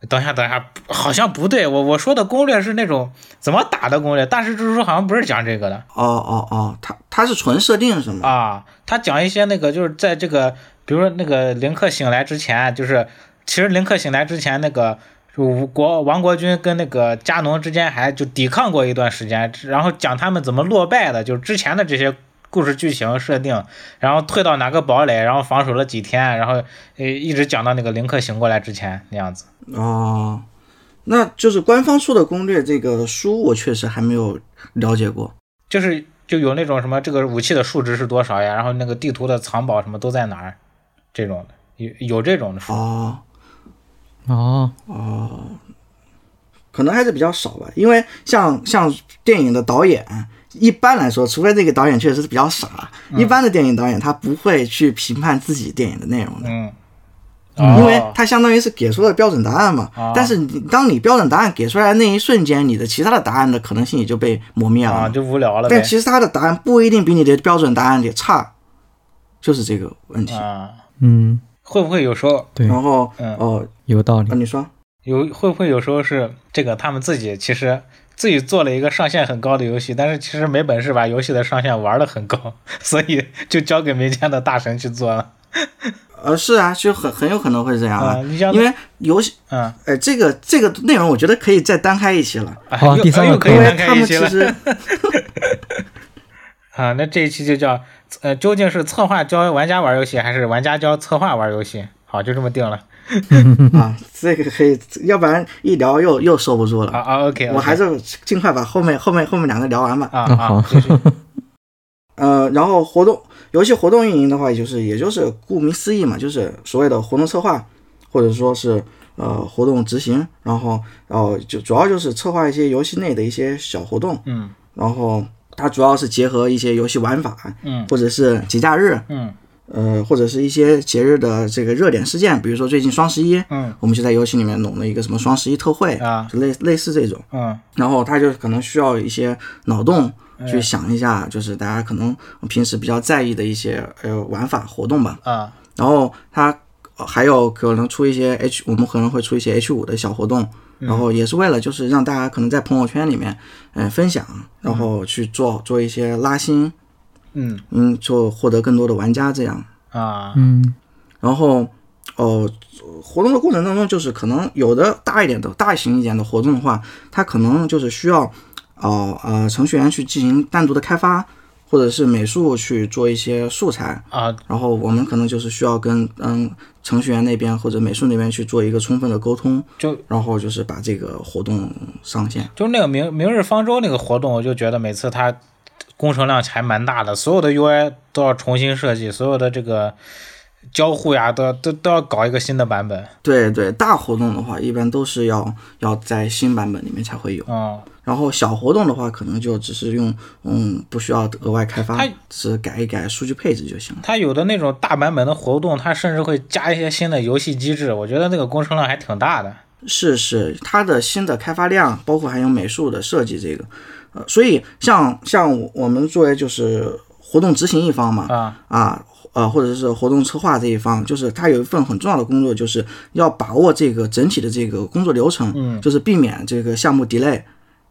Speaker 2: 等一下等一下，好像不对，我我说的攻略是那种怎么打的攻略，大师之书好像不是讲这个的
Speaker 1: 哦哦哦，它它是纯设定是吗？
Speaker 2: 啊，他讲一些那个就是在这个，比如说那个林克醒来之前，就是其实林克醒来之前那个。就吴国王国军跟那个加农之间还就抵抗过一段时间，然后讲他们怎么落败的，就是之前的这些故事剧情设定，然后退到哪个堡垒，然后防守了几天，然后呃一直讲到那个林克醒过来之前那样子。
Speaker 1: 哦，那就是官方出的攻略这个书，我确实还没有了解过。
Speaker 2: 就是就有那种什么这个武器的数值是多少呀，然后那个地图的藏宝什么都在哪儿，这种的有有这种的书。
Speaker 1: 哦
Speaker 3: 哦，
Speaker 1: 哦，可能还是比较少吧，因为像像电影的导演。一般来说，除非这个导演确实是比较傻，
Speaker 2: 嗯
Speaker 1: 一般的电影导演他不会去评判自己电影的内容的。
Speaker 2: 嗯，
Speaker 1: 因为
Speaker 2: 哦
Speaker 1: 它相当于是给出了标准答案嘛。
Speaker 2: 啊
Speaker 1: 但是你当你标准答案给出来的那一瞬间，你的其他的答案的可能性也就被磨灭了嘛。
Speaker 2: 啊就无聊了呗
Speaker 1: 但。其实他的答案不一定比你的标准答案也差，就是这个问题。
Speaker 2: 啊，
Speaker 3: 嗯，
Speaker 2: 会不会有时候
Speaker 3: 对
Speaker 1: 然后
Speaker 2: 嗯
Speaker 1: 哦、
Speaker 3: 有道理
Speaker 1: 啊，。你说
Speaker 2: 有会不会有时候是这个他们自己其实自己做了一个上限很高的游戏，但是其实没本事把游戏的上限玩的很高， 所以就交给民间的大神去做了。
Speaker 1: 呃，是啊，就很很有可能会这样啊，
Speaker 2: 啊你像
Speaker 1: 因为游戏，
Speaker 2: 嗯，
Speaker 1: 哎，这个这个内容我觉得可以再单开一期了，
Speaker 2: 哎
Speaker 3: 好
Speaker 2: 又
Speaker 3: 第三
Speaker 2: 哎
Speaker 3: 个
Speaker 2: 又可以
Speaker 1: 因为
Speaker 2: 单开
Speaker 1: 他
Speaker 2: 一
Speaker 1: 们
Speaker 2: 期
Speaker 1: 其
Speaker 2: 了
Speaker 1: 实
Speaker 2: 啊。那这一期就叫呃，究竟是策划教玩家玩游戏，还是玩家教策划玩游戏？好，就这么定了。
Speaker 1: 啊，这个可以，要不然一聊又又收不住
Speaker 2: 啊
Speaker 1: 了。
Speaker 2: 啊，OK，,
Speaker 1: 嗯我还是尽快把后面后面后面两个聊完吧。
Speaker 2: 啊
Speaker 3: 嗯好
Speaker 2: 啊，继续
Speaker 1: 呃，然后活动游戏活动运营的话，也就是也就是顾名思义嘛，就是所谓的活动策划，或者说是呃活动执行，然后然后就主要就是策划一些游戏内的一些小活动，
Speaker 2: 嗯
Speaker 1: 然后它主要是结合一些游戏玩法，
Speaker 2: 嗯
Speaker 1: 或者是节假日，
Speaker 2: 嗯
Speaker 1: 呃，或者是一些节日的这个热点事件，比如说最近双十一，
Speaker 2: 嗯
Speaker 1: 我们就在游戏里面弄了一个什么双十一特惠
Speaker 2: 啊
Speaker 1: 就类类似这种。
Speaker 2: 嗯
Speaker 1: 然后他就可能需要一些脑洞去想一下，就是大家可能平时比较在意的一些呃玩法活动吧。
Speaker 2: 啊
Speaker 1: 然后他呃还有可能出一些 H，我们可能会出一些 H 五的小活动，然后也是为了就是让大家可能在朋友圈里面嗯、呃分享，然后去做做一些拉新，
Speaker 2: 嗯
Speaker 1: 嗯，做获得更多的玩家这样。
Speaker 2: 啊
Speaker 3: 嗯
Speaker 1: 然后，呃，活动的过程当中，就是可能有的大一点的、大型一点的活动的话，它可能就是需要，哦呃，程序员去进行单独的开发，或者是美术去做一些素材。
Speaker 2: 啊
Speaker 1: 然后我们可能就是需要跟嗯程序员那边或者美术那边去做一个充分的沟通，
Speaker 2: 就
Speaker 1: 然后就是把这个活动上线。
Speaker 2: 就那个明明日方舟那个活动，我就觉得每次它工程量还蛮大的，所有的 UI 都要重新设计，所有的这个交互呀，都要都都要搞一个新的版本。
Speaker 1: 对对，大活动的话一般都是要要在新版本里面才会有。
Speaker 2: 嗯，
Speaker 1: 然后小活动的话，可能就只是用，嗯，不需要额外开发
Speaker 2: 它，
Speaker 1: 只是改一改数据配置就行了。
Speaker 2: 它有的那种大版本的活动，它甚至会加一些新的游戏机制，我觉得那个工程量还挺大的。
Speaker 1: 是是，它的新的开发量，包括还有美术的设计这个，呃，所以像像我们作为就是活动执行一方嘛，
Speaker 2: 啊
Speaker 1: 啊呃，或者是活动策划这一方，就是他有一份很重要的工作，就是要把握这个整体的这个工作流程，
Speaker 2: 嗯
Speaker 1: 就是避免这个项目 delay，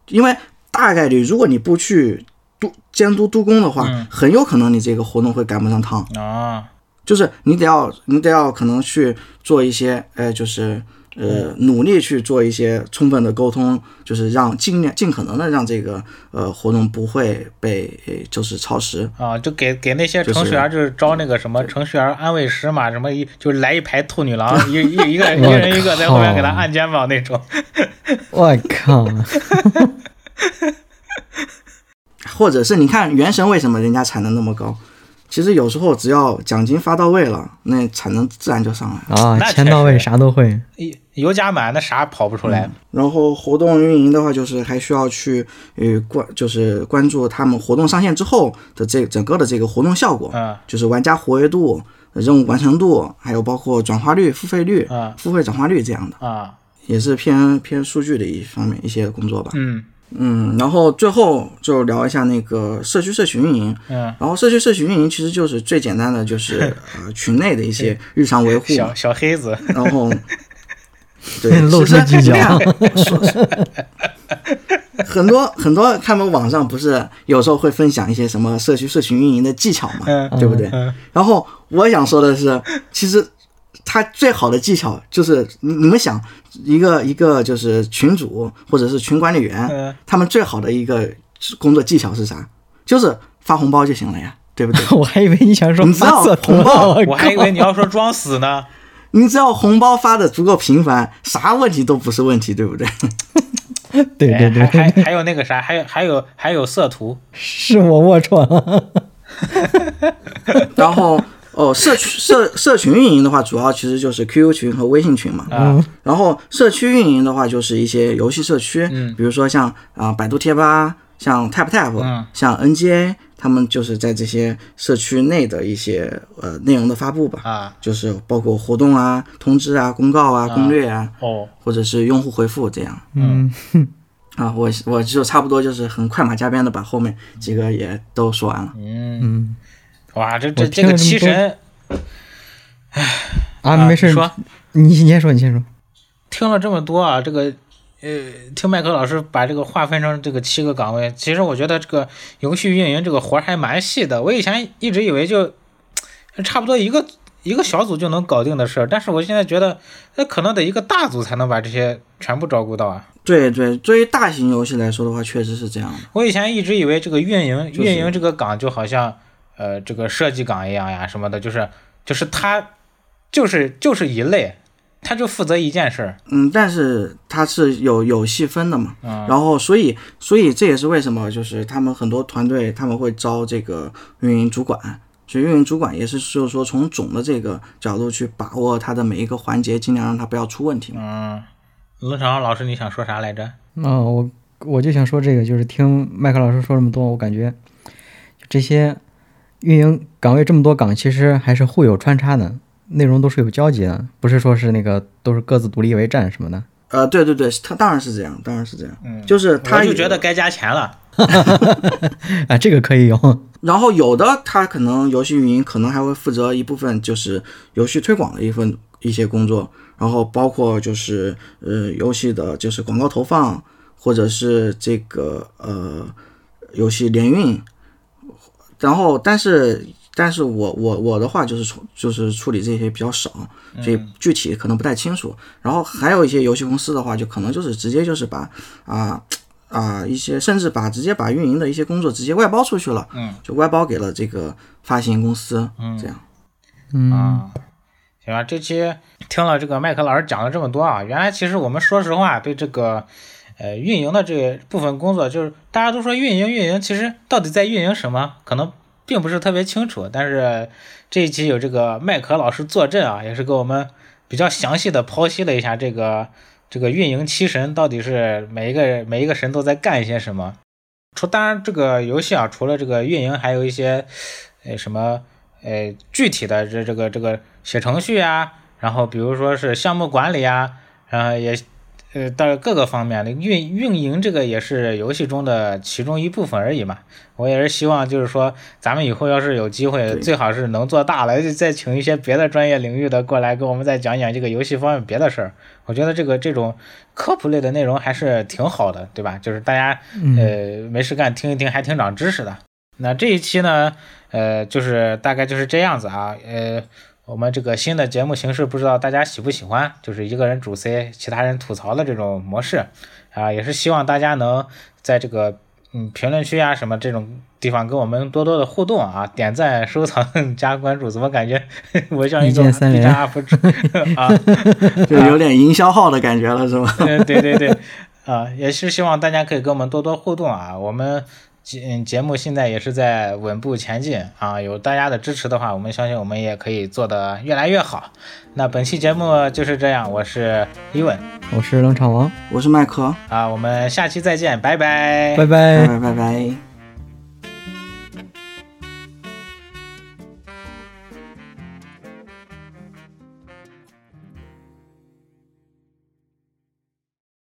Speaker 1: 因为大概率如果你不去督监督督工的话，
Speaker 2: 嗯
Speaker 1: 很有可能你这个活动会赶不上趟，
Speaker 2: 啊
Speaker 1: 就是你得要你得要可能去做一些，呃，就是。
Speaker 2: 嗯
Speaker 1: 呃，努力去做一些充分的沟通，就是让尽量尽可能的让这个呃活动不会被呃就是超时。
Speaker 2: 啊！就给给那些
Speaker 1: 就是
Speaker 2: 程序员就是招那个什么程序员安慰师嘛，什么一就来一排兔女郎， 一一一个一个人一个在后面给他按肩膀那种。
Speaker 3: 我靠，啊
Speaker 1: 或者是你看《原神》为什么人家产能那么高？其实有时候只要奖金发到位了，那产能自然就上来了。
Speaker 3: 啊，
Speaker 2: 那
Speaker 3: 钱
Speaker 2: 确
Speaker 3: 到位
Speaker 2: 实
Speaker 3: 啥都会，
Speaker 2: 一油加满，那啥跑不出来。
Speaker 1: 然后活动运营的话，就是还需要去呃关，就是关注他们活动上线之后的这整个的这个活动效果，
Speaker 2: 嗯
Speaker 1: 就是玩家活跃度、任务完成度，还有包括转化率、付费率、
Speaker 2: 嗯
Speaker 1: 付费转化率这样的，
Speaker 2: 啊，
Speaker 1: 也是偏偏数据的一方面一些工作吧。
Speaker 2: 嗯
Speaker 1: 嗯，然后最后就聊一下那个社区社群运营，
Speaker 2: 嗯，
Speaker 1: 然后社区社群运营其实就是最简单的，就是呃群内的一些日常维护，
Speaker 2: 小小黑 子，
Speaker 1: 然后对，
Speaker 3: 露出
Speaker 1: 其
Speaker 3: 犄
Speaker 1: 实
Speaker 3: 角
Speaker 1: 这样说是 很多很多，他们网上不是有时候会分享一些什么社区社群运营的技巧嘛，
Speaker 2: 嗯
Speaker 1: 对不对？
Speaker 2: 嗯
Speaker 1: 然后我想说的是，其实它最好的技巧就是你你们想一个一个就是群主或者是群管理员，
Speaker 2: 嗯
Speaker 1: 他们最好的一个工作技巧是啥？就是发红包就行了呀，对不对？
Speaker 3: 我还以为你想说
Speaker 1: 你知道
Speaker 3: 发色图
Speaker 1: 红包
Speaker 3: 呢，
Speaker 2: 我还以为你要说装死呢。
Speaker 1: 你只要红包发的足够频繁，啥问题都不是问题，对不对？
Speaker 3: 对对
Speaker 2: 哎
Speaker 3: 对，
Speaker 2: 还还还有那个啥，还有还有还有色图，
Speaker 3: 是我龌龊了，
Speaker 1: 然后哦，社区社社群运营的话，主要其实就是 QQ 群和微信群嘛。嗯
Speaker 2: 啊
Speaker 1: 然后社区运营的话，就是一些游戏社区，
Speaker 2: 嗯
Speaker 1: 比如说像啊、百度贴吧、像 TapTap、
Speaker 2: 嗯
Speaker 1: 像 NGA，他们就是在这些社区内的一些呃内容的发布吧，
Speaker 2: 啊
Speaker 1: 就是包括活动啊、通知啊、公告啊、攻略啊，
Speaker 2: 哦，
Speaker 1: 或者是用户回复这样。
Speaker 3: 嗯，
Speaker 1: 啊，我我就差不多就是很快马加鞭的把后面几个也都说完了。
Speaker 2: 嗯
Speaker 3: 嗯，
Speaker 2: 哇，这这
Speaker 3: 我
Speaker 2: 这
Speaker 3: 听了
Speaker 2: 个
Speaker 3: 这么
Speaker 2: 七
Speaker 3: 多
Speaker 2: 神
Speaker 3: 啊，没事
Speaker 2: 你，说
Speaker 3: 你你先说，你先说，
Speaker 2: 听了这么多啊，这个呃，听麦克老师把这个划分成这个七个岗位，其实我觉得这个游戏运营这个活儿还蛮细的。我以前一直以为就呃差不多一个一个小组就能搞定的事儿，但是我现在觉得那可能得一个大组才能把这些全部照顾到啊。
Speaker 1: 对对，对于大型游戏来说的话，确实是这样的。
Speaker 2: 我以前一直以为这个运营、
Speaker 1: 就是
Speaker 2: 运营这个岗就好像呃这个设计岗一样呀什么的，就是就是他就是就是一类，他就负责一件事儿。
Speaker 1: 嗯，但是它是有有细分的嘛，
Speaker 2: 嗯
Speaker 1: 然后所以所以这也是为什么就是他们很多团队他们会招这个运营主管，所以运营主管也是就是说从总的这个角度去把握它的每一个环节，尽量让它不要出问题嘛。
Speaker 2: 嗯，冷场老师，你想说啥来着？
Speaker 3: 嗯、我我就想说这个，就是听麦克老师说这么多，我感觉就这些运营岗位这么多岗，其实还是互有穿插的，内容都是有交集的，不是说是那个都是各自独立为战什么的。
Speaker 1: 呃，对对对，它当然是这样，当然是这样，
Speaker 2: 嗯
Speaker 1: 就是
Speaker 2: 我
Speaker 1: 它
Speaker 2: 就
Speaker 1: 有
Speaker 2: 觉得该加钱了。
Speaker 3: 啊，这个可以用。
Speaker 1: 然后有的他可能游戏运营可能还会负责一部分就是游戏推广的一份一些工作，然后包括就是呃游戏的就是广告投放，或者是这个呃游戏联运，然后但是呃但是我我我的话就是处就是处理这些比较少，所以具体可能不太清楚。然后还有一些游戏公司的话，就可能就是直接就是把啊。啊，一些甚至把直接把运营的一些工作直接外包出去了，
Speaker 2: 嗯，
Speaker 1: 就外包给了这个发行公司，嗯，这样。
Speaker 3: 嗯，
Speaker 2: 啊，行吧，这期听了这个麦克老师讲了这么多啊，原来其实我们说实话对这个。呃，运营的这部分工作，就是大家都说运营运营，其实到底在运营什么，可能并不是特别清楚。但是这一期有这个麦克老师坐镇啊，也是给我们比较详细的剖析了一下这个这个运营七神到底是每一个每一个神都在干一些什么。除当然这个游戏啊，除了这个运营，还有一些呃什么呃具体的这这个这个写程序啊，然后比如说是项目管理啊，然后也呃到各个方面的运运营这个也是游戏中的其中一部分而已嘛。我也是希望就是说咱们以后要是有机会，最好是能做大了，就再请一些别的专业领域的过来给我们再讲讲这个游戏方面别的事儿。我觉得这个这种科普类的内容还是挺好的，对吧？就是大家呃没事干听一听，还挺长知识的。那这一期呢，呃，就是大概就是这样子啊，呃，我们这个新的节目形式，不知道大家喜不喜欢，就是一个人主 C，其他人吐槽的这种模式啊，也是希望大家能在这个嗯评论区啊什么这种地方跟我们多多的互动啊，点赞、收藏、 加关注，怎么感觉 我像一个
Speaker 3: 一键三
Speaker 2: B
Speaker 3: 连
Speaker 2: 站 UP 主 啊？
Speaker 1: 就有点营销号的感觉了，是吧？
Speaker 2: 嗯，对 对对，啊、也是希望大家可以跟我们多多互动啊。我们节嗯节目现在也是在稳步前进啊，有大家的支持的话，我们相信我们也可以做得越来越好。那本期节目就是这样，我是伊文
Speaker 3: 我是冷场王，
Speaker 1: 我是麦克，
Speaker 2: 啊，我们下期再见，拜拜
Speaker 3: 拜
Speaker 1: 拜
Speaker 3: 拜。
Speaker 1: 拜拜拜。